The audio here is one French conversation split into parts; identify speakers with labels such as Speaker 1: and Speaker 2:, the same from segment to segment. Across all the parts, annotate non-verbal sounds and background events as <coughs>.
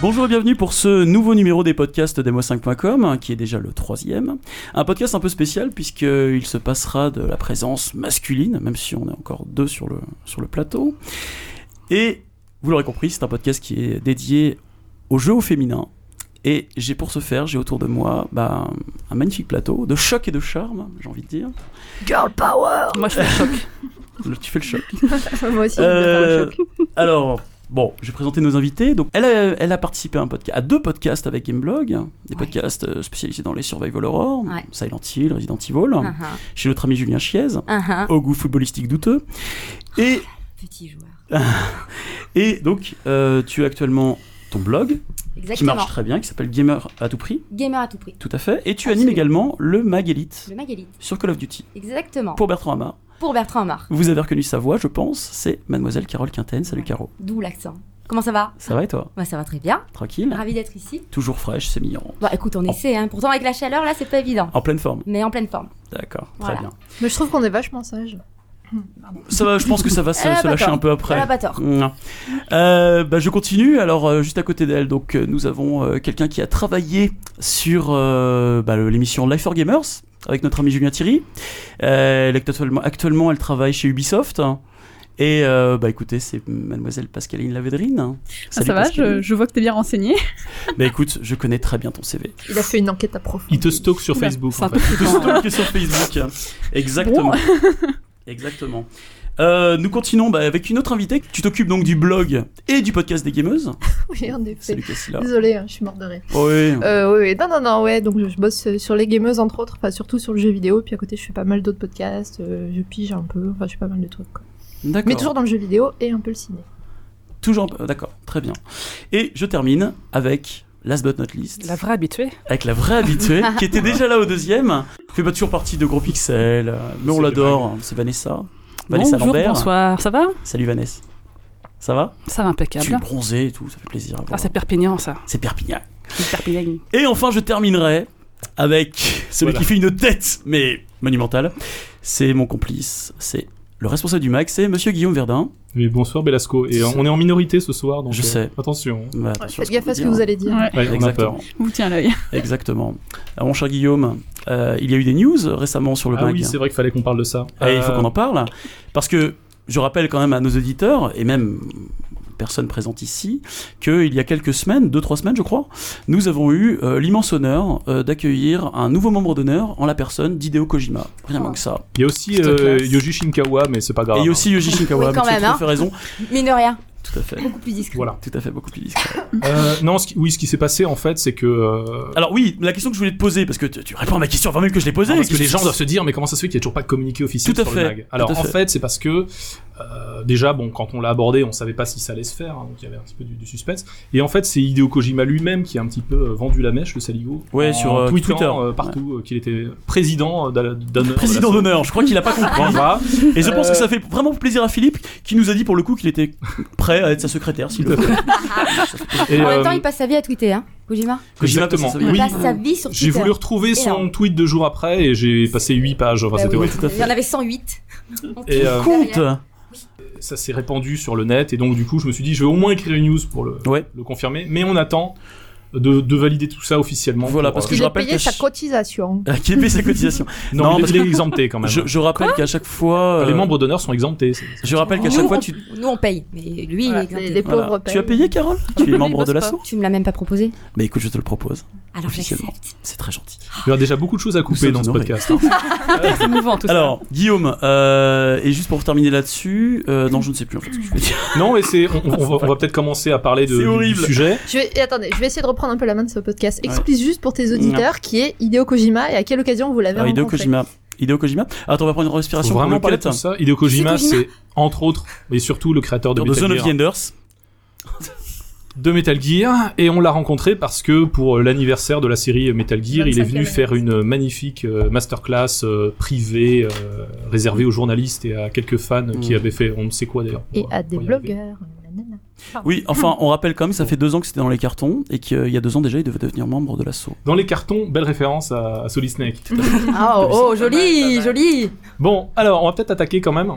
Speaker 1: Bonjour et bienvenue pour ce nouveau numéro des podcasts demo5.com, hein, qui est déjà le troisième. Un podcast un peu spécial puisqu'il se passera de la présence masculine, même si on est encore deux sur le, sur le plateau. Et vous l'aurez compris, c'est un podcast qui est dédié aux jeux au féminin. Et j'ai pour ce faire, j'ai autour de moi bah, un magnifique plateau de choc et de charme, j'ai envie de dire.
Speaker 2: Girl power
Speaker 3: Moi, je fais le choc.
Speaker 1: Le- tu fais le choc.
Speaker 2: Moi aussi,
Speaker 1: Euh,
Speaker 2: <laughs>
Speaker 1: alors, bon, je vais présenter nos invités. Donc, elle a, elle a participé à, un podca- à deux podcasts avec Gameblog, des podcasts euh, spécialisés dans les Survival Horror,
Speaker 2: Ouais.
Speaker 1: Silent Hill, Resident Evil, chez notre ami Julien Chiez, au goût footballistique douteux. Et,
Speaker 2: Petit joueur.
Speaker 1: et donc, euh, tu as actuellement ton blog, qui
Speaker 2: Exactement.
Speaker 1: marche très bien, qui s'appelle Gamer à tout prix,
Speaker 2: Gamer à tout prix.
Speaker 1: tout à fait. Et tu animes
Speaker 2: Absolument.
Speaker 1: également le Mag Elite
Speaker 2: Le Magalith.
Speaker 1: sur Call of Duty.
Speaker 2: Exactement. Pour,
Speaker 1: Pour Bertrand Amar,
Speaker 2: Bertrand Amar.
Speaker 1: vous avez reconnu sa voix, je pense, c'est Mademoiselle Carole Quinten. Salut
Speaker 2: Ouais.
Speaker 1: Caro.
Speaker 2: D'où l'accent. Comment ça va
Speaker 1: Ça va et toi
Speaker 2: Bah, ça va très bien.
Speaker 1: Tranquille
Speaker 2: Ravi d'être ici.
Speaker 1: Toujours fraîche, c'est mignon.
Speaker 2: Bah, écoute, on essaie, hein. Pourtant, avec la chaleur, là, c'est pas évident.
Speaker 1: En pleine forme.
Speaker 2: Mais en pleine forme.
Speaker 1: D'accord,
Speaker 2: Voilà.
Speaker 1: très bien.
Speaker 4: Mais je trouve qu'on est vachement sage.
Speaker 1: Ça va, je pense que ça va se,
Speaker 2: Elle a
Speaker 1: se
Speaker 2: pas
Speaker 1: lâcher
Speaker 2: tort.
Speaker 1: un peu après.
Speaker 2: Elle a pas tort.
Speaker 1: Non. Euh, bah, je continue. Alors, euh, juste à côté d'elle, donc euh, nous avons euh, quelqu'un qui a travaillé sur euh, bah, le- l'émission Life for Gamers avec notre ami Julien Thierry. Euh, elle est actuellement, actuellement, elle travaille chez Ubisoft. hein. Et euh, bah écoutez, c'est mademoiselle Pascaline Lavedrine.
Speaker 5: Ah,
Speaker 1: Salut,
Speaker 5: ça va,
Speaker 1: Pascaline.
Speaker 5: je, je vois que t'es bien renseigné.
Speaker 1: Bah écoute, je connais très bien ton CV.
Speaker 4: Il a fait une enquête approfondie.
Speaker 6: Il te stocke sur Facebook.
Speaker 5: C'est un
Speaker 6: en
Speaker 1: <laughs>
Speaker 5: peu
Speaker 6: fait.
Speaker 1: Tout
Speaker 5: flippant.
Speaker 1: stalker sur Facebook. Exactement.
Speaker 3: <laughs>
Speaker 1: Exactement. Euh, nous continuons bah, avec une autre invitée. Tu t'occupes donc du blog et du podcast des gameuses.
Speaker 4: <laughs> Oui, en effet.
Speaker 1: Salut Cassila.
Speaker 4: Désolée, hein, je suis morte de rire.
Speaker 1: Oui.
Speaker 4: Euh, oui, oui. Non, non, non, ouais. Donc, je, je bosse euh, sur les gameuses, entre autres. Enfin, surtout sur le jeu vidéo. Puis à côté, je fais pas mal d'autres podcasts. euh, je pige un peu. Enfin, je fais pas mal de trucs, quoi.
Speaker 1: D'accord.
Speaker 4: Mais toujours dans le jeu vidéo et un peu le ciné.
Speaker 1: Toujours. euh, D'accord. Très bien. Et je termine avec last but not least,
Speaker 3: La vraie habituée.
Speaker 1: avec la vraie
Speaker 3: <laughs>
Speaker 1: habituée qui était déjà là au deuxième. Fait pas toujours partie de Gros Pixel, euh, mais on
Speaker 6: C'est
Speaker 1: l'adore. C'est Vanessa. Vanessa
Speaker 3: Bonjour,
Speaker 1: Lambert.
Speaker 3: bonsoir. Ça va
Speaker 1: Salut Vanessa. Ça va
Speaker 3: Ça
Speaker 1: Tu es
Speaker 3: va impeccable.
Speaker 1: bronzé et tout, ça fait plaisir. à
Speaker 3: Ah,
Speaker 1: voir.
Speaker 3: c'est Perpignan, ça.
Speaker 1: C'est Perpignan.
Speaker 3: C'est Perpignan.
Speaker 1: Et enfin, je terminerai avec celui
Speaker 6: Voilà.
Speaker 1: qui fait une tête, mais monumentale. C'est mon complice, c'est le responsable du MAC, c'est Monsieur Guillaume Verdun.
Speaker 6: Oui, bonsoir Belasco. Et euh, on est en minorité ce soir, donc euh,
Speaker 1: Je sais.
Speaker 6: Attention. hein.
Speaker 1: Bah,
Speaker 4: Ouais,
Speaker 1: attention
Speaker 4: faites gaffe à ce que
Speaker 1: qu'on
Speaker 4: vous
Speaker 1: va dire.
Speaker 4: allez dire.
Speaker 5: Ouais,
Speaker 6: Ouais, on a peur.
Speaker 1: Exactement.
Speaker 5: vous tiens
Speaker 3: <laughs>
Speaker 5: l'œil.
Speaker 1: Exactement. Alors, mon cher Guillaume, euh, il y a eu des news récemment sur le
Speaker 6: Ah
Speaker 1: MAC.
Speaker 6: oui, c'est vrai qu'il fallait qu'on parle de ça.
Speaker 1: Et il faut
Speaker 6: Euh,
Speaker 1: qu'on en parle. Parce que je rappelle quand même à nos auditeurs, et même personne présente ici, qu'il y a quelques semaines, deux, trois semaines je crois, nous avons eu euh, l'immense honneur euh, d'accueillir un nouveau membre d'honneur en la personne d'Hideo Kojima. Rien
Speaker 4: Oh.
Speaker 1: moins que ça.
Speaker 6: Il y a aussi
Speaker 3: Plutôt
Speaker 6: euh,
Speaker 3: classe.
Speaker 6: Yoji Shinkawa, mais c'est pas grave. hein.
Speaker 1: Et il y a aussi Yoji Shinkawa,
Speaker 2: Oui, quand
Speaker 1: mais tu as
Speaker 2: même,
Speaker 1: tout à
Speaker 2: hein.
Speaker 1: fait raison.
Speaker 2: Mine de rien.
Speaker 1: Tout à fait.
Speaker 2: Beaucoup plus discret.
Speaker 6: Voilà.
Speaker 1: Tout à fait, beaucoup plus discret.
Speaker 6: Euh, non, ce qui- oui, ce qui s'est passé en fait, c'est que. euh,
Speaker 1: Alors oui, la question que je voulais te poser, parce que tu, tu réponds à ma question avant même Ah, que je l'ai posée.
Speaker 6: Non, parce que les gens
Speaker 1: Qu'est-ce
Speaker 6: doivent se dire, mais comment ça se fait qu'il n'y a toujours pas de communiqué officiel
Speaker 1: Tout à
Speaker 6: sur
Speaker 1: fait,
Speaker 6: le mag Alors
Speaker 1: tout à
Speaker 6: en
Speaker 1: fait.
Speaker 6: fait, c'est parce que euh, déjà, bon, quand on l'a abordé, on savait pas si ça allait se faire, hein, donc il y avait un petit peu du, du suspense. Et en fait, c'est Hideo Kojima lui-même qui a un petit peu euh, vendu la mèche, le saligo,
Speaker 1: Ouais,
Speaker 6: en
Speaker 1: sur, euh,
Speaker 6: tweetant,
Speaker 1: Twitter.
Speaker 6: euh, partout euh, qu'il était président euh, d'honneur. de la
Speaker 1: Président
Speaker 6: so-
Speaker 1: d'honneur, je crois qu'il a pas compris.
Speaker 2: <laughs>
Speaker 6: Voilà.
Speaker 1: Et je pense
Speaker 6: Euh,
Speaker 1: que ça fait vraiment plaisir à Philippe, qui nous a dit pour le coup qu'il était prêt à être sa secrétaire, s'il le voulait.
Speaker 6: Et,
Speaker 2: en même temps,
Speaker 6: euh,
Speaker 2: il passe sa vie à tweeter, hein, Kojima.
Speaker 1: Kojima passe
Speaker 6: Exactement.
Speaker 1: sa vie.
Speaker 2: Il
Speaker 6: Oui.
Speaker 2: passe sa vie sur Twitter.
Speaker 6: J'ai voulu retrouver son
Speaker 2: Énorme.
Speaker 6: tweet deux jours après et j'ai passé 8 pages. Enfin,
Speaker 2: Bah
Speaker 6: c'était
Speaker 2: oui,
Speaker 6: ouais.
Speaker 1: tout à
Speaker 2: Il y en avait 108.
Speaker 6: Et, euh,
Speaker 1: Compte
Speaker 6: Ça s'est répandu sur le net et donc du coup, je me suis dit, je vais au moins écrire une news pour le,
Speaker 1: Ouais.
Speaker 6: le confirmer. Mais on attend de, de valider tout ça officiellement.
Speaker 1: Voilà,
Speaker 6: pour, euh,
Speaker 1: parce que
Speaker 4: Il
Speaker 1: je
Speaker 4: a
Speaker 1: rappelle
Speaker 4: payé
Speaker 1: que
Speaker 4: sa
Speaker 1: je-
Speaker 4: cotisation.
Speaker 1: euh, Qui ait payé sa cotisation.
Speaker 6: non,
Speaker 1: Non,
Speaker 6: il,
Speaker 1: parce
Speaker 6: il est exempté quand
Speaker 1: <laughs>
Speaker 6: même.
Speaker 1: Je, je rappelle qu'à chaque fois.
Speaker 6: Les
Speaker 1: euh,
Speaker 6: membres d'honneur sont exemptés. c'est-
Speaker 1: Je rappelle qu'à
Speaker 2: Nous,
Speaker 1: chaque fois
Speaker 2: on-
Speaker 1: tu.
Speaker 2: Nous, on paye. Mais lui,
Speaker 4: Voilà,
Speaker 2: il est
Speaker 4: les,
Speaker 2: exempté.
Speaker 4: les pauvres
Speaker 1: Voilà. Tu
Speaker 4: payent.
Speaker 1: as payé, Carole Tu es
Speaker 5: Il
Speaker 1: membre de
Speaker 5: bosse pas.
Speaker 1: l'assaut
Speaker 2: Tu me l'as même pas proposé.
Speaker 1: Mais écoute, je te le propose.
Speaker 2: Alors,
Speaker 1: Officiellement.
Speaker 2: j'accepte.
Speaker 1: C'est très gentil.
Speaker 6: Il y a déjà beaucoup de choses à couper
Speaker 1: sommes
Speaker 6: dans ce
Speaker 1: honorés.
Speaker 6: podcast. hein. <laughs>
Speaker 3: Ah,
Speaker 5: C'est émouvant tout ça.
Speaker 1: Alors, Guillaume, euh, et juste pour terminer là-dessus, euh, non, je ne sais plus en fait ce que je voulais dire.
Speaker 6: non, mais c'est, on, on va, on va peut-être commencer à parler de,
Speaker 1: C'est
Speaker 6: du- du
Speaker 1: horrible.
Speaker 6: sujet.
Speaker 4: Je vais, et attendez, je vais essayer de reprendre un peu la main de ce podcast.
Speaker 1: Ouais.
Speaker 4: Explique juste pour tes auditeurs qui est Hideo Kojima et à quelle occasion vous l'avez
Speaker 1: Alors, Ah, Hideo
Speaker 4: rencontré.
Speaker 1: Kojima. Hideo Kojima. Attends, on va prendre une
Speaker 6: Faut
Speaker 1: respiration
Speaker 6: vraiment
Speaker 1: pour
Speaker 6: parler
Speaker 1: le
Speaker 6: de
Speaker 1: cut.
Speaker 6: tout ça. Hideo Kojima,
Speaker 2: C'est Kojima.
Speaker 6: c'est entre autres, mais surtout le créateur de
Speaker 1: Dans The
Speaker 6: Metal
Speaker 1: Zone of
Speaker 6: Gear.
Speaker 1: the Enders.
Speaker 6: de Metal Gear et on l'a rencontré parce que pour euh, l'anniversaire de la série euh, Metal Gear, il est
Speaker 4: 25e
Speaker 6: venu faire une magnifique euh, masterclass euh, privée euh, réservée aux journalistes et à quelques fans
Speaker 1: Mm.
Speaker 6: qui avaient fait on ne sait quoi d'ailleurs.
Speaker 4: Et
Speaker 6: pour, euh,
Speaker 4: à des
Speaker 6: pour y arriver.
Speaker 4: blogueurs. Nanana.
Speaker 1: Oui,
Speaker 6: Ah.
Speaker 1: enfin, on rappelle quand même que ça fait deux ans que c'était dans les cartons et qu'il y a deux ans déjà, il devait devenir membre de l'assaut.
Speaker 6: Dans les cartons, belle référence à, à
Speaker 4: <laughs>
Speaker 6: Solid Snake.
Speaker 2: Ah, oh, oh, joli, joli.
Speaker 6: Bon, alors, on va peut-être attaquer quand même.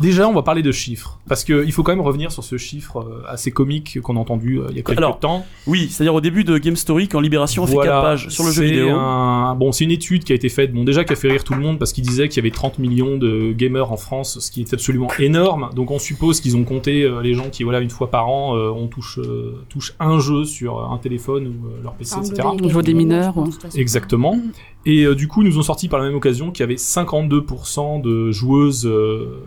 Speaker 6: Déjà, on va parler de chiffres. Parce qu'il faut quand même revenir sur ce chiffre euh, assez comique qu'on a entendu euh, il y a quelques
Speaker 1: Alors,
Speaker 6: temps.
Speaker 1: Oui, c'est-à-dire au début de Game Story, quand Libération a fait
Speaker 6: Voilà,
Speaker 1: quatre pages sur le jeu
Speaker 6: c'est
Speaker 1: vidéo.
Speaker 6: un- Bon, c'est une étude qui a été faite, bon, déjà qui a fait rire tout le monde parce qu'il disait qu'il y avait 30 millions de gamers en France, ce qui est absolument énorme. Donc on suppose qu'ils ont compté euh, les gens qui, voilà, une fois par an, euh, on touche, euh, touche un jeu sur euh, un téléphone ou euh, leur PC, etc.
Speaker 5: Au niveau des mineurs, ouais.
Speaker 6: Exactement.
Speaker 5: Mm.
Speaker 6: Et euh, du coup, ils nous ont sorti par la même occasion qu'il y avait 52% de joueuses, euh,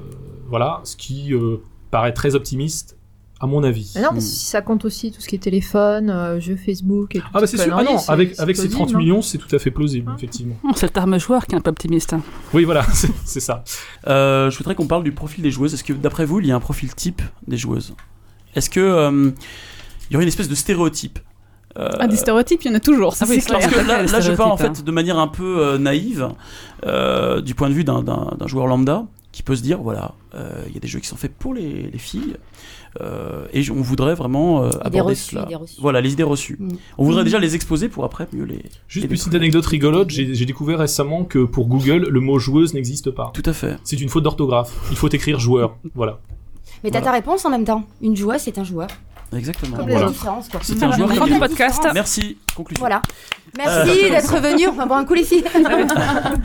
Speaker 6: voilà, ce qui euh, paraît très optimiste, à mon avis.
Speaker 4: Mais non,
Speaker 1: Hmm.
Speaker 4: parce que si ça compte aussi tout ce qui est téléphone, euh, jeux Facebook et tout.
Speaker 6: Ah bah c'est sûr, ah non, avec, avec ces
Speaker 4: hein.
Speaker 6: 30 millions, c'est tout à fait plausible,
Speaker 4: Ah.
Speaker 6: effectivement.
Speaker 5: Oh, C'est le terme joueur qui est un peu optimiste. hein.
Speaker 6: Oui, voilà, <laughs> c'est c'est ça.
Speaker 1: Euh, je voudrais qu'on parle du profil des joueuses. Est-ce que, d'après vous, il y a un profil type des joueuses Est-ce que euh, il y aurait une espèce de stéréotype Euh,
Speaker 5: Ah, des stéréotypes, il y en a toujours.
Speaker 3: Ah
Speaker 5: ça, c'est
Speaker 1: Ah parce
Speaker 5: clair.
Speaker 1: que là, là, je parle en fait
Speaker 5: Stéréotypes,
Speaker 1: de manière un peu euh, naïve, euh, du point de vue d'un- d'un d'un joueur lambda qui peut se dire voilà, euh, il y a des jeux qui sont faits pour les, les filles euh, et j- on voudrait vraiment euh,
Speaker 2: Idées
Speaker 1: aborder
Speaker 2: reçues,
Speaker 1: cela.
Speaker 2: idées reçues.
Speaker 1: Voilà, les idées reçues.
Speaker 2: Mm.
Speaker 1: On voudrait déjà les exposer pour après mieux les.
Speaker 6: Juste
Speaker 1: Et
Speaker 6: une petite
Speaker 1: des-
Speaker 6: anecdote rigolote, j'ai j'ai découvert récemment que pour Google, le mot joueuse n'existe pas.
Speaker 1: Tout à fait.
Speaker 6: C'est une faute d'orthographe. Il faut écrire joueur. Voilà.
Speaker 2: Mais t'as
Speaker 1: Voilà.
Speaker 2: ta réponse en même temps. Une joueuse, c'est un joueur.
Speaker 1: Exactement.
Speaker 4: Comme
Speaker 2: Il y a
Speaker 6: Voilà.
Speaker 2: une différence, quoi.
Speaker 1: C'était un joueur
Speaker 5: Fin
Speaker 1: qui
Speaker 5: du
Speaker 1: gagnait.
Speaker 5: podcast.
Speaker 2: Merci.
Speaker 1: Merci. Conclusion.
Speaker 2: Voilà. Merci <laughs> d'être venu. On va boire un coup ici.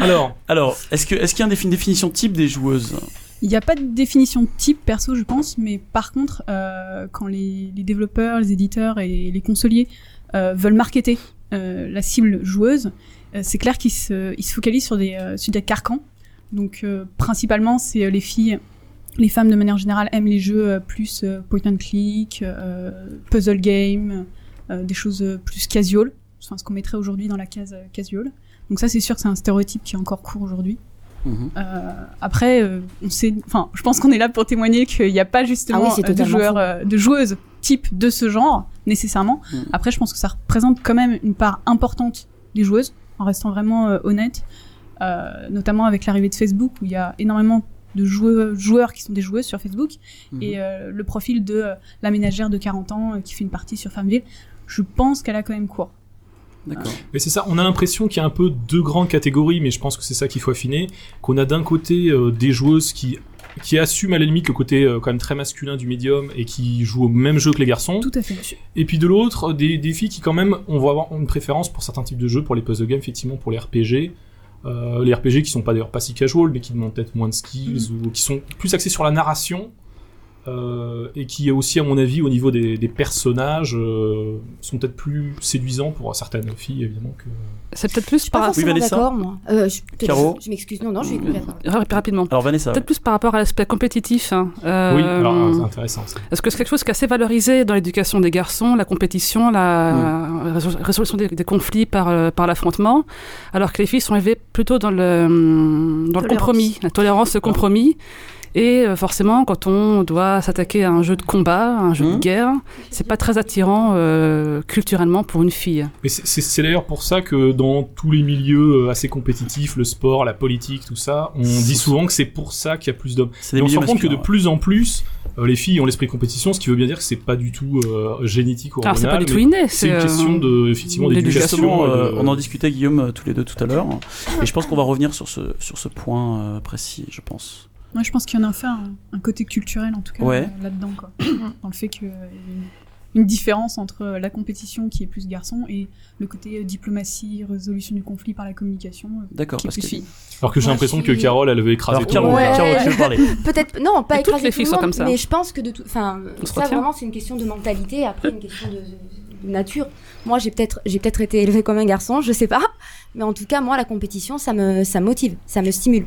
Speaker 6: Alors,
Speaker 1: Alors, est-ce que est-ce qu'il y a une défi- définition type des joueuses
Speaker 5: Il n'y a pas de définition type perso, je pense, mais par contre, euh, quand les, les développeurs, les éditeurs et les consoliers euh, veulent marketer euh, la cible joueuse, euh, c'est clair qu'ils se, ils se focalisent sur des, euh, sur des carcans. Donc, euh, principalement, c'est euh, les filles, les femmes de manière générale aiment les jeux euh, plus euh, point and click, euh, puzzle game, euh, des choses euh, plus casual, enfin ce qu'on mettrait aujourd'hui dans la case euh, casual. Donc ça, c'est sûr que c'est un stéréotype qui est encore court aujourd'hui.
Speaker 1: Mhm.
Speaker 5: Euh, après, euh, on sait, enfin, je pense qu'on est là pour témoigner qu'il n'y a pas
Speaker 2: Ah
Speaker 5: justement
Speaker 2: oui, c'est
Speaker 5: euh, de
Speaker 2: totalement
Speaker 5: joueurs,
Speaker 2: faux.
Speaker 5: euh, de joueuses type de ce genre nécessairement.
Speaker 1: Mm.
Speaker 5: Après, je pense que ça représente quand même une part importante des joueuses, en restant vraiment euh, honnête, Euh, notamment avec l'arrivée de Facebook où il y a énormément de joueurs, joueurs qui sont des joueuses sur Facebook
Speaker 2: Mm.
Speaker 1: Mhm.
Speaker 5: et euh, le profil de euh, la ménagère de 40 ans euh, qui fait une partie sur Farmville. Je pense qu'elle a quand même cours.
Speaker 1: D'accord.
Speaker 6: mais c'est ça, on a l'impression qu'il y a un peu deux grandes catégories, mais je pense que c'est ça qu'il faut affiner. Qu'on a d'un côté euh, des joueuses qui qui assument à la limite le côté euh, quand même très masculin du médium et qui jouent au même jeu que les garçons.
Speaker 5: Tout à fait.
Speaker 6: Et puis de l'autre, des, des filles qui quand même, on va avoir une préférence pour certains types de jeux, pour les puzzle games, effectivement, pour les RPG. Euh, les RPG qui sont pas d'ailleurs pas si casual, mais qui demandent peut-être moins de skills,
Speaker 5: Mm.
Speaker 6: ou qui sont plus axés sur la narration, euh, et qui aussi, à mon avis, au niveau des, des personnages, euh, sont peut-être plus séduisants pour certaines filles, évidemment, que...
Speaker 3: C'est peut-être plus
Speaker 2: Pas
Speaker 3: par
Speaker 2: Ah, forcément
Speaker 1: Vanessa
Speaker 2: d'accord, moi. Euh, je, peut-être-
Speaker 1: Caro
Speaker 2: je m'excuse. Non, non, je suis complètement d'accord.
Speaker 3: Rap- rapidement.
Speaker 1: Alors Vanessa.
Speaker 3: Peut-être plus par rapport à l'aspect compétitif. hein. Euh,
Speaker 6: Oui, alors, euh, c'est intéressant. ça.
Speaker 3: Est-ce que c'est quelque chose qui est assez valorisé dans l'éducation des garçons, la compétition, la résol- résolution des, des conflits par, euh, par l'affrontement, alors que les filles sont élevées plutôt dans le, hum, dans le
Speaker 4: Tolérance.
Speaker 3: compromis, la tolérance, le compromis. Et euh, forcément, quand on doit s'attaquer à un jeu de combat, un jeu
Speaker 1: Mhm.
Speaker 6: Mmh.
Speaker 3: de guerre, c'est pas très attirant euh, culturellement pour une fille.
Speaker 6: Mais c'est- c'est c'est d'ailleurs pour ça que dans tous les milieux euh, assez compétitifs, le sport, la politique, tout ça, on dit souvent que c'est pour ça qu'il y a plus d'hommes.
Speaker 1: C'est
Speaker 6: Et on se
Speaker 1: milieux
Speaker 6: rend compte que de
Speaker 1: masculins, ouais.
Speaker 6: plus en plus, euh, les filles ont l'esprit compétition, ce qui veut bien dire que c'est pas du tout euh, génétique ou
Speaker 3: Alors Ah, c'est pas
Speaker 6: hormonal.
Speaker 3: du tout
Speaker 6: mais
Speaker 3: inné,
Speaker 6: C'est une
Speaker 3: euh,
Speaker 6: question de, effectivement, d'éducation.
Speaker 1: Justement,
Speaker 6: et de-
Speaker 1: euh, on en discutait Guillaume euh, tous les deux tout à l'heure, et je pense qu'on va revenir sur ce sur ce point euh, précis, je pense.
Speaker 5: Moi, je pense qu'il y en a un, fait un, un côté culturel, en tout cas,
Speaker 1: Ouais.
Speaker 5: euh, là-dedans,
Speaker 1: <coughs>
Speaker 5: quoi. Dans le fait qu'il y a une- une différence entre euh, la compétition qui est plus garçon et le côté euh, diplomatie, résolution du conflit par la communication euh,
Speaker 1: D'accord.
Speaker 5: qui est
Speaker 1: parce
Speaker 5: plus
Speaker 1: que-
Speaker 5: fille.
Speaker 6: Alors que j'ai
Speaker 2: Moi,
Speaker 6: l'impression
Speaker 2: je
Speaker 6: que
Speaker 2: suis-
Speaker 6: Carole, elle avait écrasé
Speaker 1: Alors
Speaker 6: tout le
Speaker 1: Caro,
Speaker 6: monde.
Speaker 2: Ouais.
Speaker 1: Caro, tu veux parler
Speaker 2: <laughs> Peut-être non, pas
Speaker 3: Et toutes
Speaker 2: écraser
Speaker 3: les
Speaker 2: tout
Speaker 3: filles
Speaker 2: le
Speaker 3: sont
Speaker 2: monde,
Speaker 3: comme ça.
Speaker 2: mais je pense que de tout, enfin,
Speaker 3: On se
Speaker 2: ça
Speaker 3: retient.
Speaker 2: vraiment c'est une question de mentalité, et après une question de, de nature. Moi, j'ai peut-être, j'ai peut-être été élevée comme un garçon, je sais pas, mais en tout cas, moi, la compétition, ça me, ça me motive, ça me stimule.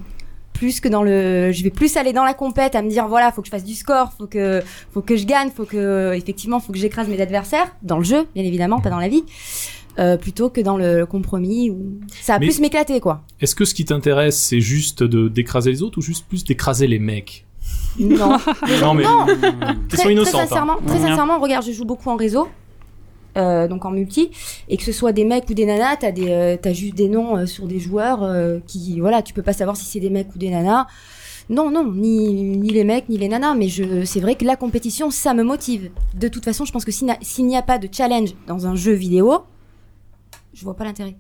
Speaker 2: Plus que dans le, je vais plus aller dans la compète à me dire voilà, faut que je fasse du score, faut que, faut que je gagne, faut que, effectivement, faut que j'écrase mes adversaires dans le jeu, bien évidemment, pas dans la vie. euh, plutôt que dans le compromis où ça va
Speaker 6: Mais-
Speaker 2: plus m'éclater quoi.
Speaker 6: Est-ce que ce qui t'intéresse, c'est juste de d'écraser les autres ou juste plus d'écraser les mecs
Speaker 2: Non.
Speaker 6: Non, mais
Speaker 2: très,
Speaker 6: question innocente.
Speaker 2: Très
Speaker 6: hein.
Speaker 2: sincèrement, très
Speaker 1: Rien.
Speaker 2: sincèrement, regarde, je joue beaucoup en réseau. euh, donc en multi et que ce soit des mecs ou des nanas t'as des euh, t'as juste des noms euh, sur des joueurs euh, qui voilà tu peux pas savoir si c'est des mecs ou des nanas Non, non, ni, ni les mecs, ni les nanas, mais je, c'est vrai que la compétition, ça me motive. De toute façon, je pense que s'il n'a- s'il n'y a pas de challenge dans un jeu vidéo, je vois pas l'intérêt.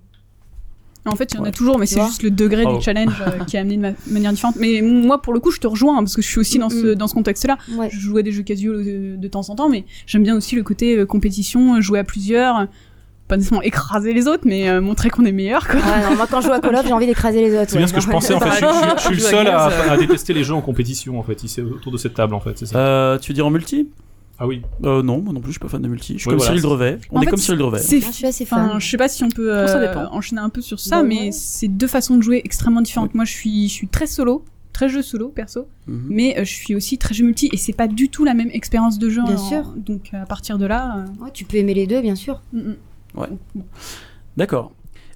Speaker 5: En fait, il y en
Speaker 1: Ouais. Oh.
Speaker 5: a toujours, mais
Speaker 2: Tu
Speaker 5: c'est
Speaker 2: vois
Speaker 5: juste le degré
Speaker 1: Bravo.
Speaker 5: du challenge euh, qui est amené de ma- manière différente. Mais moi, pour le coup, je te rejoins, hein, parce que je suis aussi dans ce,
Speaker 2: Mhm.
Speaker 5: dans ce contexte-là.
Speaker 2: Ouais.
Speaker 5: Je joue à des jeux casual de, de temps en temps, mais j'aime bien aussi le côté euh, compétition, euh, jouer à plusieurs, euh, pas nécessairement écraser les autres, mais euh, montrer qu'on est meilleur, quoi.
Speaker 2: Ouais, Ah, non, moi, quand je joue à Call of, j'ai envie d'écraser les autres.
Speaker 6: C'est bien ce que je pensais en fait. Je, je- je suis le
Speaker 3: Ouais.
Speaker 6: seul à,
Speaker 3: Ouais.
Speaker 6: à détester les jeux en compétition en fait, ici autour de cette table en fait, c'est
Speaker 1: <laughs>
Speaker 6: ça.
Speaker 1: Euh, tu veux dire en multi
Speaker 6: Ah oui.
Speaker 1: euh, Non, moi non plus, je suis pas fan de multi. Je suis
Speaker 6: Oui,
Speaker 1: comme
Speaker 6: voilà.
Speaker 1: Cyril Drevet. On
Speaker 5: En
Speaker 1: est
Speaker 5: fait,
Speaker 1: comme Cyril Drevet.
Speaker 5: C'est
Speaker 2: Je suis assez fan.
Speaker 5: Enfin, je sais pas si on peut
Speaker 3: Ça
Speaker 5: euh,
Speaker 3: dépend.
Speaker 5: enchaîner un peu sur ça,
Speaker 2: Bah
Speaker 5: mais
Speaker 2: ouais.
Speaker 5: c'est deux façons de jouer extrêmement différentes. Moi, je suis, je suis très solo, très jeu solo perso,
Speaker 1: Mhm.
Speaker 5: mais euh, je suis aussi très jeu multi et c'est pas du tout la même expérience de jeu.
Speaker 2: Bien
Speaker 5: en-
Speaker 2: sûr.
Speaker 5: Donc à partir de là, euh,
Speaker 2: Ouais, tu peux aimer les deux, bien sûr.
Speaker 5: mm, mm.
Speaker 1: D'accord.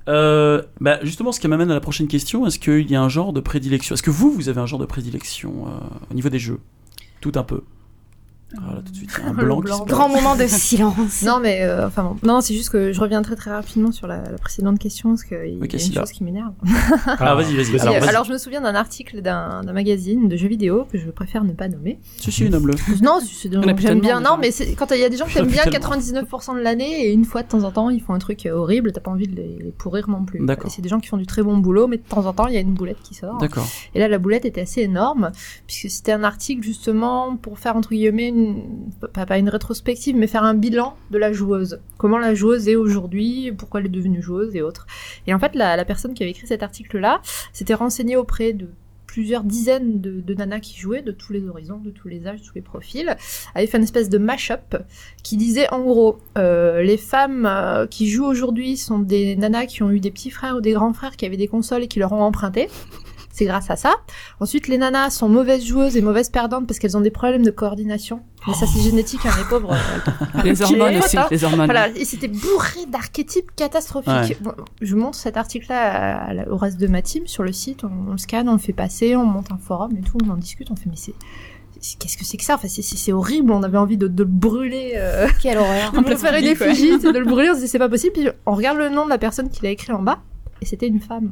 Speaker 1: Euh, bah, justement, ce qui m'amène à la prochaine question, est-ce qu'il y a un genre de prédilection Est-ce que vous, vous avez un genre de prédilection euh, au niveau des jeux Tout un peu. Ah là, tout de suite, il y a un
Speaker 4: Le
Speaker 1: blanc, qui
Speaker 4: blanc.
Speaker 1: se
Speaker 2: Grand
Speaker 1: passe.
Speaker 2: moment de silence.
Speaker 4: Non, mais euh, enfin bon. Non, c'est juste que je reviens très très rapidement sur la, la précédente question parce qu'il
Speaker 1: Ok,
Speaker 4: y a
Speaker 1: si,
Speaker 4: une
Speaker 1: là.
Speaker 4: chose qui m'énerve.
Speaker 1: Ah, vas-y, vas-y.
Speaker 6: vas-y.
Speaker 1: Alors,
Speaker 4: Et,
Speaker 1: vas-y.
Speaker 4: Alors, je me souviens d'un article d'un d'un magazine de jeux vidéo que je préfère ne pas nommer. <laughs>
Speaker 1: Si, si, nomme-le.
Speaker 4: Non, c'est-
Speaker 3: en a plus
Speaker 4: j'aime
Speaker 3: tellement,
Speaker 4: bien.
Speaker 3: déjà.
Speaker 4: Non, mais c'est- quand il y a des gens qui aiment
Speaker 1: Plus
Speaker 4: bien
Speaker 1: tellement.
Speaker 4: 99% de l'année et une fois de temps en temps ils font un truc euh, horrible, t'as pas envie de les les pourrir non plus.
Speaker 1: D'accord.
Speaker 4: Et C'est des gens qui font du très bon boulot, mais de temps en temps il y a une boulette qui sort.
Speaker 1: D'accord.
Speaker 4: Et là, la boulette était assez énorme, puisque c'était un article justement pour faire, entre guillemets, une- pas, pas une rétrospective, mais faire un bilan de la joueuse. Comment la joueuse est aujourd'hui, pourquoi elle est devenue joueuse et autres. Et en fait, la, la personne qui avait écrit cet article-là s'était renseignée auprès de plusieurs dizaines de, de nanas qui jouaient, de tous les horizons, de tous les âges, de tous les profils, avait fait une espèce de mash-up qui disait en gros, euh, les femmes euh, qui jouent aujourd'hui sont des nanas qui ont eu des petits frères ou des grands frères qui avaient des consoles et qui leur ont emprunté. C'est grâce à ça. Ensuite, les nanas sont mauvaises joueuses et mauvaises perdantes parce qu'elles ont des problèmes de coordination. Mais ça, c'est génétique, hein, les pauvres. elles te font pas
Speaker 3: Oh. euh, Les
Speaker 4: chier,
Speaker 3: hormones aussi,
Speaker 4: hein.
Speaker 3: les hormones.
Speaker 4: Voilà, et c'était bourré d'archétypes catastrophiques. Bon, je montre cet article-là à la- au reste de ma team sur le site, on, on le scanne, on le fait passer, on monte un forum et tout, on en discute, on fait mais c'est. c'est- Qu'est-ce que c'est que ça enfin, c'est- C'est c'est horrible, on avait envie de, de le brûler. euh,
Speaker 2: Quelle horreur.
Speaker 4: on préférait <laughs> des fugites, de le brûler, on se dit c'est pas possible. Puis on regarde le nom de la personne qui l'a écrit en bas, et c'était une femme.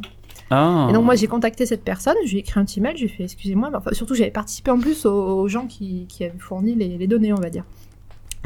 Speaker 1: Ah.
Speaker 4: Et donc moi j'ai contacté cette personne, je lui ai écrit un petit mail, j'ai fait excusez-moi, mais enfin, surtout j'avais participé en plus aux, aux gens qui, qui avaient fourni les, les données, on va dire.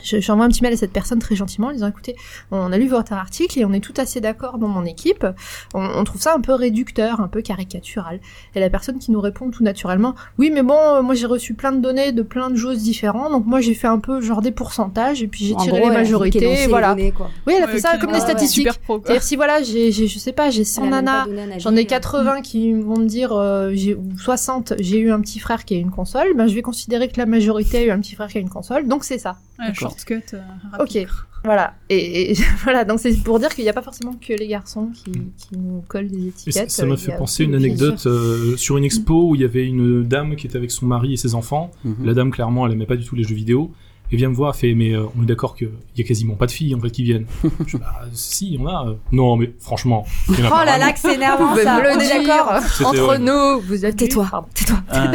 Speaker 4: Je- J'envoie un petit mail à cette personne très gentiment en lui disant écoutez, on a lu votre article et on est tout assez d'accord dans mon équipe, on, on trouve ça un peu réducteur, un peu caricatural. Et la personne qui nous répond tout naturellement oui mais bon, euh, moi j'ai reçu plein de données de plein de choses différentes, donc moi j'ai fait un peu genre des pourcentages et puis j'ai
Speaker 2: En
Speaker 4: tiré
Speaker 2: gros,
Speaker 4: les
Speaker 2: elle a dit qu'elle lançait
Speaker 4: majorités,
Speaker 2: les
Speaker 4: voilà. Oh
Speaker 2: données, quoi.
Speaker 4: Oui elle a fait
Speaker 5: Ouais,
Speaker 4: ça
Speaker 5: ok.
Speaker 4: comme
Speaker 5: Ah
Speaker 4: des
Speaker 5: ouais,
Speaker 4: statistiques.
Speaker 5: Super pro, quoi.
Speaker 4: C'est-à-dire si voilà j'ai, j'ai- je sais pas, j'ai
Speaker 2: Elle
Speaker 4: 100
Speaker 2: a même
Speaker 4: nanas
Speaker 2: pas donné un avis,
Speaker 4: J'en ai
Speaker 2: euh.
Speaker 4: 80 qui vont me dire euh, j'ai ou 60, j'ai eu un petit frère qui a une console, ben je vais considérer que la majorité a eu un petit frère qui a une console, donc c'est ça.
Speaker 5: Ouais, shortcut. euh,
Speaker 4: Ok,
Speaker 5: rapide.
Speaker 4: voilà. Et, <laughs> et voilà, donc c'est pour dire qu'il n'y a pas forcément que les garçons qui, qui nous collent des
Speaker 6: Mm. Et ça
Speaker 4: étiquettes.
Speaker 6: ça m'a
Speaker 4: Il y
Speaker 6: fait
Speaker 4: a-
Speaker 6: penser à une
Speaker 4: bien
Speaker 6: anecdote
Speaker 4: sûr.
Speaker 6: euh, sur une expo où il y avait une dame qui était avec son mari et ses enfants.
Speaker 1: Mhm.
Speaker 6: La dame, clairement, elle aimait pas du tout les jeux vidéo. Elle vient me voir, elle fait Mais euh, on est d'accord qu'il y a quasiment pas de filles en fait
Speaker 1: <laughs>
Speaker 6: qui viennent. je dis Bah, si, il y en a. euh. Non, mais franchement. il y en a
Speaker 2: Oh
Speaker 6: pas
Speaker 2: là
Speaker 6: vraiment.
Speaker 2: là, que c'est énervant
Speaker 4: Vous pouvez
Speaker 2: ça.
Speaker 4: me le
Speaker 2: On est
Speaker 4: dire.
Speaker 2: d'accord.
Speaker 6: C'était,
Speaker 4: Entre
Speaker 6: ouais.
Speaker 4: nous, vous êtes
Speaker 2: Tais-toi.
Speaker 4: Pardon.
Speaker 2: Tais-toi.
Speaker 1: Ah.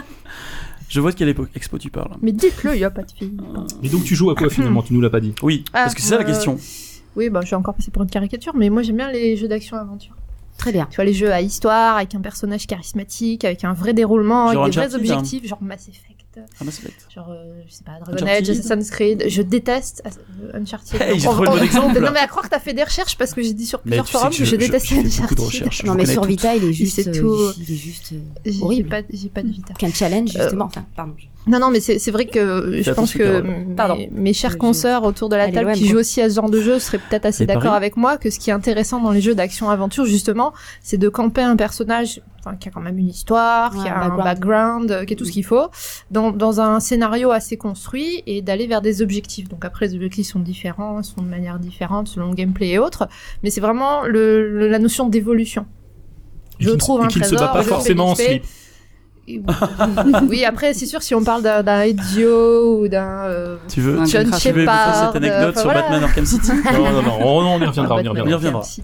Speaker 1: <laughs> Je vois de quelle époque expo tu parles.
Speaker 4: Mais dites-le, il n'y a pas de filles.
Speaker 6: Mais donc, tu joues à quoi finalement Tu nous l'as pas dit.
Speaker 1: Oui,
Speaker 4: Ah,
Speaker 1: parce que c'est ça la
Speaker 4: euh,
Speaker 1: question.
Speaker 4: Oui, bah, je suis encore passé pour une caricature, mais moi j'aime bien les jeux d'action-aventure.
Speaker 2: Très bien.
Speaker 4: Tu vois, les jeux à histoire, avec un personnage charismatique, avec un vrai déroulement,
Speaker 1: Genre
Speaker 4: avec des vrais
Speaker 1: Uncharted, hein.
Speaker 4: objectifs, genre Mass Effect,
Speaker 1: Ah, Mass Effect.
Speaker 4: genre, euh, je sais pas, Dragon
Speaker 1: Uncharted.
Speaker 4: Age, Assassin's Creed. Je déteste euh, Uncharted.
Speaker 1: Hey, j'ai
Speaker 4: On-
Speaker 1: trouvé le
Speaker 4: on-
Speaker 1: bon exemple.
Speaker 4: <laughs> Non, mais à croire que t'as fait des recherches parce que j'ai dit sur
Speaker 1: Mais
Speaker 4: plusieurs
Speaker 1: tu sais
Speaker 4: forums
Speaker 1: que
Speaker 4: que,
Speaker 1: je-
Speaker 4: je,
Speaker 1: je-
Speaker 4: détestais
Speaker 1: je fais beaucoup de
Speaker 4: Uncharted.
Speaker 1: recherches. Je
Speaker 2: Non mais
Speaker 1: connais
Speaker 2: sur
Speaker 1: toutes.
Speaker 2: Vita, il est juste,
Speaker 4: sait
Speaker 2: euh,
Speaker 4: tout.
Speaker 2: il il est juste euh,
Speaker 4: J'ai
Speaker 2: Horrible.
Speaker 4: pas, j'ai pas de Vita.
Speaker 2: qu'un challenge
Speaker 4: Euh,
Speaker 2: justement. Enfin, pardon.
Speaker 4: Non, non, mais c'est c'est vrai que je
Speaker 1: Fais
Speaker 4: pense
Speaker 1: attention,
Speaker 4: que
Speaker 1: Carole.
Speaker 4: mes-
Speaker 2: Pardon.
Speaker 4: mes chers
Speaker 2: Je-
Speaker 4: consoeurs autour de la
Speaker 2: Allez,
Speaker 4: table
Speaker 2: l'OM,
Speaker 4: qui
Speaker 2: quoi.
Speaker 4: jouent aussi à ce genre de jeu seraient peut-être assez
Speaker 1: Et
Speaker 4: d'accord
Speaker 1: Paris.
Speaker 4: avec moi que ce qui est intéressant dans les jeux d'action-aventure, justement, c'est de camper un personnage enfin, qui a quand même une histoire,
Speaker 2: Ouais,
Speaker 4: qui
Speaker 2: un
Speaker 4: a un
Speaker 2: background.
Speaker 4: background, euh, qui a tout ce qu'il faut, dans, dans un scénario assez construit et d'aller vers des objectifs. Donc après, les objectifs sont différents, sont de manière différente selon le gameplay et autres, mais c'est vraiment le, le- la notion d'évolution.
Speaker 6: Et
Speaker 4: Je
Speaker 6: qu'il-
Speaker 4: trouve
Speaker 6: et
Speaker 4: un
Speaker 6: qu'il se
Speaker 4: trésor,
Speaker 6: bat pas
Speaker 4: je fais
Speaker 6: forcément en
Speaker 4: des faits.
Speaker 6: slip.
Speaker 4: Et- <laughs> oui, après, c'est sûr, si on parle d'un- d'un idiot ou d'un euh,
Speaker 1: Tu veux,
Speaker 3: Un
Speaker 1: tu
Speaker 4: John
Speaker 3: Minecraft.
Speaker 1: veux évoquer
Speaker 4: Shepard. euh,
Speaker 1: cette anecdote
Speaker 4: enfin,
Speaker 1: sur
Speaker 4: voilà.
Speaker 1: Batman Arkham City
Speaker 6: Non, non, non, on, on y
Speaker 4: Ah, <laughs>
Speaker 6: reviendra. On y
Speaker 4: Batman,
Speaker 6: reviendra.
Speaker 1: reviendra.
Speaker 4: Arkham City.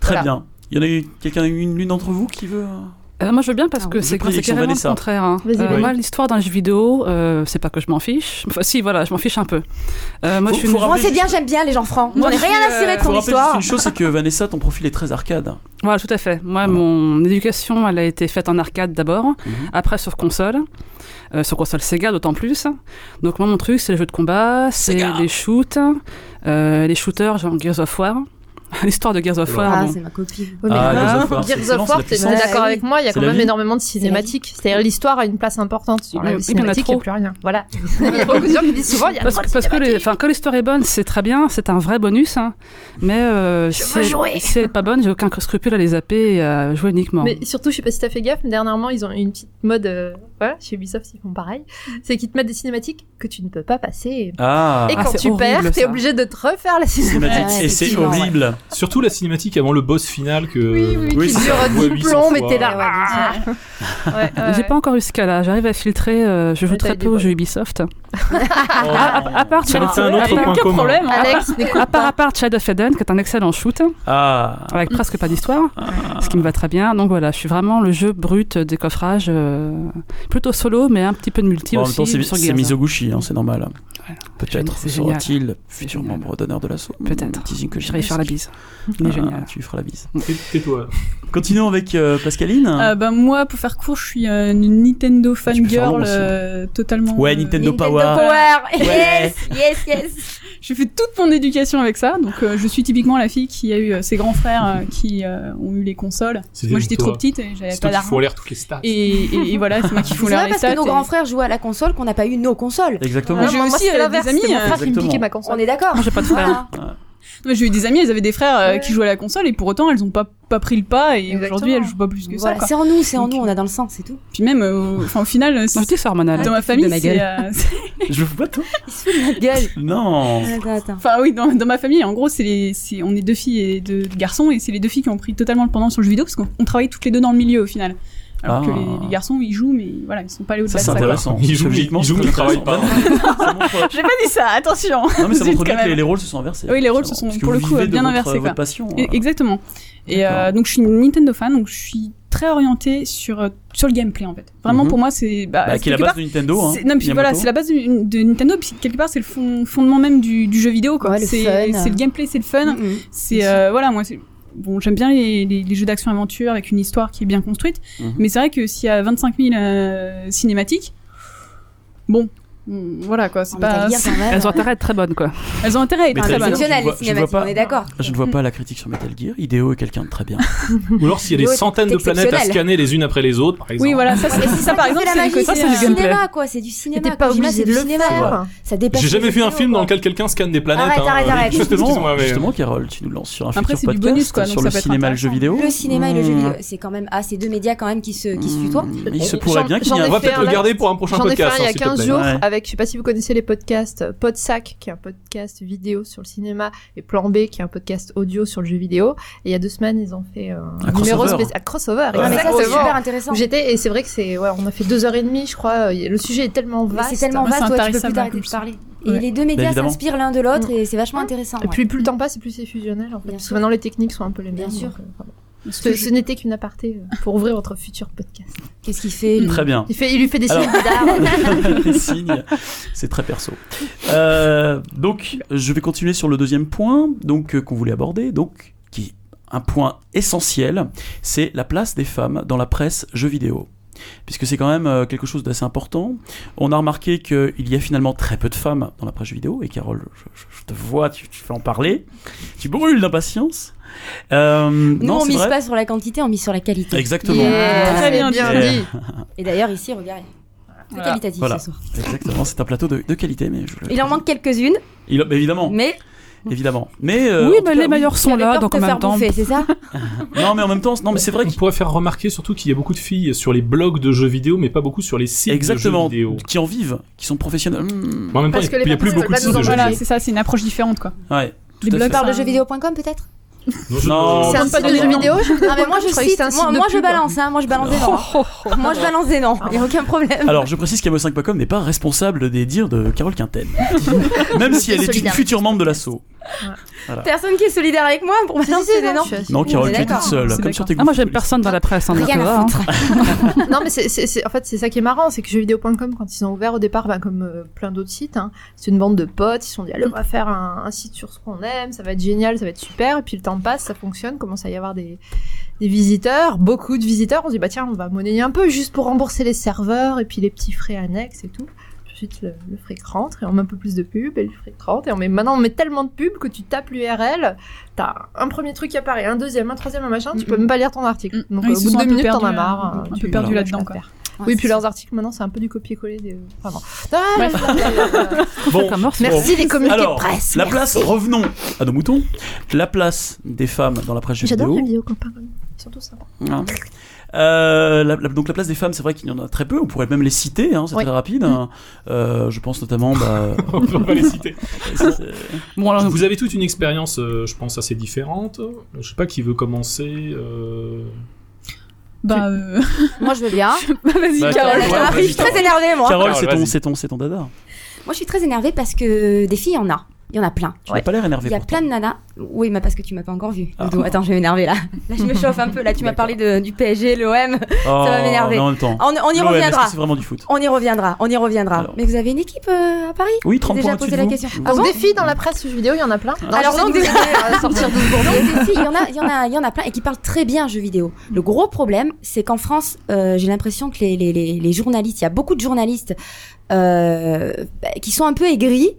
Speaker 1: Très
Speaker 4: Voilà.
Speaker 1: bien. Il y en a eu- quelqu'un, une, l'une d'entre vous qui veut euh,
Speaker 3: Euh, moi, je veux bien parce
Speaker 1: Ah,
Speaker 3: que
Speaker 1: je
Speaker 3: c'est
Speaker 1: prie,
Speaker 3: c'est
Speaker 1: Alexandre
Speaker 3: carrément le
Speaker 1: Vanessa.
Speaker 3: contraire. hein.
Speaker 4: Vas-y,
Speaker 3: Euh,
Speaker 4: vas-y.
Speaker 3: Moi, l'histoire d'un jeu vidéo, euh, c'est pas que je m'en fiche. Enfin, si, voilà, je m'en fiche un peu. Euh, moi,
Speaker 1: Faut-
Speaker 3: je suis
Speaker 1: faut
Speaker 3: une-
Speaker 1: rappeler-
Speaker 2: Moi, c'est bien, j'aime bien les gens francs. J'en
Speaker 3: Moi,
Speaker 2: ai
Speaker 3: je suis,
Speaker 2: rien à
Speaker 3: euh,
Speaker 2: cirer de
Speaker 3: faut
Speaker 1: Faut rappeler
Speaker 2: ton
Speaker 1: juste
Speaker 2: histoire.
Speaker 1: une chose, c'est que Vanessa, ton profil est très arcade.
Speaker 3: Voilà, tout à fait. Moi, mon éducation, elle a été faite en arcade d'abord,
Speaker 1: Mhm.
Speaker 3: après sur console, Euh, sur console Sega d'autant plus. Donc moi, mon truc, c'est les jeux de combat, c'est
Speaker 1: Sega.
Speaker 3: les shoots, euh, les shooters, genre Gears of War. <laughs> L'histoire de Gears of War,
Speaker 2: Ah,
Speaker 3: bon.
Speaker 2: c'est ma copine.
Speaker 4: Ouais, mais
Speaker 1: Ah,
Speaker 4: là,
Speaker 1: Gears of War, c'est
Speaker 4: Gears
Speaker 1: excellent,
Speaker 4: of
Speaker 1: c'est la
Speaker 4: War, t'es
Speaker 1: puissance.
Speaker 4: d'accord
Speaker 2: Ouais,
Speaker 4: avec moi, il y a
Speaker 1: C'est
Speaker 4: quand
Speaker 1: la
Speaker 4: même
Speaker 1: vie.
Speaker 4: énormément de cinématiques. C'est-à-dire l'histoire a une place importante sur
Speaker 3: Oui,
Speaker 4: la
Speaker 3: oui,
Speaker 4: cinématique,
Speaker 3: il y en
Speaker 4: il n'y a
Speaker 3: a trop.
Speaker 4: plus rien.
Speaker 1: <laughs>
Speaker 4: Voilà. <laughs> Il y a beaucoup de gens qui disent souvent, il y a
Speaker 3: Parce
Speaker 4: trop
Speaker 3: que, parce que les- enfin, quand l'histoire est bonne, c'est très bien, c'est un vrai bonus. hein. Mais euh,
Speaker 4: Je veux
Speaker 3: si,
Speaker 4: jouer.
Speaker 3: elle, <laughs> si elle est pas bonne, j'ai aucun scrupule à les zapper et à jouer uniquement.
Speaker 4: Mais surtout, je sais pas si t'as fait gaffe, mais dernièrement, ils ont une petite mode, euh, voilà, chez Ubisoft, ils font pareil. C'est qu'ils te mettent des cinématiques que tu ne peux pas passer.
Speaker 1: Ah,
Speaker 4: Et
Speaker 3: Ah,
Speaker 4: quand
Speaker 3: c'est
Speaker 4: tu
Speaker 3: horrible,
Speaker 4: perds, t'es
Speaker 3: ça.
Speaker 4: obligé de te refaire la cinématique.
Speaker 1: cinématique.
Speaker 4: Ah,
Speaker 2: Ouais,
Speaker 1: et c'est
Speaker 2: effectivement, ouais.
Speaker 1: horrible.
Speaker 6: Surtout la cinématique avant le boss final que.
Speaker 4: Oui, oui,
Speaker 1: Oui,
Speaker 4: qui
Speaker 1: ça,
Speaker 4: dure
Speaker 6: on voit
Speaker 4: 10
Speaker 6: 800
Speaker 4: plombs, mais
Speaker 6: fois.
Speaker 4: t'es là. Ah. Ouais, ouais,
Speaker 3: J'ai
Speaker 4: ouais.
Speaker 3: pas encore eu ce cas-là. J'arrive à filtrer. euh, je joue
Speaker 4: Ouais, t'as
Speaker 3: très
Speaker 4: eu
Speaker 3: peu
Speaker 4: des
Speaker 3: aux
Speaker 4: bonnes.
Speaker 3: jeux Ubisoft.
Speaker 4: Ah,
Speaker 3: Ah,
Speaker 1: Oh.
Speaker 3: À part
Speaker 6: Ça,
Speaker 3: Shadow-
Speaker 6: c'est un
Speaker 3: à
Speaker 6: autre
Speaker 3: part-
Speaker 6: point commun.
Speaker 1: <laughs>
Speaker 4: Alex, n'écoute
Speaker 3: À part, à part Child of Eden, qui est un excellent shoot,
Speaker 1: Ah,
Speaker 3: avec presque pas d'histoire,
Speaker 1: Ah.
Speaker 3: ce qui me va très bien. Donc voilà, je suis vraiment le jeu brut euh, des coffrages, euh, plutôt solo, mais un petit peu de multi
Speaker 1: Bon, en même
Speaker 3: aussi.
Speaker 1: temps, c'est
Speaker 3: sur
Speaker 1: c'est
Speaker 3: Gears.
Speaker 1: Mizoguchi, hein, c'est normal.
Speaker 3: Ouais.
Speaker 1: Peut-être
Speaker 3: C'est génial.
Speaker 1: sera-t-il futur
Speaker 3: génial.
Speaker 1: membre d'honneur de l'assaut.
Speaker 3: Peut-être.
Speaker 1: Teasing que
Speaker 3: Je vais y faire la bise. Il est
Speaker 1: Ah,
Speaker 3: génial.
Speaker 1: Tu lui feras la
Speaker 3: <laughs>
Speaker 1: bise.
Speaker 6: Tais- Tais-toi.
Speaker 1: Continuons avec euh, Pascaline.
Speaker 5: Euh, bah, moi, pour faire court, je suis euh, une Nintendo
Speaker 1: tu peux faire long
Speaker 5: fangirl
Speaker 1: aussi, hein.
Speaker 5: euh, totalement.
Speaker 1: Ouais,
Speaker 5: euh,
Speaker 1: Nintendo Power.
Speaker 2: Power.
Speaker 1: Ouais.
Speaker 2: Yes, yes, yes.
Speaker 5: J'ai fait toute mon éducation avec ça, donc euh, je suis typiquement la fille qui a eu euh, ses grands frères euh, qui euh, ont eu les consoles.
Speaker 6: C'était
Speaker 5: Moi, j'étais
Speaker 6: toi.
Speaker 5: trop petite et j'avais
Speaker 6: C'est
Speaker 5: pas
Speaker 6: toi qui fous en
Speaker 5: d'argent.
Speaker 6: l'air toutes les stats.
Speaker 5: Et, et- et voilà,
Speaker 2: <laughs>
Speaker 5: c'est moi qui
Speaker 2: C'est
Speaker 5: fous l'air
Speaker 2: pas
Speaker 5: les
Speaker 2: parce que
Speaker 5: stats.
Speaker 2: nos
Speaker 5: et-
Speaker 2: grands frères jouaient à la console qu'on n'a pas eu nos consoles.
Speaker 1: Exactement.
Speaker 5: Ouais.
Speaker 4: Moi,
Speaker 5: J'ai
Speaker 4: moi,
Speaker 5: aussi,
Speaker 4: c'était
Speaker 5: euh,
Speaker 4: l'inverse,
Speaker 5: des amis,
Speaker 4: c'était Mon frère qui me
Speaker 1: exactement.
Speaker 4: piquait ma
Speaker 2: On
Speaker 4: console.
Speaker 2: est
Speaker 3: <laughs>
Speaker 2: d'accord.
Speaker 3: Moi, j'ai pas de frère.
Speaker 2: Voilà.
Speaker 5: Moi, J'ai eu des amis, elles avaient des frères euh,
Speaker 4: Ouais.
Speaker 5: qui jouaient à la console et pour autant, elles ont pas, pas pris le pas et
Speaker 4: Exactement.
Speaker 5: aujourd'hui, elles jouent pas plus que
Speaker 2: Voilà,
Speaker 5: ça. quoi.
Speaker 2: c'est en nous, c'est en
Speaker 5: Donc,
Speaker 2: nous, on a dans le sang, c'est tout.
Speaker 5: Puis même, euh, enfin, au final, euh,
Speaker 3: Non, je dis que c'est hormonal.
Speaker 5: dans ma
Speaker 2: de
Speaker 5: famille,
Speaker 2: ma
Speaker 5: c'est.
Speaker 2: gueule.
Speaker 5: euh,
Speaker 1: Je vous pas toi
Speaker 2: Il se fout de notre gueule.
Speaker 1: Non.
Speaker 2: Attends, attends.
Speaker 5: Enfin oui, dans, dans ma famille, en gros, c'est les, c'est- on est deux filles et deux garçons, et c'est les deux filles qui ont pris totalement le pendant sur le jeu vidéo, parce qu'on on travaille toutes les deux dans le milieu au final. Alors que
Speaker 1: Ah.
Speaker 5: les, les garçons, ils jouent, mais voilà, ils sont pas allés au-delà
Speaker 1: Ça,
Speaker 5: de
Speaker 1: c'est
Speaker 5: ça. quoi.
Speaker 1: intéressant.
Speaker 6: Ils jouent,
Speaker 1: Logiquement,
Speaker 6: ils jouent,
Speaker 1: c'est
Speaker 6: ils travaillent
Speaker 1: intéressant.
Speaker 6: pas.
Speaker 1: <laughs> Ça montre-
Speaker 5: J'ai pas dit ça, attention
Speaker 1: Non, mais ça
Speaker 5: <laughs> Zut,
Speaker 1: montre bien
Speaker 5: quand
Speaker 1: que les-
Speaker 5: même.
Speaker 1: les rôles se sont inversés.
Speaker 5: Oui, les rôles se
Speaker 1: finalement,
Speaker 5: sont,
Speaker 1: parce que
Speaker 5: pour
Speaker 1: vous
Speaker 5: le coup,
Speaker 1: vivez de
Speaker 5: bien
Speaker 1: votre-
Speaker 5: inversés,
Speaker 1: votre
Speaker 5: quoi.
Speaker 1: passion. hein.
Speaker 5: Et-
Speaker 1: voilà.
Speaker 5: E, Exactement. Et euh,
Speaker 1: D'accord.
Speaker 5: donc je suis une Nintendo fan, donc je suis très orientée sur, euh, sur le gameplay en fait. Vraiment
Speaker 1: Mhm.
Speaker 5: pour moi, c'est... Bah,
Speaker 1: Bah,
Speaker 5: c'est
Speaker 1: Qui est la
Speaker 5: quelque
Speaker 1: base
Speaker 5: part-
Speaker 1: de Nintendo. hein,
Speaker 5: c'est- non, puis voilà,
Speaker 1: Miyamoto.
Speaker 5: c'est la base du- de Nintendo, puis quelque part c'est le fond- fondement même du, du jeu vidéo. quoi.
Speaker 2: Ouais, le
Speaker 5: c'est
Speaker 2: fun.
Speaker 5: c'est le gameplay, c'est le fun.
Speaker 2: Mm, mm.
Speaker 5: C'est euh, voilà, moi, c'est- bon, j'aime bien les, les- les jeux d'action aventure avec une histoire qui est bien construite,
Speaker 1: Mhm.
Speaker 5: mais c'est vrai que s'il y a 25 000 euh, cinématiques, bon, mm, voilà quoi, c'est
Speaker 2: On
Speaker 5: pas.
Speaker 2: est italien,
Speaker 5: c'est-
Speaker 2: quand même.
Speaker 3: Elles ont intérêt à être très bonnes, quoi.
Speaker 5: <laughs> Elles ont intérêt à être
Speaker 1: Mais
Speaker 5: très
Speaker 1: très
Speaker 5: bonnes.
Speaker 1: bien.
Speaker 2: exceptionnel,
Speaker 1: Je vois- je
Speaker 2: les
Speaker 1: vois
Speaker 2: cinématiques,
Speaker 1: pas-
Speaker 2: on est d'accord.
Speaker 1: Je ne vois pas la critique sur Metal Gear. Idéo est quelqu'un de très bien.
Speaker 6: Ou alors s'il y a des
Speaker 2: L'autre,
Speaker 6: centaines de
Speaker 2: c'est
Speaker 6: planètes à
Speaker 2: exceptionnel.
Speaker 6: scanner les unes après les autres, par exemple.
Speaker 5: Oui, voilà, ça, c'est-
Speaker 2: Mais
Speaker 5: ça, par exemple,
Speaker 2: c'est la
Speaker 5: c'est le
Speaker 2: magie,
Speaker 5: côté.
Speaker 2: c'est
Speaker 5: euh,
Speaker 2: du cinéma, quoi, c'est du
Speaker 4: Mais
Speaker 2: cinéma.
Speaker 4: t'es pas
Speaker 2: Kojima,
Speaker 4: obligé
Speaker 2: c'est
Speaker 4: de
Speaker 2: du
Speaker 4: le
Speaker 2: cinéma.
Speaker 4: faire.
Speaker 2: Ça dépasse.
Speaker 6: J'ai jamais
Speaker 2: les
Speaker 6: vu un
Speaker 2: vidéos,
Speaker 6: film dans
Speaker 2: quoi.
Speaker 6: lequel quelqu'un scanne des planètes.
Speaker 2: Arrête,
Speaker 6: hein.
Speaker 2: arrête, arrête.
Speaker 6: Excuse-moi,
Speaker 1: Ah, Justement, euh,
Speaker 6: mais-
Speaker 1: justement, Carole, tu nous lances sur un
Speaker 5: Après,
Speaker 1: futur
Speaker 5: c'est du
Speaker 1: podcast
Speaker 5: bonus, quoi, donc
Speaker 1: sur
Speaker 5: ça
Speaker 1: le
Speaker 5: peut être
Speaker 1: cinéma et le jeu vidéo.
Speaker 2: Le cinéma et le jeu vidéo,
Speaker 1: Mmh.
Speaker 2: c'est quand même. Ah, c'est deux médias quand même qui se, qui se tutoient.
Speaker 1: Mmh, Il se
Speaker 4: On-
Speaker 1: pourrait
Speaker 4: j'en-
Speaker 1: bien qu'il
Speaker 4: j'en
Speaker 1: y ait
Speaker 4: ai
Speaker 1: un
Speaker 6: On va
Speaker 4: fait
Speaker 6: peut-être
Speaker 4: un
Speaker 6: le
Speaker 4: là.
Speaker 6: garder pour un prochain
Speaker 4: J'en ai fait
Speaker 6: podcast.
Speaker 4: un il y
Speaker 6: hein,
Speaker 4: a
Speaker 6: s'il te
Speaker 4: 15
Speaker 6: plaît.
Speaker 4: jours
Speaker 1: Ouais.
Speaker 4: avec, je sais pas si vous connaissez les podcasts, euh, Podsac, qui est un podcast vidéo sur le cinéma, et Plan B, qui est un podcast audio sur le jeu vidéo. Et il y a deux semaines, ils ont fait euh, un, numéro
Speaker 1: crossover.
Speaker 4: spécial, un crossover.
Speaker 2: Non, mais ça, c'est
Speaker 4: exactement.
Speaker 2: super intéressant.
Speaker 4: Où J'étais, et c'est vrai que c'est, ouais, on a fait deux heures et demie, je crois. euh, Le sujet est tellement
Speaker 2: Mais
Speaker 4: vaste.
Speaker 2: Bah,
Speaker 4: Ah,
Speaker 2: C'est tellement
Speaker 5: Moi, c'est
Speaker 2: vaste, toi, tu peux plus
Speaker 5: intarissable,
Speaker 2: t'arrêter
Speaker 5: comme
Speaker 2: de
Speaker 5: ça.
Speaker 2: parler.
Speaker 5: Ouais.
Speaker 2: Et les deux médias
Speaker 1: évidemment.
Speaker 2: s'inspirent l'un de l'autre et c'est vachement
Speaker 4: Mmh.
Speaker 2: intéressant.
Speaker 4: Et
Speaker 2: ouais.
Speaker 4: puis plus le temps passe, et plus c'est fusionnel. En fait,
Speaker 2: Bien
Speaker 4: parce que
Speaker 2: sûr.
Speaker 4: maintenant les techniques sont un peu les mêmes.
Speaker 2: Bien sûr.
Speaker 4: donc, euh, voilà.
Speaker 5: parce que
Speaker 4: ce,
Speaker 5: je-
Speaker 4: ce n'était qu'une aparté euh, pour ouvrir votre futur podcast.
Speaker 2: Qu'est-ce qu'il fait lui
Speaker 1: Très bien.
Speaker 4: Il, fait, il lui fait des
Speaker 1: Alors-
Speaker 4: signes bizarres.
Speaker 1: <laughs> Les signes, c'est très perso. Euh, donc, je vais continuer sur le deuxième point, donc euh, qu'on voulait aborder, donc qui un point essentiel, c'est la place des femmes dans la presse jeux vidéo. Puisque c'est quand même euh, quelque chose d'assez important. On a remarqué qu'il y a finalement très peu de femmes dans la presse jeux vidéo. Et Carole, je, je- je te vois, tu, tu fais en parler. Tu brûles d'impatience. Euh,
Speaker 2: Nous,
Speaker 1: non,
Speaker 2: on
Speaker 1: c'est
Speaker 2: mise
Speaker 1: vrai.
Speaker 2: pas sur la quantité, on mise sur la qualité.
Speaker 1: Exactement.
Speaker 4: Yeah,
Speaker 5: Très bien
Speaker 1: dit.
Speaker 4: Ah, dit.
Speaker 2: Et d'ailleurs, ici, regarde. Tout
Speaker 5: Voilà.
Speaker 2: qualitatif
Speaker 1: Voilà.
Speaker 2: ce soir.
Speaker 1: Exactement, c'est un plateau de, de qualité. Mais je-
Speaker 2: Il en manque quelques-unes,
Speaker 1: Il- mais évidemment,
Speaker 2: mais
Speaker 1: évidemment. Mais euh,
Speaker 3: oui,
Speaker 1: en
Speaker 3: mais
Speaker 1: tout
Speaker 3: les
Speaker 1: cas,
Speaker 3: meilleurs sont
Speaker 2: t'avais peur
Speaker 3: là,
Speaker 2: de
Speaker 3: donc en
Speaker 2: te
Speaker 3: même
Speaker 2: faire
Speaker 3: temps.
Speaker 2: bouffer, c'est ça
Speaker 1: Non, mais en même temps, non, mais c'est vrai
Speaker 6: On pourrait faire remarquer surtout qu'il y a beaucoup de filles sur les blogs de jeux vidéo, mais pas beaucoup sur les sites
Speaker 1: exactement
Speaker 6: de jeux vidéo.
Speaker 1: qui en vivent, qui sont professionnels. Hmm.
Speaker 6: Mais en même temps,
Speaker 4: Parce
Speaker 6: il
Speaker 4: que les
Speaker 6: n'y a plus
Speaker 4: personnes
Speaker 6: beaucoup de
Speaker 4: veulent
Speaker 6: sites de
Speaker 4: pas
Speaker 6: jeux
Speaker 4: nous
Speaker 5: Voilà,
Speaker 6: vidéo.
Speaker 5: c'est ça, c'est une approche différente quoi.
Speaker 1: Ouais.
Speaker 5: Les
Speaker 1: Tout à
Speaker 5: blogs
Speaker 1: fait.
Speaker 2: Par le
Speaker 5: ça-
Speaker 2: jeuxvideo.com peut-être
Speaker 1: Non,
Speaker 4: C'est un
Speaker 5: On
Speaker 4: site
Speaker 5: peut
Speaker 4: de
Speaker 5: pas
Speaker 4: jeux
Speaker 5: dire.
Speaker 4: vidéo je
Speaker 2: Ah mais moi je
Speaker 4: Je croyais
Speaker 2: cite,
Speaker 4: que c'était un
Speaker 2: moi,
Speaker 4: site de
Speaker 2: moi, je
Speaker 4: pub, hein.
Speaker 2: balance, hein, moi je balance des noms. Moi je balance des noms, y a aucun problème.
Speaker 1: Alors, je précise qu'amoscom n'est pas responsable des dires de Carole Quinten, même si elle est une
Speaker 4: Solidaire.
Speaker 1: future membre de l'assaut. Voilà.
Speaker 2: Personne qui est solidaire avec moi pour
Speaker 4: Si,
Speaker 2: maintenant,
Speaker 4: si,
Speaker 2: c'est
Speaker 4: non,
Speaker 2: énorme.
Speaker 4: je suis assez-
Speaker 1: Non, qui aurait
Speaker 2: On est
Speaker 1: tué toute
Speaker 2: d'accord.
Speaker 1: seule,
Speaker 5: C'est
Speaker 1: comme
Speaker 5: d'accord.
Speaker 1: sur tes
Speaker 3: Ah, moi,
Speaker 1: groupes
Speaker 3: j'aime
Speaker 1: de
Speaker 3: personne dans la presse. hein, donc,
Speaker 2: Rien
Speaker 3: euh,
Speaker 2: à
Speaker 3: hein.
Speaker 2: foutre.
Speaker 4: non, mais c'est, c'est- c'est- en fait, c'est ça qui est marrant, c'est que jeuxvideo.com, quand ils ont ouvert au départ, ben, comme euh, plein d'autres sites, hein, c'est une bande de potes, ils se sont dit, allez, on va faire un, un site sur ce qu'on aime, ça va être génial, ça va être super, et puis le temps passe, ça fonctionne, commence à y avoir des, des visiteurs, beaucoup de visiteurs, on se dit, bah tiens, on va monnayer un peu juste pour rembourser les serveurs, et puis les petits frais annexes et tout. Puis Ensuite, le, le fric rentre et on met un peu plus de pub et le fric rentre. Et on met, maintenant, on met tellement de pubs que tu tapes l'URL, t'as un premier truc qui apparaît, un deuxième, un troisième, un machin, tu
Speaker 5: Mm,
Speaker 4: peux
Speaker 5: mm.
Speaker 4: même pas lire ton article.
Speaker 5: Mm.
Speaker 4: Donc,
Speaker 5: Ils
Speaker 4: au
Speaker 5: se
Speaker 4: bout de
Speaker 5: sont un
Speaker 4: deux
Speaker 5: peu
Speaker 4: minutes, t'en
Speaker 5: perdus,
Speaker 4: as
Speaker 5: euh,
Speaker 4: marre. hein,
Speaker 5: un peu
Speaker 4: tu-
Speaker 5: perdus
Speaker 4: tu lâches
Speaker 5: là-dedans,
Speaker 4: pas
Speaker 5: quoi.
Speaker 4: faire.
Speaker 2: Ouais,
Speaker 4: Oui, puis
Speaker 2: c'est-
Speaker 4: leurs articles maintenant, c'est un peu du copier-coller des. Enfin, bon. Ah,
Speaker 5: Bref.
Speaker 4: là, là, là, là, là.
Speaker 3: Fait comme morceau.
Speaker 4: Merci les communiqués
Speaker 1: Alors,
Speaker 4: de presse.
Speaker 1: La
Speaker 4: merci.
Speaker 1: place, revenons à nos moutons. La place des femmes dans la presse jeux
Speaker 4: J'adore
Speaker 1: vidéo.
Speaker 4: les vidéos copains. Ils sont tous sympas.
Speaker 1: Hein. Euh, la- la- donc la place des femmes, c'est vrai qu'il y en a très peu. On pourrait même les citer, hein, c'est
Speaker 4: Oui.
Speaker 1: très rapide. hein. Euh, je pense notamment. Bah,
Speaker 6: <laughs> <laughs> On va pas les citer.
Speaker 1: <laughs> c'est-
Speaker 3: Bon, alors,
Speaker 6: Vous avez toute une expérience, euh, je pense, assez différente. Je sais pas qui veut commencer. euh,
Speaker 5: Bah, euh, <laughs>
Speaker 2: Moi, je veux bien.
Speaker 1: Euh,
Speaker 5: vas-y,
Speaker 6: Bah,
Speaker 5: Carole.
Speaker 6: Carole,
Speaker 1: ouais,
Speaker 2: je suis très énervée, moi.
Speaker 1: Carole,
Speaker 6: Carole,
Speaker 1: c'est ton,
Speaker 6: vas-y.
Speaker 1: c'est ton, c'est ton dada.
Speaker 2: Moi, je suis très énervée parce que des filles, il y en a. Il y en a plein.
Speaker 1: Tu n'as pas l'air énervé.
Speaker 2: Il y a plein de nanas. Oui, mais parce que tu m'as pas encore vu.
Speaker 1: Ah.
Speaker 2: Attends, je vais m'énerver là. Là, je me chauffe un peu. Là, tu m'as
Speaker 1: D'accord.
Speaker 2: parlé de- du PSG, l'OM.
Speaker 1: ça
Speaker 2: va m'énerver.
Speaker 1: Oh, en même temps.
Speaker 2: On, on y
Speaker 1: L'OM, est-ce
Speaker 2: reviendra.
Speaker 1: que C'est vraiment du foot.
Speaker 2: On y reviendra. On y reviendra.
Speaker 1: Alors.
Speaker 2: Mais vous avez une équipe euh, à Paris
Speaker 1: Oui, 30
Speaker 2: J'ai
Speaker 1: points.
Speaker 2: déjà
Speaker 1: au-dessus
Speaker 2: posé
Speaker 1: de
Speaker 2: la
Speaker 1: vous.
Speaker 2: question. Ah
Speaker 1: Vous-
Speaker 4: Donc, des filles dans la presse jeux vidéo, il y en a plein. Non,
Speaker 2: Alors,
Speaker 4: j'essaie
Speaker 2: donc,
Speaker 4: de vous
Speaker 2: des-
Speaker 4: euh, aider à sortir de ce
Speaker 2: Non,
Speaker 4: bourbier.
Speaker 2: mais si, il y en a, il y en a, il y en a plein et qui parlent très bien jeux vidéo. Le gros problème, c'est qu'en France, euh, j'ai l'impression que les, les, les, les journalistes, il y a beaucoup de journalistes euh, bah, qui sont un peu aigris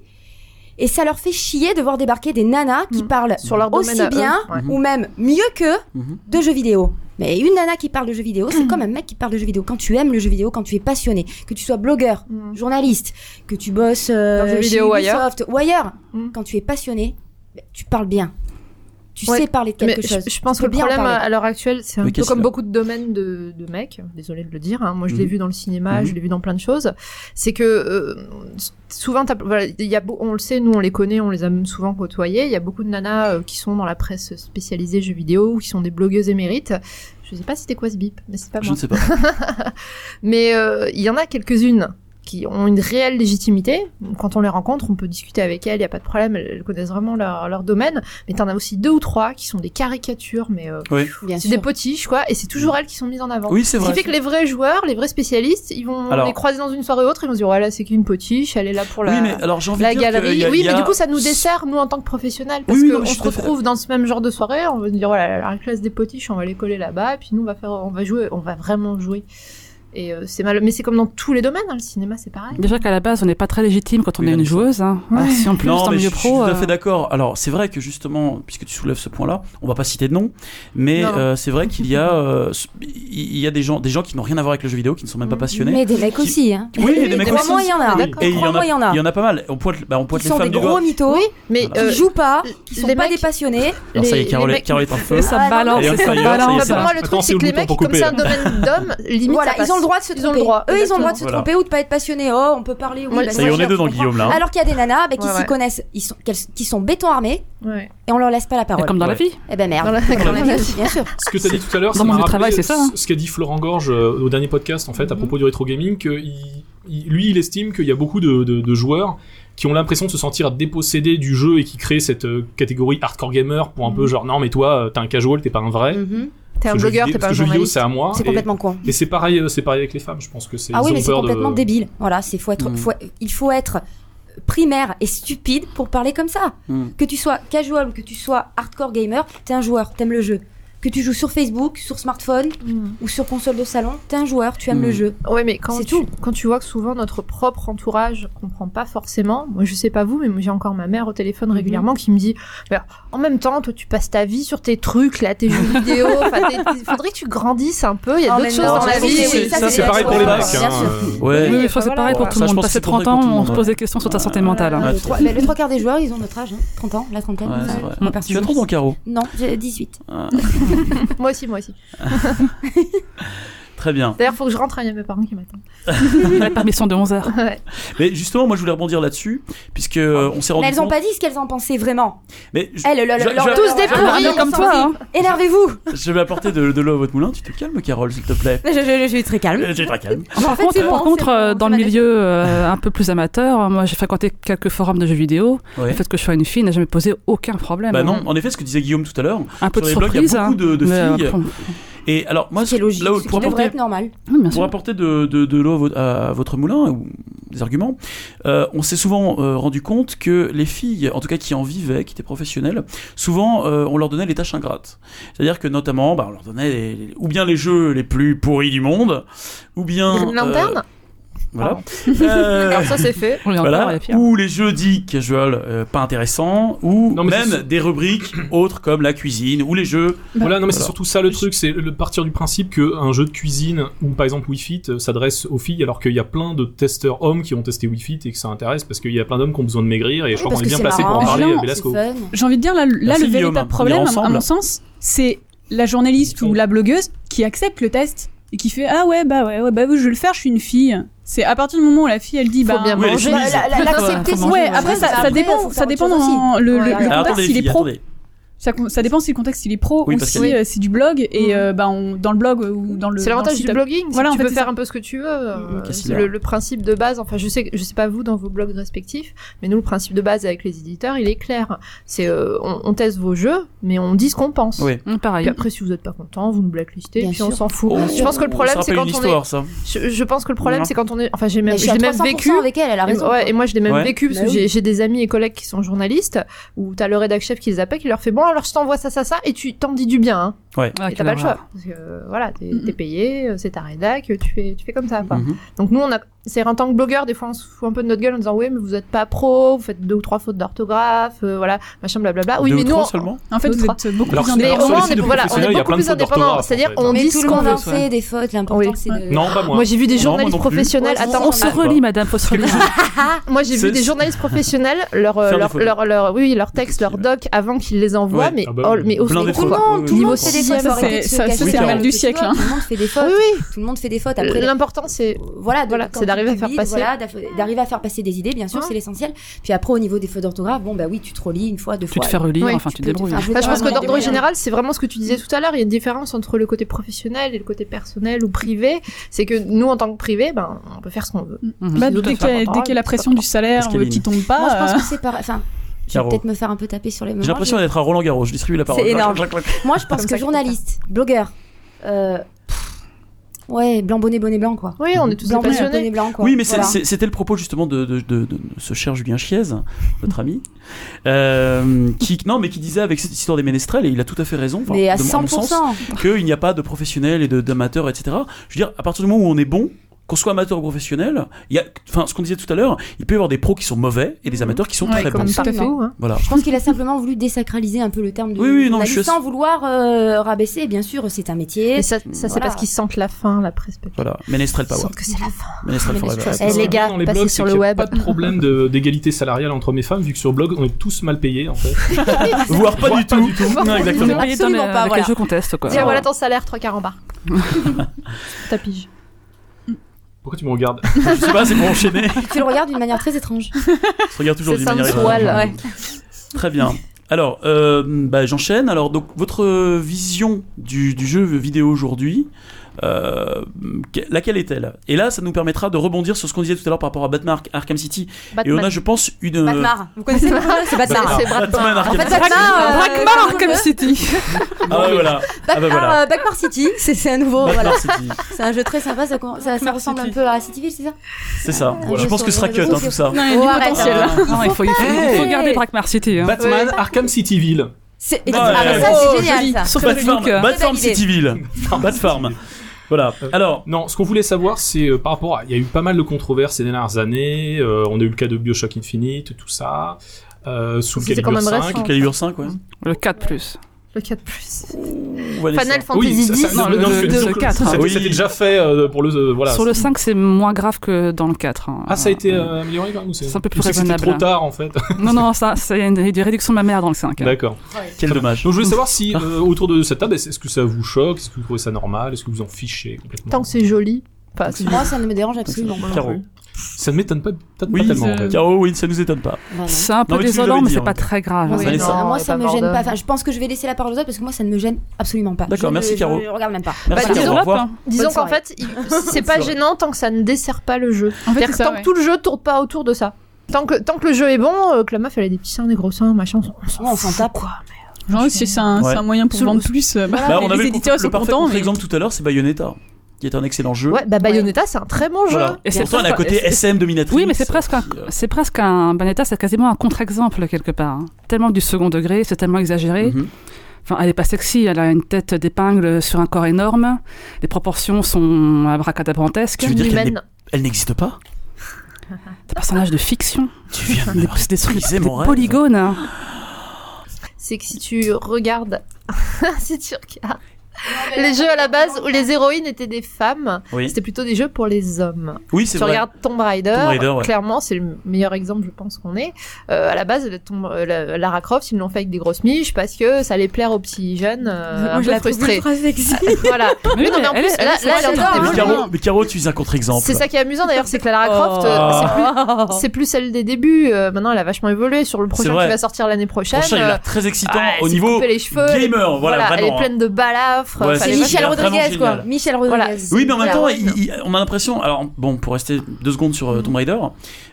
Speaker 2: et ça leur fait chier de voir débarquer des nanas qui
Speaker 4: Mm.
Speaker 2: parlent
Speaker 4: <laughs> Sur leur domaine.
Speaker 2: aussi
Speaker 4: à eux.
Speaker 2: bien
Speaker 4: Ouais.
Speaker 1: Mhm.
Speaker 2: ou même mieux que
Speaker 1: Mhm.
Speaker 2: de jeux vidéo. Mais une nana qui parle de jeux vidéo,
Speaker 4: Mm.
Speaker 2: c'est comme un mec qui parle de jeux vidéo. Quand tu aimes le jeu vidéo, quand tu es passionné, que tu sois blogueur,
Speaker 4: Mm.
Speaker 2: journaliste, que tu bosses euh,
Speaker 4: Dans le jeu
Speaker 2: chez
Speaker 4: vidéo ou ailleurs.
Speaker 2: Ubisoft ou ailleurs,
Speaker 4: Mm.
Speaker 2: quand tu es passionné, ben, tu parles bien. Tu
Speaker 4: Ouais.
Speaker 2: sais parler de quelque
Speaker 4: Mais
Speaker 2: chose.
Speaker 4: Je, je pense
Speaker 2: Tu
Speaker 4: que
Speaker 2: peux
Speaker 4: le
Speaker 2: bien en
Speaker 4: problème euh,
Speaker 2: parler.
Speaker 4: à l'heure actuelle, c'est un
Speaker 1: Oui,
Speaker 4: peu
Speaker 1: qu'est-ce
Speaker 4: comme
Speaker 1: qu'il y a
Speaker 4: beaucoup de domaines de, de mecs, désolé de le dire, hein, moi je l'ai
Speaker 1: Mhm.
Speaker 4: vu dans le cinéma, je
Speaker 1: Mhm.
Speaker 4: l'ai vu dans plein de choses, c'est que euh, s- souvent, t'as- voilà, il y a, beau- on le sait, nous on les connaît, on les a même souvent côtoyés, il y a beaucoup de nanas euh, qui sont dans la presse spécialisée jeux vidéo ou qui sont des blogueuses émérites. Je sais pas c'était quoi ce bip, mais c'est pas
Speaker 1: Je
Speaker 4: moi.
Speaker 1: ne sais pas.
Speaker 4: Mais euh, il y en a quelques-unes qui ont une réelle légitimité. Quand on les rencontre, on peut discuter avec elles, il n'y a pas de problème, elles elles connaissent vraiment leur, leur domaine. Mais t'en as aussi deux ou trois qui sont des caricatures, mais euh,
Speaker 2: Bien
Speaker 4: c'est
Speaker 2: sûr.
Speaker 4: des potiches, quoi, et c'est toujours elles qui sont mises en avant.
Speaker 1: Oui, c'est
Speaker 4: Ce
Speaker 1: vrai.
Speaker 4: qui fait que les vrais joueurs, les vrais spécialistes, ils vont
Speaker 1: Alors-
Speaker 4: les croiser dans une soirée ou autre, ils vont se dire, ouais, là, c'est qu'une potiche, elle est là pour la,
Speaker 1: Oui, mais alors j'ai envie
Speaker 4: la
Speaker 1: de dire
Speaker 4: galerie.
Speaker 1: que y a-
Speaker 4: oui,
Speaker 1: y
Speaker 4: mais
Speaker 1: a-
Speaker 4: du coup, ça nous dessert, nous, en tant que professionnels, parce
Speaker 1: Oui, oui, non,
Speaker 4: qu'on
Speaker 1: mais je
Speaker 4: se
Speaker 1: suis tout à fait-
Speaker 4: retrouve dans ce même genre de soirée, on va nous dire, voilà, la classe des potiches, on va les coller là-bas, et puis nous, on va faire, on va jouer, on va vraiment jouer. Et euh, c'est mal, mais c'est comme dans tous les domaines, hein, le cinéma, c'est pareil.
Speaker 3: Déjà qu'à la base, on n'est pas très légitime quand on
Speaker 1: Oui,
Speaker 3: est
Speaker 1: non,
Speaker 3: une
Speaker 1: ça-
Speaker 3: joueuse. hein.
Speaker 4: Ouais.
Speaker 3: Alors, si en plus,
Speaker 1: Non,
Speaker 3: dans
Speaker 1: mais
Speaker 3: le
Speaker 1: je,
Speaker 3: milieu
Speaker 1: je suis tout
Speaker 3: pro.
Speaker 1: à fait
Speaker 3: euh,
Speaker 1: d'accord. Alors, c'est vrai que justement, puisque tu soulèves ce point-là, on va pas citer de nom, mais
Speaker 4: Non.
Speaker 1: euh, c'est vrai qu'il y a, euh, il y a des gens, des gens qui n'ont rien à voir avec le jeu vidéo, qui ne sont même pas
Speaker 4: Mm.
Speaker 1: passionnés.
Speaker 2: Mais des mecs
Speaker 1: Qui-
Speaker 2: aussi. Hein.
Speaker 1: Oui, il y a des mecs aussi.
Speaker 2: Crois-moi, il y en a.
Speaker 4: Oui.
Speaker 1: Et il y en a,
Speaker 2: Crois-moi, il y en a.
Speaker 1: il y en a pas mal. On pointe, bah, on pointe
Speaker 2: Qui
Speaker 1: les
Speaker 2: sont des
Speaker 1: femmes du doigt.
Speaker 2: gros mythos,
Speaker 4: Oui, mais
Speaker 1: Voilà.
Speaker 4: euh,
Speaker 2: qui jouent pas, qui sont
Speaker 4: les
Speaker 2: pas
Speaker 4: mecs-
Speaker 2: des passionnés.
Speaker 1: Alors ça y est,
Speaker 4: les-
Speaker 1: Carole,
Speaker 4: les
Speaker 1: est-
Speaker 4: mecs-
Speaker 1: Carole est en feu.
Speaker 3: Et ça
Speaker 2: Ah, non,
Speaker 3: balance,
Speaker 1: Et on
Speaker 3: et ça
Speaker 1: fire,
Speaker 3: balance.
Speaker 1: ça
Speaker 4: Pour
Speaker 1: va.
Speaker 4: moi, le truc,
Speaker 6: Attends, c'est
Speaker 4: c'est que
Speaker 6: où
Speaker 4: les
Speaker 6: le bouton
Speaker 4: mecs,
Speaker 6: pour
Speaker 4: comme
Speaker 6: couper,
Speaker 4: c'est
Speaker 1: hein.
Speaker 4: un domaine d'hommes, <laughs> limite,
Speaker 2: voilà,
Speaker 4: ça passe.
Speaker 2: ils ont le droit de se
Speaker 4: Ils
Speaker 2: tromper.
Speaker 4: ont le droit,
Speaker 2: Eux, ils ont le droit de se
Speaker 1: exactement.
Speaker 2: tromper ou de pas être passionnés. Oh, on peut parler. Oui,
Speaker 4: Moi,
Speaker 2: bah,
Speaker 1: Ça y est,
Speaker 2: c'est
Speaker 1: on est
Speaker 2: chiant,
Speaker 1: dedans,
Speaker 2: je comprends.
Speaker 1: Guillaume là. hein.
Speaker 2: Alors qu'il y a des nanas bah, qui
Speaker 4: Ouais,
Speaker 2: s'y
Speaker 4: ouais.
Speaker 2: connaissent, ils sont, qu'elles- qui sont béton armés
Speaker 4: Ouais.
Speaker 2: et on leur laisse pas la parole.
Speaker 3: Et comme dans la
Speaker 1: Ouais.
Speaker 3: vie.
Speaker 2: Eh ben merde.
Speaker 4: Dans la-
Speaker 2: Comme dans la
Speaker 4: dans la
Speaker 2: vie, bien sûr.
Speaker 6: Ce que tu as dit tout à l'heure,
Speaker 3: Dans
Speaker 6: ça
Speaker 3: le
Speaker 6: m'a
Speaker 3: monde du
Speaker 6: rappelé
Speaker 3: travail, c'est ça, hein.
Speaker 6: ce qu'a dit Florent Gorge euh, au dernier podcast en fait à
Speaker 2: Mhm.
Speaker 6: propos du rétro gaming, que il- il- lui il estime qu'il y a beaucoup de, de- de joueurs qui ont l'impression de se sentir dépossédés du jeu et qui créent cette euh, catégorie hardcore gamer pour un peu genre non mais toi euh, t'es un casual, t'es pas un vrai.
Speaker 2: Mhm.
Speaker 4: T'es un
Speaker 6: Parce que
Speaker 4: blogueur,
Speaker 6: je-
Speaker 4: t'es pas un
Speaker 6: parce que jeu vidéo,
Speaker 4: journaliste.
Speaker 6: c'est à moi.
Speaker 2: C'est
Speaker 6: et-
Speaker 2: complètement con.
Speaker 6: Et c'est pareil, euh, c'est pareil avec les femmes. Je pense que c'est
Speaker 2: Ah
Speaker 6: ils
Speaker 2: oui,
Speaker 6: ont
Speaker 2: mais c'est
Speaker 6: peur de- Hmm.
Speaker 2: complètement débile. Voilà, c'est faut être,
Speaker 1: Mm.
Speaker 2: faut- il faut être primaire et stupide pour parler comme ça.
Speaker 1: Mm.
Speaker 6: Hmm.
Speaker 2: Que tu sois casual ou que tu sois hardcore gamer, t'es un joueur, t'aimes le jeu. Que tu joues sur Facebook, sur smartphone
Speaker 4: Mm.
Speaker 2: ou sur console de salon, t'es un joueur, tu
Speaker 6: Hmm.
Speaker 2: aimes
Speaker 1: Mm.
Speaker 2: le jeu.
Speaker 4: Ouais, mais quand
Speaker 2: C'est
Speaker 4: tu,
Speaker 2: tout.
Speaker 4: quand tu vois que souvent notre propre entourage comprend pas forcément, moi je sais pas vous, mais moi j'ai encore ma mère au
Speaker 2: Mhm.
Speaker 4: téléphone régulièrement qui me dit Bah, En même temps, toi tu passes ta vie sur tes trucs, là, tes jeux vidéo,
Speaker 2: <laughs>
Speaker 4: enfin, t'es- t'es- faudrait que tu grandisses un peu, il y a
Speaker 2: Oh,
Speaker 4: d'autres
Speaker 2: mais
Speaker 4: choses
Speaker 2: non,
Speaker 4: dans la
Speaker 2: mais
Speaker 4: vie.
Speaker 2: oui, ça,
Speaker 6: Ça
Speaker 2: c'est
Speaker 6: c'est pareil pour les
Speaker 2: bien
Speaker 6: mecs.
Speaker 2: sûr.
Speaker 6: hein,
Speaker 2: Bien
Speaker 6: euh,
Speaker 1: Ouais.
Speaker 4: Oui,
Speaker 3: Oui, mais je pense que c'est
Speaker 4: voilà.
Speaker 3: pareil pour
Speaker 4: Ça,
Speaker 3: tout
Speaker 1: je
Speaker 3: le monde.
Speaker 1: pense que
Speaker 3: Passé
Speaker 1: c'est pareil
Speaker 3: 30
Speaker 1: pour
Speaker 3: ans,
Speaker 1: tout le
Speaker 3: on
Speaker 1: monde,
Speaker 3: se pose des questions sur ta santé mentale. hein.
Speaker 2: Euh,
Speaker 1: Ouais,
Speaker 2: les
Speaker 1: tout
Speaker 2: trois-
Speaker 1: à fait.
Speaker 2: mais les trois quarts des joueurs, ils ont notre âge, hein. 30 ans, la trentaine.
Speaker 1: Ouais,
Speaker 2: ouais.
Speaker 1: c'est vrai.
Speaker 2: Moi,
Speaker 1: Tu as
Speaker 2: personnellement,
Speaker 1: 30 ans, Caro.
Speaker 2: Non, j'ai 18.
Speaker 1: Ah.
Speaker 4: Moi aussi, moi aussi.
Speaker 1: Très bien.
Speaker 4: D'ailleurs, faut que je rentre, il y a mes parents qui m'attendent.
Speaker 3: La permission de 11h.
Speaker 4: Ouais.
Speaker 1: Mais justement, moi, je voulais rebondir là-dessus, puisque euh, on s'est rendu
Speaker 2: Mais elles ont
Speaker 1: compte.
Speaker 2: pas dit ce qu'elles en pensaient vraiment. Eh,
Speaker 1: Mais je,
Speaker 2: Elles,
Speaker 1: Je- je-
Speaker 2: tous des pourris
Speaker 3: bien comme toi, hein. <laughs>
Speaker 2: Énervez-vous.
Speaker 1: je vais apporter de, de l'eau à votre moulin. Tu te calmes, Carole, s'il te plaît.
Speaker 2: Je, je- je- je suis très calme.
Speaker 1: Euh, J'ai très calme.
Speaker 2: En
Speaker 3: Par
Speaker 2: fait,
Speaker 3: contre,
Speaker 2: c'est bon,
Speaker 3: par
Speaker 2: c'est
Speaker 3: contre,
Speaker 2: bon,
Speaker 3: euh, dans
Speaker 2: c'est
Speaker 3: le
Speaker 2: ma
Speaker 3: milieu euh, un peu plus amateur, moi j'ai fréquenté quelques forums de jeux vidéo.
Speaker 1: Ouais.
Speaker 3: Le fait que je sois une fille n'a jamais posé aucun problème.
Speaker 1: Bah non, en effet, ce que disait Guillaume tout à l'heure.
Speaker 3: un Ah, peu
Speaker 1: sur
Speaker 3: de
Speaker 1: les blogs, il y a
Speaker 3: surprise.
Speaker 1: beaucoup
Speaker 3: hein.
Speaker 1: de- de
Speaker 3: Mais,
Speaker 1: filles.
Speaker 3: euh, bon,
Speaker 1: Et alors, moi,
Speaker 2: C'est logique.
Speaker 1: là où-
Speaker 2: ce
Speaker 1: pour
Speaker 2: qui
Speaker 1: apporter,
Speaker 2: devrait être normal.
Speaker 3: oui, bien
Speaker 1: pour
Speaker 3: sûr.
Speaker 1: apporter de, de, de l'eau à, vo- à votre moulin, ou des arguments, euh, on s'est souvent euh, rendu compte que les filles, en tout cas qui en vivaient, qui étaient professionnelles, souvent euh, on leur donnait les tâches ingrates. C'est-à-dire que notamment, bah, on leur donnait les- les- ou bien les jeux les plus pourris du monde, ou bien.
Speaker 4: Green Lantern
Speaker 1: euh, voilà. Euh,
Speaker 4: <laughs> Alors ça, c'est fait.
Speaker 3: Oui, encore,
Speaker 1: voilà.
Speaker 3: il y a pire.
Speaker 1: ou les jeux dits casual euh, pas intéressants, ou
Speaker 6: Non, mais
Speaker 1: même
Speaker 6: c'est-
Speaker 1: des rubriques <coughs> autres comme la cuisine, ou les jeux.
Speaker 6: Voilà, non, mais c'est
Speaker 1: Voilà.
Speaker 6: surtout ça le truc, c'est le partir du principe qu'un jeu de cuisine ou par exemple Wii Fit euh, s'adresse aux filles alors qu'il y a plein de testeurs hommes qui ont testé Wii Fit et que ça intéresse parce qu'il y a plein d'hommes qui ont besoin de maigrir et je crois
Speaker 2: parce
Speaker 6: qu'on est
Speaker 2: que
Speaker 6: bien
Speaker 2: c'est
Speaker 6: placé pour en
Speaker 2: marrant,
Speaker 6: parler
Speaker 5: Non,
Speaker 6: à
Speaker 5: c'est
Speaker 2: c'est
Speaker 6: Belasco.
Speaker 2: fun.
Speaker 5: J'ai envie de dire, là, le- là,
Speaker 1: Merci,
Speaker 5: le
Speaker 1: Guillaume. On
Speaker 5: véritable
Speaker 1: est
Speaker 5: problème, à
Speaker 1: ensemble.
Speaker 5: mon sens, c'est la journaliste ou la blogueuse qui accepte le test et qui fait Ah ouais, bah ouais, ouais, bah oui, je vais le faire, je suis une fille. C'est à partir du moment où la fille, elle dit
Speaker 4: Faut
Speaker 5: Bah.
Speaker 4: bien
Speaker 1: Oui, les
Speaker 4: manger.
Speaker 1: filles,
Speaker 4: Bah,
Speaker 1: ils-
Speaker 4: la- la-
Speaker 3: Faut
Speaker 2: euh,
Speaker 4: l'accepter,
Speaker 3: manger, faut
Speaker 4: c'est-
Speaker 5: Ouais,
Speaker 3: manger.
Speaker 5: après, ça,
Speaker 2: bah,
Speaker 5: ça
Speaker 2: après, faut
Speaker 5: dépend,
Speaker 2: faire
Speaker 5: ça
Speaker 2: autre
Speaker 5: dépend
Speaker 2: chose
Speaker 5: dans le, le-
Speaker 4: Ouais,
Speaker 5: le
Speaker 4: ouais.
Speaker 1: Alors,
Speaker 5: contexte,
Speaker 1: Ah, attendez, les
Speaker 5: il est
Speaker 1: filles,
Speaker 5: pro.
Speaker 1: attendez.
Speaker 5: Ça, con- ça dépend si le contexte il est pro
Speaker 1: Oui,
Speaker 5: ou
Speaker 1: parce
Speaker 5: si
Speaker 1: qu'il y
Speaker 5: euh, c'est du blog et euh, bah, on- dans le blog ou dans le.
Speaker 4: Mm. C'est
Speaker 5: dans le
Speaker 4: l'avantage
Speaker 5: site
Speaker 4: du
Speaker 5: à-
Speaker 4: blogging, c'est
Speaker 5: Voilà,
Speaker 4: que
Speaker 5: en
Speaker 4: tu
Speaker 5: fait,
Speaker 4: peux
Speaker 5: c'est
Speaker 4: faire
Speaker 5: ça.
Speaker 4: un peu ce que tu veux. euh,
Speaker 1: ok, c'est
Speaker 4: le,
Speaker 1: bien.
Speaker 4: le principe de base, enfin, je sais, que- je sais pas vous dans vos blogs respectifs, mais nous, le principe de base avec les éditeurs, il est clair. C'est euh, on, on teste vos jeux, mais on dit ce qu'on pense.
Speaker 1: Oui.
Speaker 3: Hum,
Speaker 4: Puis
Speaker 3: Pareil.
Speaker 4: après, si vous êtes pas content, vous nous blacklistez,
Speaker 2: Bien
Speaker 4: puis on
Speaker 2: sûr.
Speaker 4: s'en fout.
Speaker 1: Oh,
Speaker 4: je pense que le problème,
Speaker 1: ça
Speaker 4: c'est
Speaker 1: rappelle
Speaker 4: quand
Speaker 1: une
Speaker 4: on est.
Speaker 1: histoire, ça.
Speaker 4: Je, je pense que le problème,
Speaker 1: Non.
Speaker 4: c'est quand on est. Enfin, j'ai même,
Speaker 2: Mais je suis à
Speaker 4: j'ai même
Speaker 2: 300%
Speaker 4: vécu.
Speaker 2: avec elle, elle a
Speaker 4: Et,
Speaker 2: raison.
Speaker 4: ouais, et moi je l'ai même
Speaker 1: Ouais.
Speaker 4: vécu parce
Speaker 2: Bah
Speaker 4: que
Speaker 2: oui.
Speaker 4: j'ai- j'ai des amis et collègues qui sont journalistes où t'as le rédac chef qui les appelle qui leur fait bon alors je t'envoie ça ça ça et tu t'en dis du bien hein.
Speaker 3: Ah,
Speaker 4: et t'as
Speaker 3: quelle
Speaker 4: pas le
Speaker 3: horreur.
Speaker 4: choix parce que euh, voilà t'es
Speaker 5: Mm-mm.
Speaker 4: t'es payé euh, c'est ta rédac tu fais tu fais comme ça quoi.
Speaker 1: Mhm.
Speaker 4: donc nous on a c'est en tant que blogueur des fois on se fout un peu de notre gueule en disant oui mais vous êtes pas pro vous faites deux ou trois fautes d'orthographe euh, voilà machin blablabla oui
Speaker 1: Deux
Speaker 4: mais
Speaker 1: ou
Speaker 4: nous
Speaker 1: trois
Speaker 4: on-
Speaker 1: seulement
Speaker 5: En fait,
Speaker 4: Deux,
Speaker 5: vous
Speaker 4: trois.
Speaker 5: êtes beaucoup
Speaker 6: Alors,
Speaker 5: plus
Speaker 6: c'est-
Speaker 4: mais
Speaker 5: indépendant.
Speaker 4: au
Speaker 6: sur
Speaker 4: moins on est,
Speaker 6: les sites de
Speaker 4: voilà, on est
Speaker 6: professionnels, il y a
Speaker 4: beaucoup
Speaker 6: plein de
Speaker 4: plus
Speaker 6: fautes
Speaker 4: indépendant
Speaker 6: d'orthographe,
Speaker 4: c'est-à-dire
Speaker 6: en fait.
Speaker 4: on
Speaker 2: Mais
Speaker 4: dit
Speaker 2: tout
Speaker 4: ce
Speaker 2: le
Speaker 4: qu'on
Speaker 2: monde
Speaker 4: veut
Speaker 2: en fait des fautes, l'important
Speaker 4: Oui.
Speaker 2: c'est de.
Speaker 6: Non, pas moi.
Speaker 4: moi j'ai vu des
Speaker 1: Non,
Speaker 4: journalistes
Speaker 1: moi non plus.
Speaker 4: professionnels
Speaker 2: Ouais,
Speaker 4: attends
Speaker 2: c'est
Speaker 4: on
Speaker 3: On
Speaker 4: se
Speaker 3: se
Speaker 1: Ah,
Speaker 3: relit,
Speaker 1: bah.
Speaker 3: madame, faut se relire.
Speaker 4: Moi, j'ai
Speaker 1: C'est-
Speaker 4: vu des journalistes professionnels, leur, euh,
Speaker 1: Faire des
Speaker 4: leur,
Speaker 1: photos.
Speaker 4: leur, leur- oui, leur texte, leur
Speaker 1: Effectivement.
Speaker 4: doc, avant qu'ils les envoient,
Speaker 6: Ouais.
Speaker 4: mais,
Speaker 6: Ah bah
Speaker 4: oh,
Speaker 6: oui.
Speaker 4: mais au
Speaker 1: Plein
Speaker 4: fond,
Speaker 1: des
Speaker 4: quoi.
Speaker 1: fautes.
Speaker 2: Non, tout le
Speaker 4: Niveau
Speaker 2: monde fait des
Speaker 4: sixième,
Speaker 2: fautes. faut
Speaker 5: ça,
Speaker 2: arrêter de
Speaker 5: c'est-
Speaker 2: se
Speaker 5: ça,
Speaker 2: cacher
Speaker 1: c'est
Speaker 2: derrière
Speaker 1: un mal
Speaker 2: le
Speaker 5: du
Speaker 2: petit
Speaker 5: siècle,
Speaker 2: doigt,
Speaker 5: hein.
Speaker 2: Tout le monde fait des
Speaker 4: Oui,
Speaker 2: fautes.
Speaker 4: oui. Euh,
Speaker 2: Tout le monde fait des fautes. Après,
Speaker 4: L'important, c'est.
Speaker 2: voilà, de-
Speaker 4: Voilà,
Speaker 2: quand
Speaker 4: c'est
Speaker 2: tu
Speaker 4: d'arriver à faire
Speaker 2: publies,
Speaker 4: passer.
Speaker 2: voilà, d'aff- d'arriver à faire passer des idées, bien sûr,
Speaker 4: Ouais.
Speaker 2: c'est l'essentiel. Puis après, au niveau des fautes d'orthographe, bon, bah oui, tu te relis une fois, deux
Speaker 3: Tu
Speaker 2: fois.
Speaker 3: te fais relire,
Speaker 4: Ouais,
Speaker 3: enfin, tu te débrouilles.
Speaker 2: enfin, je veux
Speaker 4: Enfin, Bah, je
Speaker 2: dire,
Speaker 4: pense que
Speaker 2: on a des
Speaker 4: d'ordre
Speaker 2: moyens. Mm.
Speaker 4: général, c'est vraiment ce que tu disais tout à l'heure. Il y a une différence entre le côté professionnel et le côté personnel ou privé. C'est que nous, en tant que privé, ben, on peut faire ce qu'on veut.
Speaker 2: Mm.
Speaker 3: Mhm.
Speaker 5: Bah,
Speaker 4: Tout à
Speaker 5: dès
Speaker 4: fait.
Speaker 5: qu'il y a- dès qu'il y a la pression du salaire
Speaker 1: Parce qu'il y a
Speaker 5: euh, qui
Speaker 1: une-
Speaker 5: tombe pas.
Speaker 2: Moi, je pense
Speaker 5: euh,
Speaker 2: que c'est par. Enfin, je vais
Speaker 1: Caro.
Speaker 2: peut-être me faire un peu taper sur les mains.
Speaker 1: J'ai l'impression d'être à Roland Garros, je distribue la parole.
Speaker 2: C'est énorme.
Speaker 1: Clac, clac, clac.
Speaker 2: Moi, je pense
Speaker 4: Comme
Speaker 2: que
Speaker 4: ça qu'il faut
Speaker 2: journaliste, blogueur, euh, pff, ouais, blanc bonnet, bonnet blanc, quoi.
Speaker 4: Oui, on est tous
Speaker 2: Blanc
Speaker 4: des
Speaker 2: bonnet,
Speaker 4: passionnés.
Speaker 2: bonnet blanc, quoi.
Speaker 1: Oui, mais c'est-
Speaker 2: Voilà.
Speaker 1: c'est- c'était le propos justement de, de- de- de ce cher Julien Chiez, notre ami, euh, qui non, mais qui disait avec cette histoire des ménestrels, et il a tout à fait raison. enfin,
Speaker 2: Mais à
Speaker 1: de mon- mon sens,
Speaker 2: 100%.
Speaker 1: qu'il n'y a pas de professionnels et de- d'amateurs, etc. Je veux dire, à partir du moment où on est bon, qu'on soit amateur ou professionnel, il y a, enfin, ce qu'on disait tout à l'heure, il peut y avoir des pros qui sont mauvais et
Speaker 2: Mhm.
Speaker 1: des amateurs qui sont
Speaker 5: Ouais,
Speaker 1: très
Speaker 4: Comme
Speaker 1: bons.
Speaker 5: Tout à fait.
Speaker 4: partout, hein.
Speaker 1: Voilà.
Speaker 2: Je pense qu'il a simplement voulu désacraliser un peu le terme de
Speaker 1: Oui, oui, non, mais
Speaker 2: journaliste
Speaker 1: je suis-
Speaker 2: sans vouloir euh, rabaisser. Bien sûr, c'est un métier.
Speaker 4: Et ça, ça, c'est
Speaker 2: Voilà.
Speaker 4: parce qu'ils sentent la fin, la perspective.
Speaker 1: Voilà, Ménestrel
Speaker 4: Ils
Speaker 1: Power.
Speaker 4: sentent que c'est la fin.
Speaker 1: Ménestrel Forever.
Speaker 4: Eh, les gars,
Speaker 6: Dans les
Speaker 4: passez
Speaker 6: blogs,
Speaker 4: sur
Speaker 6: c'est
Speaker 4: le
Speaker 6: qu'il y a
Speaker 4: web.
Speaker 6: Pas de problème de- d'égalité salariale entre hommes et femmes, vu que sur blog, on est tous mal payés en fait.
Speaker 1: Voire pas
Speaker 6: Voire
Speaker 1: du tout. Non,
Speaker 3: On est
Speaker 1: exactement.
Speaker 3: payé dans les-
Speaker 2: Absolument pas,
Speaker 3: euh, avec les
Speaker 2: voilà.
Speaker 3: jeux qu'on teste, quoi.
Speaker 4: Tiens, voilà ton salaire, trois quarts
Speaker 2: <laughs>
Speaker 4: en barre. Ta pige.
Speaker 6: Pourquoi tu me regardes
Speaker 1: Je sais pas, c'est pour enchaîner.
Speaker 2: Tu le regardes d'une manière très étrange.
Speaker 1: Euh. Je regarde toujours
Speaker 4: C'est
Speaker 1: d'une manière
Speaker 4: sensuel,
Speaker 1: étrange.
Speaker 4: ouais.
Speaker 1: <laughs> Très bien. Alors, euh, bah, j'enchaîne. Alors, donc, votre vision du, du jeu vidéo aujourd'hui, euh, que- laquelle est-elle Et là, ça nous permettra de rebondir sur ce qu'on disait tout à l'heure par rapport à Batman Ar- Arkham City. Et on a,
Speaker 4: Batman.
Speaker 1: je pense, une. euh,
Speaker 2: Batmar. Vous connaissez le jeu <laughs> C'est Batmar.
Speaker 4: C'est
Speaker 1: Batman
Speaker 2: En
Speaker 1: Arkham
Speaker 2: fait,
Speaker 1: City.
Speaker 2: Batmar. euh,
Speaker 3: Braquemar, comme City.
Speaker 1: Ah ouais, voilà. Ah bah voilà.
Speaker 2: Batmar, euh, Batmar City, c'est c'est un nouveau.
Speaker 4: Oh,
Speaker 1: Batman
Speaker 2: Voilà.
Speaker 1: City.
Speaker 2: C'est un jeu très sympa. Ça, con- ça, ça ressemble un peu à Cityville, c'est ça
Speaker 1: C'est ça.
Speaker 4: Euh,
Speaker 2: Voilà.
Speaker 1: Je pense que ce sera cut, hein, tout ça.
Speaker 5: Non, il y a
Speaker 2: Oh,
Speaker 5: du
Speaker 2: arrête.
Speaker 5: potentiel là.
Speaker 1: Ah,
Speaker 3: hein. Non, il faut, il faut, il faut garder Braquemar City. hein.
Speaker 6: Batman Arkham Cityville.
Speaker 2: C'est
Speaker 1: Ouais.
Speaker 2: ah, bah, ça,
Speaker 5: Oh,
Speaker 2: c'est
Speaker 5: joli.
Speaker 2: génial. Ça.
Speaker 3: Sauf le
Speaker 1: Batfarm,
Speaker 3: look, euh,
Speaker 1: Batfarm
Speaker 2: Très belle
Speaker 1: Cityville. Batfarm. Voilà. Alors,
Speaker 6: Non, ce qu'on voulait savoir, c'est euh, par rapport à. Il y a eu pas mal de controverses ces dernières années. euh, on a eu le cas de Bioshock Infinite, tout ça. Euh, sous le
Speaker 4: C'est quand
Speaker 6: calibre
Speaker 4: même
Speaker 6: 5.
Speaker 4: récent.
Speaker 1: Calibur 5, ouais.
Speaker 3: le 4 plus.
Speaker 4: Le 4 plus.
Speaker 1: Vanessa.
Speaker 4: Final Fantasy
Speaker 6: ça- ça-
Speaker 4: X.
Speaker 3: non,
Speaker 6: mais
Speaker 3: le-
Speaker 6: je
Speaker 3: le-
Speaker 6: fais-
Speaker 3: le
Speaker 6: disons que
Speaker 3: euh, quatre. hein.
Speaker 6: c'était-
Speaker 1: Ah oui.
Speaker 6: C'était déjà fait euh, pour le. euh, voilà.
Speaker 3: Sur le 5, c'est moins grave que dans le 4. hein.
Speaker 6: Ah, ça a été
Speaker 3: Euh,
Speaker 6: euh, amélioré quand même ou
Speaker 3: C'est un peu plus
Speaker 6: Je sais que c'était
Speaker 3: raisonnable,
Speaker 6: trop
Speaker 3: hein.
Speaker 6: tard en fait.
Speaker 3: Non, non, ça, ça il y a une, une réduction mammaire dans le 5. hein.
Speaker 6: <laughs> D'accord.
Speaker 1: Quel dommage.
Speaker 6: Donc je voulais savoir si
Speaker 3: Ah.
Speaker 6: euh, autour de cette table, est-ce que ça vous choque Est-ce que vous trouvez ça normal Est-ce que vous en fichez complètement
Speaker 4: Tant que c'est joli. Enfin, c'est-
Speaker 2: Moi, ça ne me dérange absolument pas.
Speaker 1: Caro.
Speaker 6: Ça ne m'étonne pas, pas
Speaker 1: Oui,
Speaker 6: tellement. en
Speaker 5: euh,
Speaker 6: fait.
Speaker 1: Caro, oh oui, ça nous étonne pas.
Speaker 2: Bah, non.
Speaker 3: C'est un peu
Speaker 1: Non, mais tu
Speaker 3: désolant,
Speaker 1: l'avais
Speaker 3: mais
Speaker 1: dit,
Speaker 3: c'est
Speaker 1: hein.
Speaker 3: pas très grave.
Speaker 1: Oui. Vanessa.
Speaker 4: non,
Speaker 2: moi,
Speaker 4: elle est
Speaker 2: ça
Speaker 4: pas
Speaker 2: me gêne
Speaker 4: bordeaux.
Speaker 2: pas. Enfin, je pense que je vais laisser la parole aux autres parce que moi, ça ne me gêne absolument pas.
Speaker 1: D'accord,
Speaker 2: Je
Speaker 1: merci,
Speaker 2: ne-
Speaker 1: Caro.
Speaker 2: Je ne regarde même pas.
Speaker 1: Merci,
Speaker 4: Bah,
Speaker 1: Caro,
Speaker 4: disons-
Speaker 1: au revoir.
Speaker 4: Disons
Speaker 2: Bonne
Speaker 4: qu'en
Speaker 2: soirée.
Speaker 4: fait, il- c'est pas
Speaker 1: soirée.
Speaker 4: gênant tant que ça ne dessert pas le jeu.
Speaker 5: euh, En fait,
Speaker 4: C'est-à-dire
Speaker 5: c'est
Speaker 4: que
Speaker 5: ça,
Speaker 4: tant
Speaker 5: ouais.
Speaker 4: que tout le jeu tourne pas autour de ça. Tant que, tant que le jeu est bon, euh, que la meuf elle a des petits seins, des gros seins, machin, on s'en-
Speaker 2: Ouais, on s'en tape.
Speaker 4: quoi.
Speaker 5: Genre, si c'est un,
Speaker 1: Ouais.
Speaker 5: c'est un moyen pour
Speaker 4: Sous-
Speaker 5: vendre plus, euh, bah,
Speaker 1: Bah, on
Speaker 5: les-
Speaker 1: avait
Speaker 5: les
Speaker 1: le,
Speaker 5: éditeurs
Speaker 1: le
Speaker 5: sont
Speaker 1: parfait
Speaker 5: contents. mais-
Speaker 1: exemple tout à l'heure, c'est Bayonetta, qui est un excellent jeu.
Speaker 4: Ouais, bah Bayonetta c'est un très bon jeu.
Speaker 1: Voilà.
Speaker 3: Et c'est
Speaker 1: Pourtant, elle a un
Speaker 3: presque-
Speaker 1: côté
Speaker 3: et c'est-
Speaker 1: SM dominatrice.
Speaker 3: Oui, mais c'est presque, un,
Speaker 1: qui, euh,
Speaker 3: c'est presque un Banetta, c'est quasiment un contre-exemple quelque part. hein. Tellement du second degré, c'est tellement exagéré.
Speaker 1: mhm.
Speaker 3: Enfin, elle est pas sexy, elle a une tête d'épingle sur un corps énorme, les proportions sont abracadabrantesques.
Speaker 1: Tu veux dire
Speaker 4: Human.
Speaker 1: qu'elle n'est- elle n'existe
Speaker 4: <laughs>
Speaker 1: pas
Speaker 3: C'est un personnage de fiction,
Speaker 1: Tu viens de
Speaker 3: des,
Speaker 1: me
Speaker 3: des, des,
Speaker 1: briser mon rêve.
Speaker 3: polygones. hein.
Speaker 4: c'est que si tu regardes, <laughs> si tu regardes les jeux à la base où les héroïnes étaient des femmes,
Speaker 1: Oui,
Speaker 4: c'était plutôt des jeux pour les hommes.
Speaker 1: oui c'est
Speaker 4: Tu
Speaker 1: vrai.
Speaker 4: regardes Tomb Raider,
Speaker 1: Tomb Raider, ouais.
Speaker 4: clairement c'est le meilleur exemple je pense qu'on ait. Euh, à la base, le Tomb- euh, la- Lara Croft ils l'ont fait avec des grosses miches parce que ça allait plaire aux petits jeunes euh, un
Speaker 2: Moi, je
Speaker 4: peu
Speaker 2: la trouve
Speaker 4: frustrés.
Speaker 2: ultra sexy.
Speaker 4: <laughs> voilà.
Speaker 3: Mais oui,
Speaker 4: non, mais en
Speaker 3: elle
Speaker 4: plus,
Speaker 3: est- elle
Speaker 4: là-
Speaker 3: est
Speaker 4: là, elle
Speaker 3: sexy.
Speaker 4: adore.
Speaker 1: Mais
Speaker 4: Ah,
Speaker 1: Caro, mais Caro, tu es un contre-exemple.
Speaker 4: C'est ça qui est amusant d'ailleurs, c'est que Lara Croft, euh, c'est plus
Speaker 2: Oh.
Speaker 4: C'est plus celle des débuts. euh, maintenant, elle a vachement évolué sur le prochain
Speaker 1: vrai.
Speaker 4: qui va sortir l'année prochaine.
Speaker 1: Prochain, il est
Speaker 4: euh,
Speaker 1: là, très excitant
Speaker 4: ah, elle
Speaker 1: au
Speaker 4: s'est
Speaker 1: niveau.
Speaker 4: coupée les cheveux,
Speaker 1: gamer,
Speaker 4: elle est-
Speaker 1: voilà,
Speaker 4: Elle
Speaker 1: vraiment, hein.
Speaker 4: est pleine de balafres.
Speaker 1: Ouais,
Speaker 4: enfin,
Speaker 1: c'est
Speaker 2: C'est
Speaker 4: elle est
Speaker 1: génial.
Speaker 2: Michel
Speaker 1: vraiment
Speaker 2: Rodriguez, quoi.
Speaker 1: génial.
Speaker 2: Michel
Speaker 4: Voilà.
Speaker 2: Rodriguez.
Speaker 1: Oui, mais en même temps,
Speaker 4: Voilà.
Speaker 1: il- il- on a l'impression. Alors, bon, pour rester deux secondes sur euh, Tomb Raider,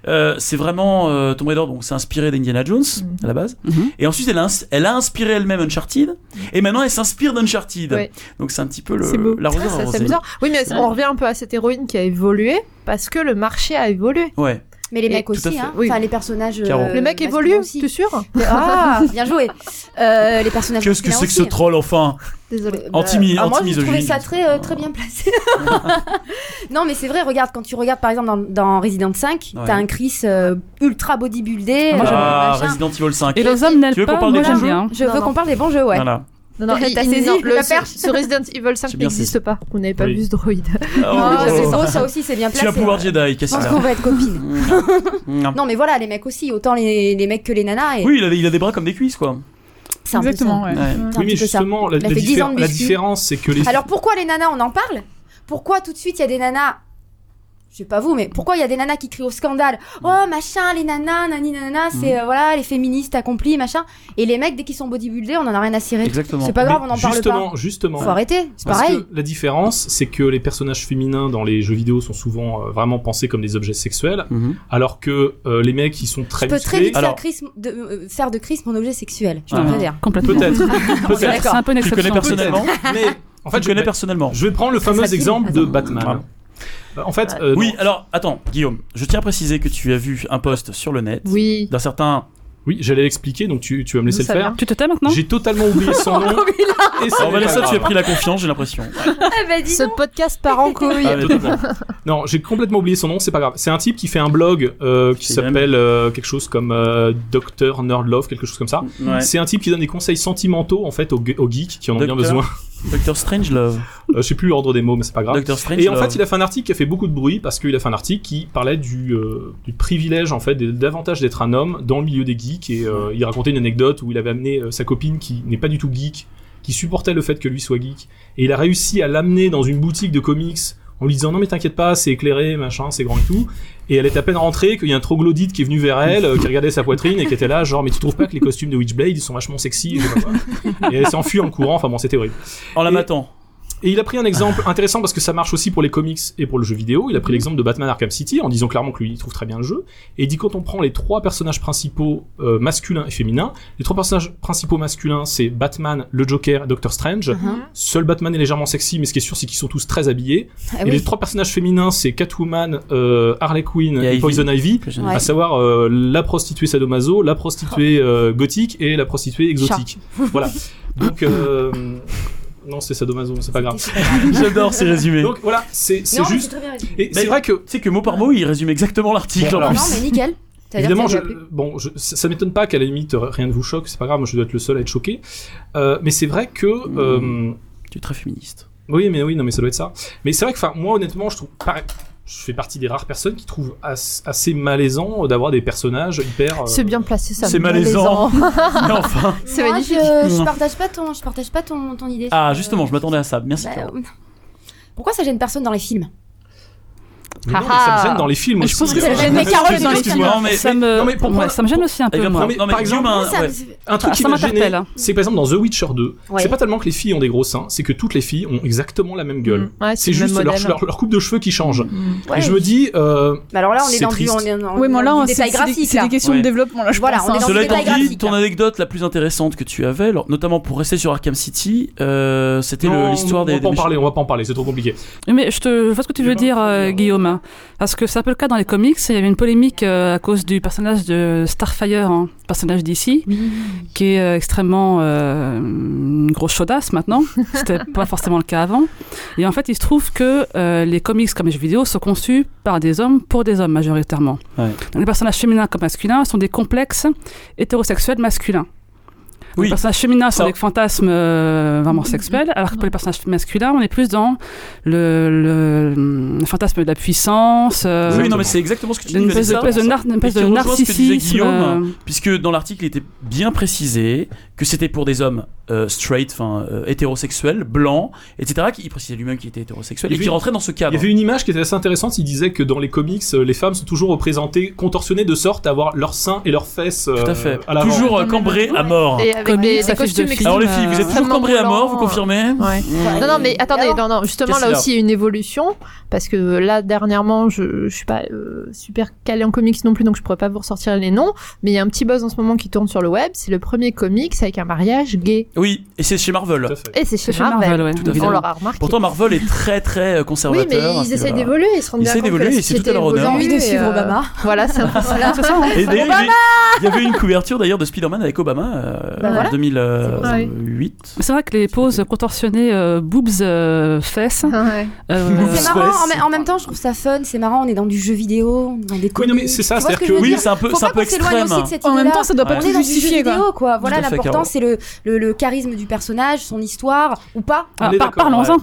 Speaker 1: euh, c'est vraiment euh, Tomb Raider. Donc, c'est inspiré d'Indiana Jones
Speaker 4: Mhm.
Speaker 1: à la base.
Speaker 3: Mhm.
Speaker 1: Et ensuite, elle a, ins- elle a inspiré elle-même Uncharted. Et maintenant, elle s'inspire d'Uncharted.
Speaker 4: Ouais.
Speaker 1: Donc, c'est un petit peu
Speaker 5: C'est
Speaker 1: le
Speaker 5: beau.
Speaker 4: vachement-
Speaker 1: l'arroseur
Speaker 4: Ah, ça,
Speaker 1: arrosé.
Speaker 4: c'est bizarre. Oui, mais on revient un peu à cette héroïne qui a évolué parce que le marché a évolué.
Speaker 1: Ouais.
Speaker 2: Mais les
Speaker 4: Et
Speaker 2: mecs
Speaker 1: Eh, tout à fait.
Speaker 2: aussi, hein.
Speaker 4: Oui.
Speaker 2: Enfin, les personnages.
Speaker 1: Caro.
Speaker 2: euh,
Speaker 4: le mec
Speaker 2: masculins
Speaker 4: évolue,
Speaker 2: aussi. <laughs>
Speaker 4: t'es sûr
Speaker 2: Ah, bien joué. Euh, les personnages.
Speaker 1: Qu'est-ce que
Speaker 2: masculins
Speaker 1: c'est que ce
Speaker 2: aussi.
Speaker 1: troll enfin
Speaker 4: Désolé.
Speaker 2: Euh,
Speaker 1: Anti-mi-
Speaker 2: bah, ah, Moi, je
Speaker 1: anti-misogyne.
Speaker 2: trouvais ça très, euh, très bien placé. <laughs> non, mais c'est vrai, regarde, quand tu regardes par exemple dans, dans Resident 5,
Speaker 1: Ouais.
Speaker 2: t'as un Chris euh, ultra bodybuildé.
Speaker 3: Ah, moi,
Speaker 2: euh,
Speaker 3: j'aime
Speaker 1: Ah,
Speaker 2: machin.
Speaker 1: Resident Evil 5.
Speaker 3: Et les hommes
Speaker 1: Tu veux
Speaker 3: n'aiment
Speaker 1: qu'on
Speaker 3: pas,
Speaker 1: parle
Speaker 3: moi
Speaker 1: des
Speaker 3: j'aime
Speaker 1: jeux
Speaker 3: bien.
Speaker 2: Je
Speaker 4: Non,
Speaker 2: veux
Speaker 4: non.
Speaker 2: qu'on parle des bons jeux, ouais.
Speaker 1: Voilà.
Speaker 4: Non, non,
Speaker 2: T'as
Speaker 4: il- il-
Speaker 2: saisi
Speaker 4: non, le,
Speaker 2: la
Speaker 4: ce-
Speaker 2: perche.
Speaker 1: <laughs>
Speaker 4: ce Resident Evil 5
Speaker 1: J'ai bien
Speaker 4: n'existe pas. Vous n'avez pas
Speaker 6: Oui.
Speaker 4: vu
Speaker 1: <laughs>
Speaker 4: ce droïde.
Speaker 2: Ah,
Speaker 1: Oh.
Speaker 2: c'est beau, ça aussi, c'est bien placé. hein.
Speaker 1: Tu as pouvoir
Speaker 2: Je
Speaker 1: Jedi,
Speaker 2: pense
Speaker 1: Cassandra.
Speaker 2: qu'on va être copines.
Speaker 1: Non.
Speaker 2: Non, mais voilà, les mecs aussi, autant les, les mecs que les nanas. Et
Speaker 1: Mm. Oui, il a, des- il a des bras comme des cuisses, quoi.
Speaker 2: c'est un peu
Speaker 5: Exactement,
Speaker 2: ça.
Speaker 1: Ouais.
Speaker 5: ouais.
Speaker 2: C'est un
Speaker 6: Oui, mais
Speaker 2: petit peu ça.
Speaker 6: justement, la,
Speaker 2: Elle a
Speaker 6: la
Speaker 2: fait 10
Speaker 6: diffé-
Speaker 2: ans de
Speaker 6: la
Speaker 2: muscu.
Speaker 6: différence, c'est que les.
Speaker 2: Alors pourquoi les nanas, on en parle Pourquoi tout de suite il y a des nanas je sais pas vous, mais pourquoi il y a des nanas qui crient au scandale Oh machin, les nanas, nani nana,
Speaker 6: Mhm.
Speaker 2: c'est euh, voilà les féministes accomplies, machin. Et les mecs, dès qu'ils sont bodybuildés, on en a rien à cirer.
Speaker 1: Exactement.
Speaker 2: C'est pas grave,
Speaker 6: Mais
Speaker 2: on en parle
Speaker 6: justement,
Speaker 2: pas.
Speaker 6: Justement,
Speaker 2: Faut arrêter, c'est
Speaker 6: Parce
Speaker 2: pareil.
Speaker 6: que la différence, c'est que les personnages féminins dans les jeux vidéo sont souvent euh, vraiment pensés comme des objets sexuels,
Speaker 1: Mhm.
Speaker 6: alors que euh, les mecs, ils sont très
Speaker 2: Je peux très
Speaker 6: musclés.
Speaker 2: vite faire,
Speaker 1: Alors-
Speaker 2: Chris- de, euh, faire de Chris mon objet sexuel. Je
Speaker 1: Ah.
Speaker 2: peux dire.
Speaker 3: Complètement.
Speaker 2: <laughs>
Speaker 6: Peut-être.
Speaker 3: C'est
Speaker 6: Peut-être.
Speaker 3: c'est un peu une
Speaker 1: Tu
Speaker 3: exception.
Speaker 1: connais personnellement
Speaker 6: Mais en
Speaker 1: En fait,
Speaker 6: fait,
Speaker 1: je connais
Speaker 6: je-
Speaker 1: personnellement.
Speaker 6: Je vais prendre le fameux
Speaker 2: serait qui
Speaker 6: exemple de
Speaker 2: Attends.
Speaker 6: Batman. Euh, En fait, euh,
Speaker 1: Oui,
Speaker 6: non.
Speaker 1: alors, attends, Guillaume, je tiens à préciser que tu as vu un post sur le net
Speaker 4: Oui.
Speaker 1: d'un certain.
Speaker 6: oui, j'allais l'expliquer, donc tu, tu vas me laisser
Speaker 4: D'où ça
Speaker 6: le faire.
Speaker 3: Tu te tais maintenant
Speaker 6: J'ai totalement
Speaker 2: <laughs>
Speaker 6: oublié son nom. et ça
Speaker 1: Alors,
Speaker 6: n'est Ah, pas
Speaker 1: Vanessa, tu as
Speaker 6: grave.
Speaker 1: pris la confiance, j'ai l'impression.
Speaker 4: Ce podcast part en couille.
Speaker 1: <laughs> Ah, mais totalement.
Speaker 6: Non, j'ai complètement oublié son nom, c'est pas grave. C'est un type qui fait un blog euh, qui
Speaker 1: C'est le même.
Speaker 6: s'appelle euh, quelque chose comme euh, Docteur Nerdlove, quelque chose comme ça.
Speaker 1: Ouais.
Speaker 6: C'est un type qui donne des conseils sentimentaux en fait aux, ge- aux geeks qui en ont bien
Speaker 1: Docteur.
Speaker 6: besoin.
Speaker 1: Doctor Strange Love.
Speaker 6: Euh, je sais plus l'ordre des mots, mais c'est pas grave.
Speaker 1: Doctor Strange
Speaker 6: Hein Et en fait, il a fait un article qui a fait beaucoup de bruit parce qu'il a fait un article qui parlait du, euh, du privilège, en fait, des- davantage d'être un homme dans le milieu des geeks. Et euh, il racontait une anecdote où il avait amené euh, sa copine qui n'est pas du tout geek, qui supportait le fait que lui soit geek. Et il a réussi à l'amener dans une boutique de comics en lui disant non mais t'inquiète pas, c'est éclairé, machin, c'est grand et tout. Et elle est à peine rentrée qu'il y a un troglodyte qui est venu vers elle, euh, qui regardait sa poitrine et qui était là genre mais tu trouves pas que les costumes de Witchblade ils sont vachement sexy et, je sais pas quoi. Et elle s'est enfuie en courant, enfin bon c'était horrible.
Speaker 1: En la
Speaker 6: et-
Speaker 1: matant.
Speaker 6: Et il a pris un exemple intéressant parce que ça marche aussi pour les comics et pour le jeu vidéo. Il a pris l'exemple de Batman Arkham City en disant clairement que lui il trouve très bien le jeu. Et il dit quand on prend les trois personnages principaux euh, masculins et féminins, les trois personnages principaux masculins c'est Batman, le Joker et Doctor Strange.
Speaker 1: Hein
Speaker 6: Seul Batman est légèrement sexy, mais ce qui est sûr c'est qu'ils sont tous très habillés.
Speaker 2: Ah
Speaker 6: et
Speaker 2: oui.
Speaker 6: les trois personnages féminins c'est Catwoman, euh, Harley Quinn
Speaker 1: Et
Speaker 6: et,
Speaker 1: Ivy.
Speaker 6: Poison Ivy.
Speaker 1: que je-
Speaker 2: Ouais.
Speaker 6: À savoir euh, la prostituée sadomaso,
Speaker 2: <laughs>
Speaker 6: la prostituée euh, gothique et la prostituée exotique. Voilà. Donc euh, non, c'est sadomaso, mais c'est pas grave.
Speaker 1: <laughs> J'adore ces résumés.
Speaker 6: Donc voilà, c'est c'est
Speaker 2: Non, mais
Speaker 6: juste.
Speaker 2: très bien résumé.
Speaker 6: Et c'est
Speaker 1: Mais-
Speaker 6: vrai que
Speaker 1: Tu sais que mot par mot, il résume exactement l'article
Speaker 6: Bon,
Speaker 1: en
Speaker 6: alors-
Speaker 2: Non,
Speaker 1: plus.
Speaker 2: mais nickel. C'est-à-dire
Speaker 6: Évidemment,
Speaker 2: que ça
Speaker 6: je,
Speaker 2: lui a plu.
Speaker 6: bon, je- ça ça m'étonne pas qu'à la limite rien ne vous choque, c'est pas grave, moi je dois être le seul à être choqué. Euh, mais c'est vrai que. euh,
Speaker 1: Tu es très féministe.
Speaker 6: oui, mais oui, non, mais ça doit être ça. Mais c'est vrai que, enfin, moi honnêtement, je trouve. pareil, je fais partie des rares personnes qui trouvent as- assez malaisant euh, d'avoir des personnages hyper. euh,
Speaker 4: C'est bien placé, ça.
Speaker 1: C'est
Speaker 4: me
Speaker 1: malaisant. Mais enfin.
Speaker 4: <laughs> C'est
Speaker 2: Moi,
Speaker 4: magnifique.
Speaker 2: Je, je
Speaker 1: Non.
Speaker 2: partage pas ton, je partage pas ton, ton idée.
Speaker 1: Ah,
Speaker 2: sur,
Speaker 1: justement,
Speaker 2: euh,
Speaker 1: je m'attendais à ça. Merci.
Speaker 2: bah,
Speaker 1: Carole.
Speaker 2: euh, <laughs> Pourquoi ça gêne personne dans les films
Speaker 6: mais non, mais ça me gêne dans les films
Speaker 3: Je
Speaker 6: aussi.
Speaker 3: pense que ça
Speaker 6: euh,
Speaker 3: gêne
Speaker 6: euh,
Speaker 3: les
Speaker 1: Carole
Speaker 3: dans les
Speaker 6: excuse-moi,
Speaker 1: films.
Speaker 6: non, mais
Speaker 3: ça me,
Speaker 6: non, mais pour
Speaker 3: ouais,
Speaker 6: prendre-
Speaker 3: ça me gêne aussi un
Speaker 1: Elle
Speaker 3: peu.
Speaker 1: vient
Speaker 3: Moi.
Speaker 1: prendre- Eh non, mais
Speaker 6: Par exemple,
Speaker 1: humain,
Speaker 2: Ça-
Speaker 1: ouais.
Speaker 6: Un truc
Speaker 3: Ah,
Speaker 6: qui
Speaker 3: ça
Speaker 6: m'a gêné,
Speaker 3: m'interpelle. hein.
Speaker 6: c'est que par exemple dans The Witcher 2,
Speaker 2: Ouais.
Speaker 6: c'est pas tellement que les filles ont des gros seins, c'est que toutes les filles ont exactement la même gueule.
Speaker 4: Ouais,
Speaker 6: C'est
Speaker 4: le même
Speaker 6: juste leur,
Speaker 4: modèle.
Speaker 6: leur- leur coupe de cheveux qui change.
Speaker 4: Mm.
Speaker 2: Ouais.
Speaker 6: Et je me dis, euh,
Speaker 2: Mais alors là, on est,
Speaker 6: c'est
Speaker 2: dans du,
Speaker 6: triste.
Speaker 2: on est dans,
Speaker 5: Oui, mais là,
Speaker 2: dans du
Speaker 5: c'est
Speaker 2: détail
Speaker 5: c'est des,
Speaker 2: graphique.
Speaker 5: c'est des
Speaker 2: là.
Speaker 5: questions
Speaker 1: Ouais.
Speaker 5: de développement, là, je
Speaker 2: Voilà,
Speaker 5: pense.
Speaker 2: on est
Speaker 5: hein.
Speaker 2: dans
Speaker 1: Cela
Speaker 2: le détail
Speaker 1: étant dit,
Speaker 2: graphique,
Speaker 1: ton
Speaker 2: là.
Speaker 1: anecdote la plus intéressante que tu avais, alors, notamment pour rester sur Arkham City, euh, c'était le-
Speaker 6: non,
Speaker 1: l'histoire
Speaker 6: on
Speaker 1: des.
Speaker 6: va pas en
Speaker 1: des Ah méchants.
Speaker 6: parler, on va pas en parler, c'est trop compliqué.
Speaker 3: Oui, Mais je, te, je vois ce que tu
Speaker 6: Je
Speaker 3: veux
Speaker 6: sais
Speaker 3: dire,
Speaker 6: pas,
Speaker 3: euh,
Speaker 6: faut-
Speaker 3: Guillaume. Parce que c'est un peu le cas dans les comics. Il y avait une polémique euh, à cause du personnage de Starfire, hein, personnage d'ici, qui est euh, extrêmement euh, une grosse chaudasse maintenant. C'était pas forcément le cas avant. Et en fait, il se trouve que euh, les comics comme les jeux vidéo sont conçus par des hommes pour des hommes majoritairement.
Speaker 1: Ouais.
Speaker 3: Donc, les personnages féminins comme masculins sont des complexes hétérosexuels masculins. Donc,
Speaker 1: Oui.
Speaker 3: Les personnages féminins sont
Speaker 1: Ça-
Speaker 3: des fantasmes euh, vraiment sexuels, alors que pour les personnages masculins, on est plus dans le, le- le fantasme de la puissance, euh,
Speaker 1: Oui, non, mais c'est exactement ce que tu dis.
Speaker 3: d'une
Speaker 1: Vanessa.
Speaker 3: espèce, de- espèce de, nar- une espèce
Speaker 1: qui
Speaker 3: de
Speaker 1: rejoint ce que disait
Speaker 3: narcissisme.
Speaker 1: Guillaume.
Speaker 3: euh,
Speaker 1: Puisque dans l'article, il était bien précisé que c'était pour des hommes euh, straight, enfin euh, hétérosexuels, blancs, etc. qui- Il précisait lui-même qu'il était hétérosexuel
Speaker 6: Il y
Speaker 1: et qui
Speaker 6: avait-
Speaker 1: rentrait dans ce
Speaker 6: Il y
Speaker 1: cadre.
Speaker 6: avait une image qui était assez intéressante, il disait que dans les comics, euh, les femmes sont toujours représentées, contorsionnées de sorte à avoir leurs seins et leurs fesses euh,
Speaker 1: Tout à fait.
Speaker 6: à l'avant.
Speaker 1: Toujours euh, cambré à mort.
Speaker 4: Et avec
Speaker 3: Comics,
Speaker 4: des, des
Speaker 3: affiches de
Speaker 4: costumes
Speaker 3: films.
Speaker 1: Alors les filles, vous êtes toujours
Speaker 4: extrêmement
Speaker 1: cambré à mort, vous
Speaker 4: violents.
Speaker 1: confirmez
Speaker 4: Ouais.
Speaker 2: Ouais.
Speaker 4: Non, non, mais attendez,
Speaker 2: Alors,
Speaker 4: non, non, justement,
Speaker 1: Qu'est-ce
Speaker 4: là
Speaker 1: qu'il y a
Speaker 4: aussi, il y a une évolution, parce que euh, là, dernièrement, je, je suis pas euh, super calée en comics non plus, donc je pourrais pas vous ressortir les noms, mais il y a un petit buzz en ce moment qui tourne sur le web, c'est le premier comics avec un mariage gay.
Speaker 1: Oui, et c'est chez Marvel.
Speaker 6: Tout à fait.
Speaker 4: Et c'est chez,
Speaker 3: C'est chez Marvel, ouais,
Speaker 1: Tout à fait.
Speaker 4: On l'aura remarqué.
Speaker 1: Pourtant, Marvel est très très euh,
Speaker 4: oui,
Speaker 1: conservateur.
Speaker 4: mais
Speaker 1: à ce
Speaker 4: ils essayent
Speaker 1: niveau-là.
Speaker 4: d'évoluer, ils se rendent
Speaker 1: Ils
Speaker 4: bien
Speaker 1: essayent
Speaker 4: compte que
Speaker 1: d'évoluer,
Speaker 4: la
Speaker 1: et c'est tout à
Speaker 4: société
Speaker 1: leur honneur.
Speaker 2: J'ai envie
Speaker 4: évolue
Speaker 2: de
Speaker 4: et,
Speaker 2: suivre
Speaker 4: euh,
Speaker 2: Obama.
Speaker 4: <laughs> Voilà, c'est un peu
Speaker 3: Ah,
Speaker 4: ça.
Speaker 3: hein.
Speaker 1: Et d'ailleurs, il y avait- il y avait une couverture d'ailleurs de Spider-Man avec Obama euh,
Speaker 4: Bah
Speaker 1: en
Speaker 4: voilà.
Speaker 1: 2008.
Speaker 3: C'est vrai que les poses contorsionnées, euh, boobs, euh, fesses.
Speaker 4: Ah Ouais.
Speaker 3: euh,
Speaker 2: C'est
Speaker 1: Boobs.
Speaker 2: marrant, en,
Speaker 1: Ouais,
Speaker 2: même- en même temps, je trouve ça fun, c'est marrant, on est dans du jeu vidéo, on est dans des
Speaker 6: Oui,
Speaker 2: comics.
Speaker 6: non, mais c'est ça,
Speaker 2: Tu vois ce
Speaker 6: c'est-à-dire
Speaker 2: que
Speaker 6: que,
Speaker 2: je veux
Speaker 1: Oui,
Speaker 2: dire
Speaker 1: c'est un peu,
Speaker 2: Faut
Speaker 1: c'est
Speaker 2: pas
Speaker 1: un peu
Speaker 2: qu'on s'éloigne
Speaker 1: extrême.
Speaker 2: aussi de cette
Speaker 5: En même
Speaker 2: idée-là.
Speaker 5: temps, ça doit
Speaker 1: Ouais.
Speaker 5: pas
Speaker 2: on
Speaker 5: tout
Speaker 2: est dans du jeu
Speaker 5: justifier, quoi.
Speaker 2: vidéo, quoi. Voilà,
Speaker 1: à fait,
Speaker 2: l'important,
Speaker 1: Caro.
Speaker 2: c'est le, le, le charisme du personnage, son histoire, ou pas.
Speaker 3: ah,
Speaker 6: On est
Speaker 3: par-
Speaker 6: d'accord,
Speaker 3: Parlons-en.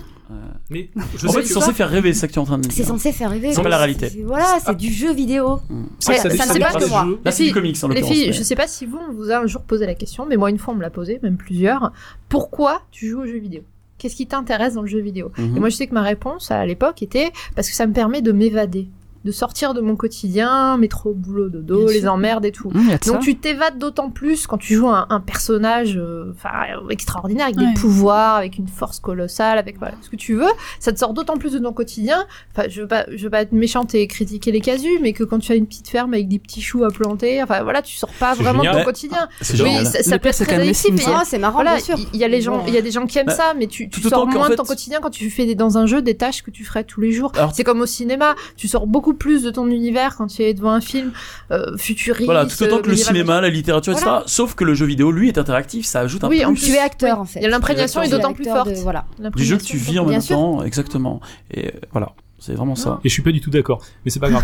Speaker 6: Mais je
Speaker 1: Euh, En
Speaker 6: sais
Speaker 1: fait,
Speaker 6: que
Speaker 1: c'est censé faire rêver, c'est ça que tu es en train de me
Speaker 2: C'est
Speaker 1: dire.
Speaker 2: censé faire rêver.
Speaker 1: C'est pas la réalité.
Speaker 2: C'est- Voilà,
Speaker 5: Ah.
Speaker 2: c'est du jeu vidéo.
Speaker 6: c'est vrai que
Speaker 4: ça ne
Speaker 6: dessine
Speaker 4: fait pas
Speaker 6: pas
Speaker 4: que
Speaker 6: les
Speaker 4: moi.
Speaker 6: jeux.
Speaker 1: Là, c'est
Speaker 4: Les
Speaker 1: du comics en
Speaker 4: Les
Speaker 1: l'occurrence.
Speaker 4: filles,
Speaker 1: mais-
Speaker 4: je sais pas si vous, on vous a un jour posé la question, mais moi, une fois, on me l'a posée, même plusieurs. Pourquoi tu joues aux jeux vidéo Qu'est-ce qui t'intéresse dans le jeu vidéo
Speaker 1: Mhm.
Speaker 4: Et moi, je sais que ma réponse à l'époque était parce que ça me permet de m'évader, de sortir de mon quotidien, métro, boulot, dodo,
Speaker 5: Bien
Speaker 4: les
Speaker 5: sûr.
Speaker 4: emmerdes et tout.
Speaker 3: Mmh, il y a de
Speaker 4: Donc
Speaker 3: ça.
Speaker 4: tu t'évades d'autant plus quand tu joues un, un personnage euh, enfin, euh, extraordinaire avec
Speaker 5: Ouais.
Speaker 4: des pouvoirs, avec une force colossale, avec voilà, ce que tu veux. Ça te sort d'autant plus de ton quotidien. Enfin, je veux pas, je veux pas être méchante et critiquer les casus, mais que quand tu as une petite ferme avec des petits choux à planter, enfin voilà, tu sors pas
Speaker 6: C'est
Speaker 4: vraiment de
Speaker 6: génial.
Speaker 4: ton
Speaker 1: Ouais.
Speaker 4: quotidien.
Speaker 1: C'est
Speaker 4: oui,
Speaker 1: génial.
Speaker 4: ça, ça
Speaker 3: Le
Speaker 4: peut
Speaker 3: pire,
Speaker 4: être
Speaker 3: c'est
Speaker 4: très
Speaker 3: quand même les
Speaker 4: addictif. et
Speaker 3: Sims,
Speaker 4: il y a-
Speaker 2: Ah, c'est marrant,
Speaker 4: Voilà,
Speaker 2: bien sûr.
Speaker 4: il il y a les gens, il y a des gens qui aiment
Speaker 1: Bah,
Speaker 4: ça, mais tu, tu
Speaker 1: tout
Speaker 4: sors
Speaker 1: autant qu'en
Speaker 4: moins de
Speaker 1: fait-
Speaker 4: ton quotidien quand tu fais des- dans un jeu des tâches que tu ferais tous les jours.
Speaker 1: Alors-
Speaker 4: C'est comme au cinéma, tu sors beaucoup plus de ton univers quand tu es devant un film euh, futuriste. euh,
Speaker 1: Voilà, tout autant que le
Speaker 4: médiéval,
Speaker 1: cinéma, la littérature, etc.
Speaker 4: Voilà.
Speaker 1: Sauf que le jeu vidéo, lui, est interactif, ça ajoute un
Speaker 4: Oui,
Speaker 1: plus
Speaker 4: en
Speaker 2: Tu es acteur, en fait.
Speaker 4: Il y a l'imprégnation
Speaker 1: Oui,
Speaker 4: est
Speaker 1: tu es
Speaker 4: d'autant plus
Speaker 2: acteur
Speaker 4: forte.
Speaker 2: de- voilà.
Speaker 1: du jeu que tu vis en
Speaker 2: Bien
Speaker 1: même
Speaker 2: sûr.
Speaker 1: temps, exactement. Et euh, voilà, c'est vraiment ça.
Speaker 6: Et je suis pas du tout d'accord, mais c'est
Speaker 1: <laughs>
Speaker 6: pas grave.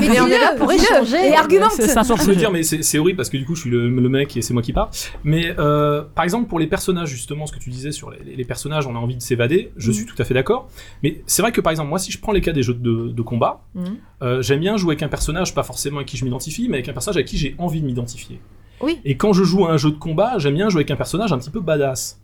Speaker 2: Mais
Speaker 4: on
Speaker 2: dis-le,
Speaker 4: est là pour
Speaker 2: dis-le,
Speaker 4: échanger.
Speaker 2: Et argumente.
Speaker 3: C'est c'est un
Speaker 6: Je
Speaker 3: sujet.
Speaker 6: veux dire, mais c'est c'est horrible parce que du coup, je suis le, le mec et c'est moi qui parle. Mais euh, par exemple, pour les personnages, justement, ce que tu disais sur les, les personnages, on a envie de s'évader.
Speaker 1: Mm.
Speaker 6: Je suis tout à fait d'accord. Mais c'est vrai que par exemple, moi, si je prends les cas des jeux de, de combat,
Speaker 4: Mhm.
Speaker 6: euh, j'aime bien jouer avec un personnage, pas forcément à qui je m'identifie, mais avec un personnage à qui j'ai envie de m'identifier.
Speaker 4: Oui.
Speaker 6: Et quand je joue à un jeu de combat, j'aime bien jouer avec un personnage un petit peu badass.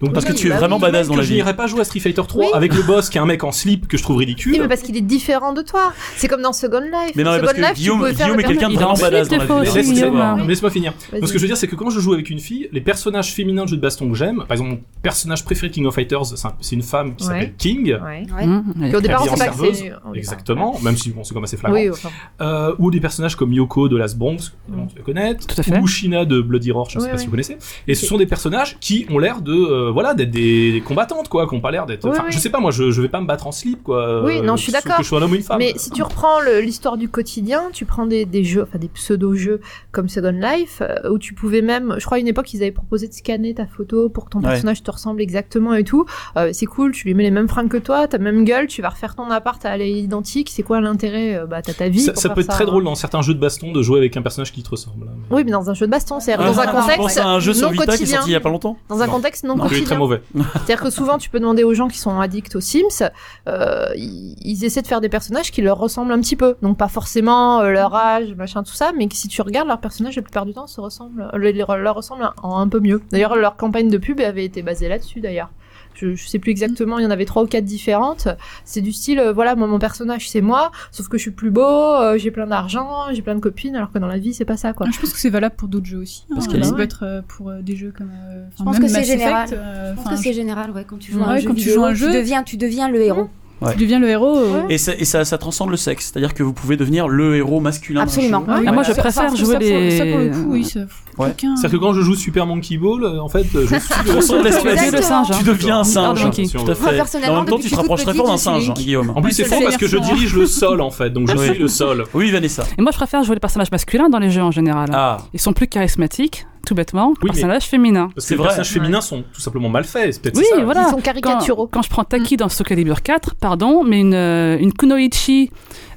Speaker 6: Donc,
Speaker 1: Parce que
Speaker 4: Oui,
Speaker 1: tu es
Speaker 4: bah
Speaker 1: vraiment
Speaker 4: oui,
Speaker 1: badass dans
Speaker 6: que
Speaker 1: la
Speaker 6: je
Speaker 1: vie.
Speaker 6: n'irai pas jouer à Street Fighter 3
Speaker 4: Oui.
Speaker 6: avec le boss qui est un mec en slip que je trouve
Speaker 4: Oui, mais
Speaker 6: ridicule.
Speaker 4: parce qu'il est différent de toi. C'est comme dans Second Life.
Speaker 1: Mais non, mais
Speaker 4: Second
Speaker 1: parce que
Speaker 4: Life, tu
Speaker 1: Guillaume,
Speaker 4: pouvais faire
Speaker 1: Guillaume
Speaker 4: le
Speaker 1: est quelqu'un de
Speaker 4: permis-
Speaker 3: Il
Speaker 1: vraiment
Speaker 3: ensuite
Speaker 1: badass dans
Speaker 3: les fois
Speaker 1: la vie.
Speaker 3: aussi,
Speaker 1: Laisse-moi
Speaker 3: Guillaume.
Speaker 1: savoir.
Speaker 6: Non, mais Laisse-moi finir.
Speaker 4: Vas-y.
Speaker 6: Parce que je veux dire, c'est que quand je joue avec une fille, les personnages féminins de jeux de baston que j'aime, par exemple, mon personnage préféré King of Fighters, c'est un- c'est une femme qui
Speaker 4: Ouais.
Speaker 6: s'appelle King.
Speaker 4: Ouais.
Speaker 2: Ouais.
Speaker 3: Mmh, il y a
Speaker 4: Et au départ,
Speaker 6: Habillée
Speaker 4: on sait
Speaker 6: en
Speaker 4: pas que
Speaker 6: serveuse,
Speaker 4: c'est. on sait
Speaker 6: Exactement, même si bon, c'est comme assez
Speaker 4: pas.
Speaker 6: flagrant.
Speaker 4: Oui, enfin.
Speaker 6: Euh, ou des personnages comme Yoko de Last Bronx, que
Speaker 4: Mm.
Speaker 6: évidemment, tu vas connaître,
Speaker 3: Tout à fait.
Speaker 6: ou Shina de Bloody Roar, je ne sais
Speaker 4: Oui,
Speaker 6: pas
Speaker 4: oui.
Speaker 6: si vous connaissez. Et ce sont des personnages qui ont l'air de, euh, euh, voilà, d'être des, des combattantes, quoi, qui ont pas l'air d'être.
Speaker 4: Oui,
Speaker 6: Enfin,
Speaker 4: oui.
Speaker 6: je sais pas, moi, je, je vais pas me battre en slip, quoi.
Speaker 4: Oui,
Speaker 6: euh,
Speaker 4: non, je suis
Speaker 6: que-
Speaker 4: d'accord.
Speaker 6: Que je sois un homme ou une femme.
Speaker 4: Mais si tu reprends le- l'histoire du quotidien, tu prends des, des jeux, enfin des pseudo-jeux comme Second Life, euh, où tu pouvais même, je crois à une époque, ils avaient proposé de scanner ta photo pour que ton
Speaker 1: Ouais.
Speaker 4: personnage te ressemble exactement et tout. Euh, c'est cool, tu lui mets les mêmes fringues que toi, ta même gueule, tu vas refaire ton appart à l'identique. C'est quoi l'intérêt Euh, Bah, t'as ta vie.
Speaker 6: ça,
Speaker 4: pour
Speaker 6: ça
Speaker 4: faire
Speaker 6: peut être très
Speaker 4: hein.
Speaker 6: drôle dans certains jeux de baston de jouer avec un personnage qui te ressemble. hein.
Speaker 4: Oui, mais dans un jeu de baston, c'est
Speaker 1: Ah,
Speaker 4: dans un
Speaker 1: Je pense
Speaker 4: contexte
Speaker 1: à un jeu sur
Speaker 4: non
Speaker 1: Vita qui est
Speaker 4: quotidien.
Speaker 1: sorti il y a pas longtemps.
Speaker 4: Dans un
Speaker 6: Non.
Speaker 4: contexte non,
Speaker 6: Il est très
Speaker 4: quotidien.
Speaker 6: mauvais.
Speaker 4: C'est-à-dire que souvent, tu peux demander aux gens qui sont addicts aux Sims, euh, ils, ils essaient de faire des personnages qui leur ressemblent un petit peu. Donc, pas forcément euh, leur âge, machin, tout ça, mais que si tu regardes, leurs personnages, la plupart du temps, se ressemblent, le- le- leur ressemblent en un peu mieux. D'ailleurs, leur campagne de pub avait été basée là-dessus, d'ailleurs. Je, je sais plus exactement, il y en avait trois ou quatre différentes. C'est du style, euh, voilà, moi, mon personnage, c'est moi, sauf que je suis plus beau, euh, j'ai plein d'argent, j'ai plein de copines, alors que dans la vie, c'est pas ça, quoi.
Speaker 5: Ah, Je pense que c'est valable pour d'autres jeux aussi.
Speaker 1: Parce
Speaker 5: hein.
Speaker 1: qu'elle
Speaker 5: Ça
Speaker 4: est-
Speaker 5: peut être euh, pour euh, des jeux comme. euh, enfin,
Speaker 2: pense
Speaker 5: même
Speaker 2: que c'est
Speaker 5: Mass Effect,
Speaker 2: général.
Speaker 5: euh,
Speaker 2: Je pense
Speaker 5: enfin,
Speaker 2: que c'est général, ouais, quand tu joues à
Speaker 5: Ouais,
Speaker 2: un jeu
Speaker 5: quand tu
Speaker 2: vidéo,
Speaker 5: joues à un jeu-
Speaker 2: tu deviens, tu deviens le héros.
Speaker 5: Tu deviens le héros. euh,
Speaker 4: Ouais.
Speaker 1: Et, ça, et ça, ça transcende le sexe, c'est-à-dire que vous pouvez devenir le héros masculin. d'un
Speaker 2: Absolument.
Speaker 1: jeu.
Speaker 2: Ah,
Speaker 3: Ah, moi,
Speaker 1: Voilà.
Speaker 3: je préfère
Speaker 5: ça,
Speaker 3: jouer
Speaker 5: ça,
Speaker 3: les.
Speaker 5: Ça, pour le coup, oui, ça.
Speaker 1: Ouais.
Speaker 5: Aucun...
Speaker 6: C'est-à-dire que quand je joue Super Monkey Ball, euh, en fait, je
Speaker 4: <laughs>
Speaker 6: suis
Speaker 1: On sent de la
Speaker 6: Super
Speaker 1: situation.
Speaker 3: Dieu le singe. hein.
Speaker 1: Tu deviens un
Speaker 3: Pardon,
Speaker 1: singe.
Speaker 3: Monkey.
Speaker 1: Tout à
Speaker 2: Moi,
Speaker 1: fait.
Speaker 2: personnellement,
Speaker 1: en même temps, tu
Speaker 2: depuis que
Speaker 1: te
Speaker 2: je suis
Speaker 1: rapproches
Speaker 2: toute
Speaker 1: très fort d'un
Speaker 2: petite, je
Speaker 1: singe,
Speaker 2: suis
Speaker 1: hein, Guillaume.
Speaker 6: En plus, c'est
Speaker 5: Ça
Speaker 6: fort
Speaker 5: fait
Speaker 6: parce que je
Speaker 5: garçon.
Speaker 6: dirige le sol, en fait, donc je
Speaker 1: Oui.
Speaker 6: suis le sol.
Speaker 1: Oui, Vanessa.
Speaker 3: Et moi, je préfère jouer les personnages masculins dans les jeux en général.
Speaker 1: Ah,
Speaker 3: Ils sont plus charismatiques, tout bêtement, que
Speaker 6: Oui,
Speaker 3: les personnages féminins.
Speaker 6: Parce
Speaker 1: C'est
Speaker 6: que les
Speaker 1: vrai.
Speaker 6: personnages féminins sont tout simplement mal faits, c'est peut-être
Speaker 3: Oui,
Speaker 6: ça.
Speaker 3: voilà.
Speaker 4: Ils sont
Speaker 3: Quand,
Speaker 4: caricaturaux.
Speaker 3: quand je prends Taki dans Soul Calibur 4, pardon, mais une, euh, une Kunoichi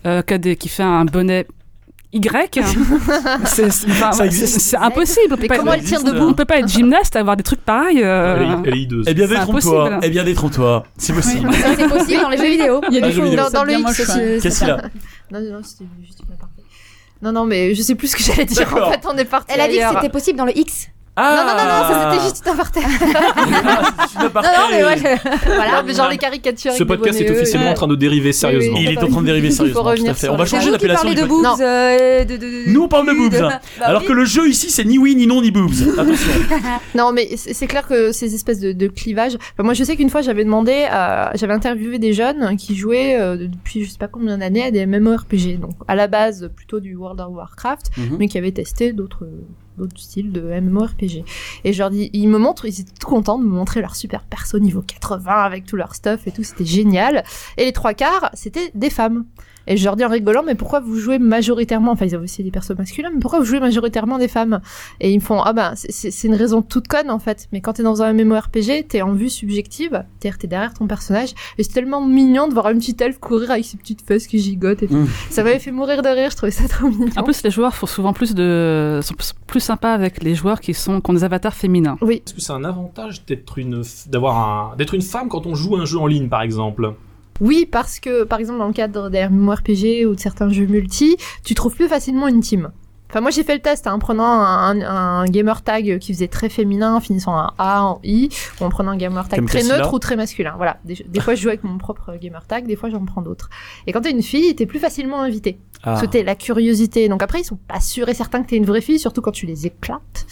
Speaker 3: euh, qui a des- qui fait un bonnet <laughs> Y, c'est- c'est enfin,
Speaker 1: Ça
Speaker 3: ouais,
Speaker 1: existe.
Speaker 3: c'est- c'est impossible. On peut
Speaker 4: Mais
Speaker 3: pas-
Speaker 4: comment elle tient
Speaker 1: existe,
Speaker 4: debout
Speaker 3: on peut pas être gymnaste et avoir des trucs pareils. euh,
Speaker 6: Elle est- Elle est hideuse.
Speaker 1: eh bien
Speaker 3: C'est
Speaker 1: détrompe-toi.
Speaker 3: impossible.
Speaker 1: Eh bien détrompe-toi. C'est possible.
Speaker 2: Ça, c'est possible dans les jeux vidéo.
Speaker 5: Il y a
Speaker 1: Ah,
Speaker 5: des
Speaker 1: jeux
Speaker 5: fois où
Speaker 1: vidéo.
Speaker 5: ça
Speaker 4: Dans- dans le
Speaker 5: devient moche,
Speaker 4: X,
Speaker 5: ouais.
Speaker 4: c'est-
Speaker 1: Qu'est-ce qu'il a
Speaker 4: Non, non, non, c'était juste une aparté. Non, non, mais je sais plus ce que j'allais dire.
Speaker 1: D'accord.
Speaker 4: En fait, on est parti.
Speaker 2: Elle a dit que
Speaker 4: ailleurs.
Speaker 2: c'était possible dans le X.
Speaker 1: Ah
Speaker 4: Non, non, non, non, ça c'était juste une aparté.
Speaker 2: Non, non, mais ouais. je-
Speaker 4: voilà, mais genre les caricatures.
Speaker 6: Ce podcast est officiellement en train de dériver sérieusement.
Speaker 4: Oui, oui.
Speaker 1: Il est en train de dériver
Speaker 4: Il faut
Speaker 1: sérieusement. Tout à
Speaker 4: revenir
Speaker 1: fait.
Speaker 4: sur
Speaker 1: On va
Speaker 4: les
Speaker 1: changer
Speaker 2: Vous qui
Speaker 1: d'appellation.
Speaker 2: parlez
Speaker 1: du
Speaker 2: de
Speaker 1: podcast.
Speaker 2: boobs,
Speaker 4: Non.
Speaker 2: euh, de, de- de-
Speaker 1: Nous, on parle de
Speaker 2: cul,
Speaker 1: boobs.
Speaker 2: Bah
Speaker 1: Alors
Speaker 2: oui.
Speaker 1: que le jeu ici, c'est ni oui ni non ni
Speaker 2: <laughs>
Speaker 1: boobs. Attention.
Speaker 4: Non, mais c'est c'est clair que ces espèces de, de clivages. Enfin, moi, je sais qu'une fois, j'avais demandé, à... j'avais interviewé des jeunes qui jouaient euh, depuis je sais pas combien d'années à des MMORPG. Donc, à la base, plutôt du World of Warcraft. mais qui avaient testé d'autres d'autres styles de MMORPG. Et je leur dis, ils me montrent, ils étaient tout contents de me montrer leur super perso niveau 80 avec tout leur stuff et tout, c'était génial. Et les trois quarts, c'était des femmes. Et je leur dis en rigolant, mais pourquoi vous jouez majoritairement, enfin ils avaient aussi des persos masculins, mais pourquoi vous jouez majoritairement des femmes Et ils me font, ah ben c'est- c'est c'est une raison toute conne en fait, mais quand t'es dans un MMORPG, t'es en vue subjective, c'est-à-dire t'es derrière ton personnage, et c'est tellement mignon de voir une petite elfe courir avec ses petites fesses qui gigotent et tout.
Speaker 1: Mmh.
Speaker 4: Ça m'avait fait mourir de rire, je trouvais ça trop mignon.
Speaker 3: En plus, les joueurs font souvent plus de sont plus- plus sympas avec les joueurs qui sont qui ont des avatars féminins.
Speaker 4: Oui,
Speaker 6: Est-ce que c'est un avantage d'être une f- d'avoir un d'être une femme quand on joue à un jeu en ligne par exemple
Speaker 4: Oui, parce que, par exemple, dans le cadre des MMORPG ou de certains jeux multi, tu trouves plus facilement une team. Enfin, moi, j'ai fait le test hein, en prenant un, un gamer tag qui faisait très féminin, en finissant en A, en I, ou en prenant un gamer tag
Speaker 1: Comme
Speaker 4: très
Speaker 1: Cassila.
Speaker 4: neutre ou très masculin. Voilà. Des, des fois, je joue avec mon propre gamer tag, des fois, j'en prends d'autres. Et quand t'es une fille, t'es plus facilement invitée.
Speaker 1: Ah.
Speaker 4: Parce que t'es la curiosité. Donc après, ils sont pas sûrs et certains que t'es une vraie fille, surtout quand tu
Speaker 1: <laughs>
Speaker 4: les éclates.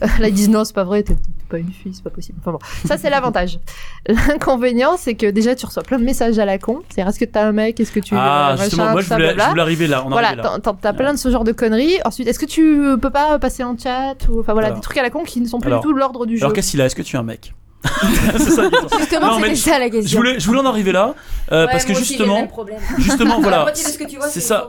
Speaker 4: Euh, Là, ils disent non, c'est pas vrai, t'es t'es pas une fille, c'est pas possible. Enfin bon, ça c'est l'avantage. <laughs> L'inconvénient, c'est que déjà tu reçois plein de messages à la con. C'est est-ce que t'as un mec, est-ce que tu
Speaker 6: euh,
Speaker 1: Ah,
Speaker 4: machin,
Speaker 1: justement, moi je
Speaker 4: ça,
Speaker 1: voulais,
Speaker 4: blabla.
Speaker 1: je voulais arriver là. On
Speaker 4: Voilà,
Speaker 1: arrive là.
Speaker 4: t'en- t'en- t'as plein de ce genre de conneries. Ensuite, est-ce que tu euh, peux pas passer en chat ou enfin voilà
Speaker 1: Alors.
Speaker 4: des trucs à la con qui ne sont plus
Speaker 1: Alors.
Speaker 4: du tout de l'ordre du jeu.
Speaker 1: Alors Cassila, est-ce que tu es un mec <laughs> C'est ça la question. Non,
Speaker 2: Justement,
Speaker 1: mais
Speaker 2: c'était
Speaker 1: je-
Speaker 2: ça la
Speaker 1: Je
Speaker 2: question.
Speaker 1: voulais, je voulais en arriver là euh, parce que justement,
Speaker 2: <laughs>
Speaker 1: justement voilà, c'est ça,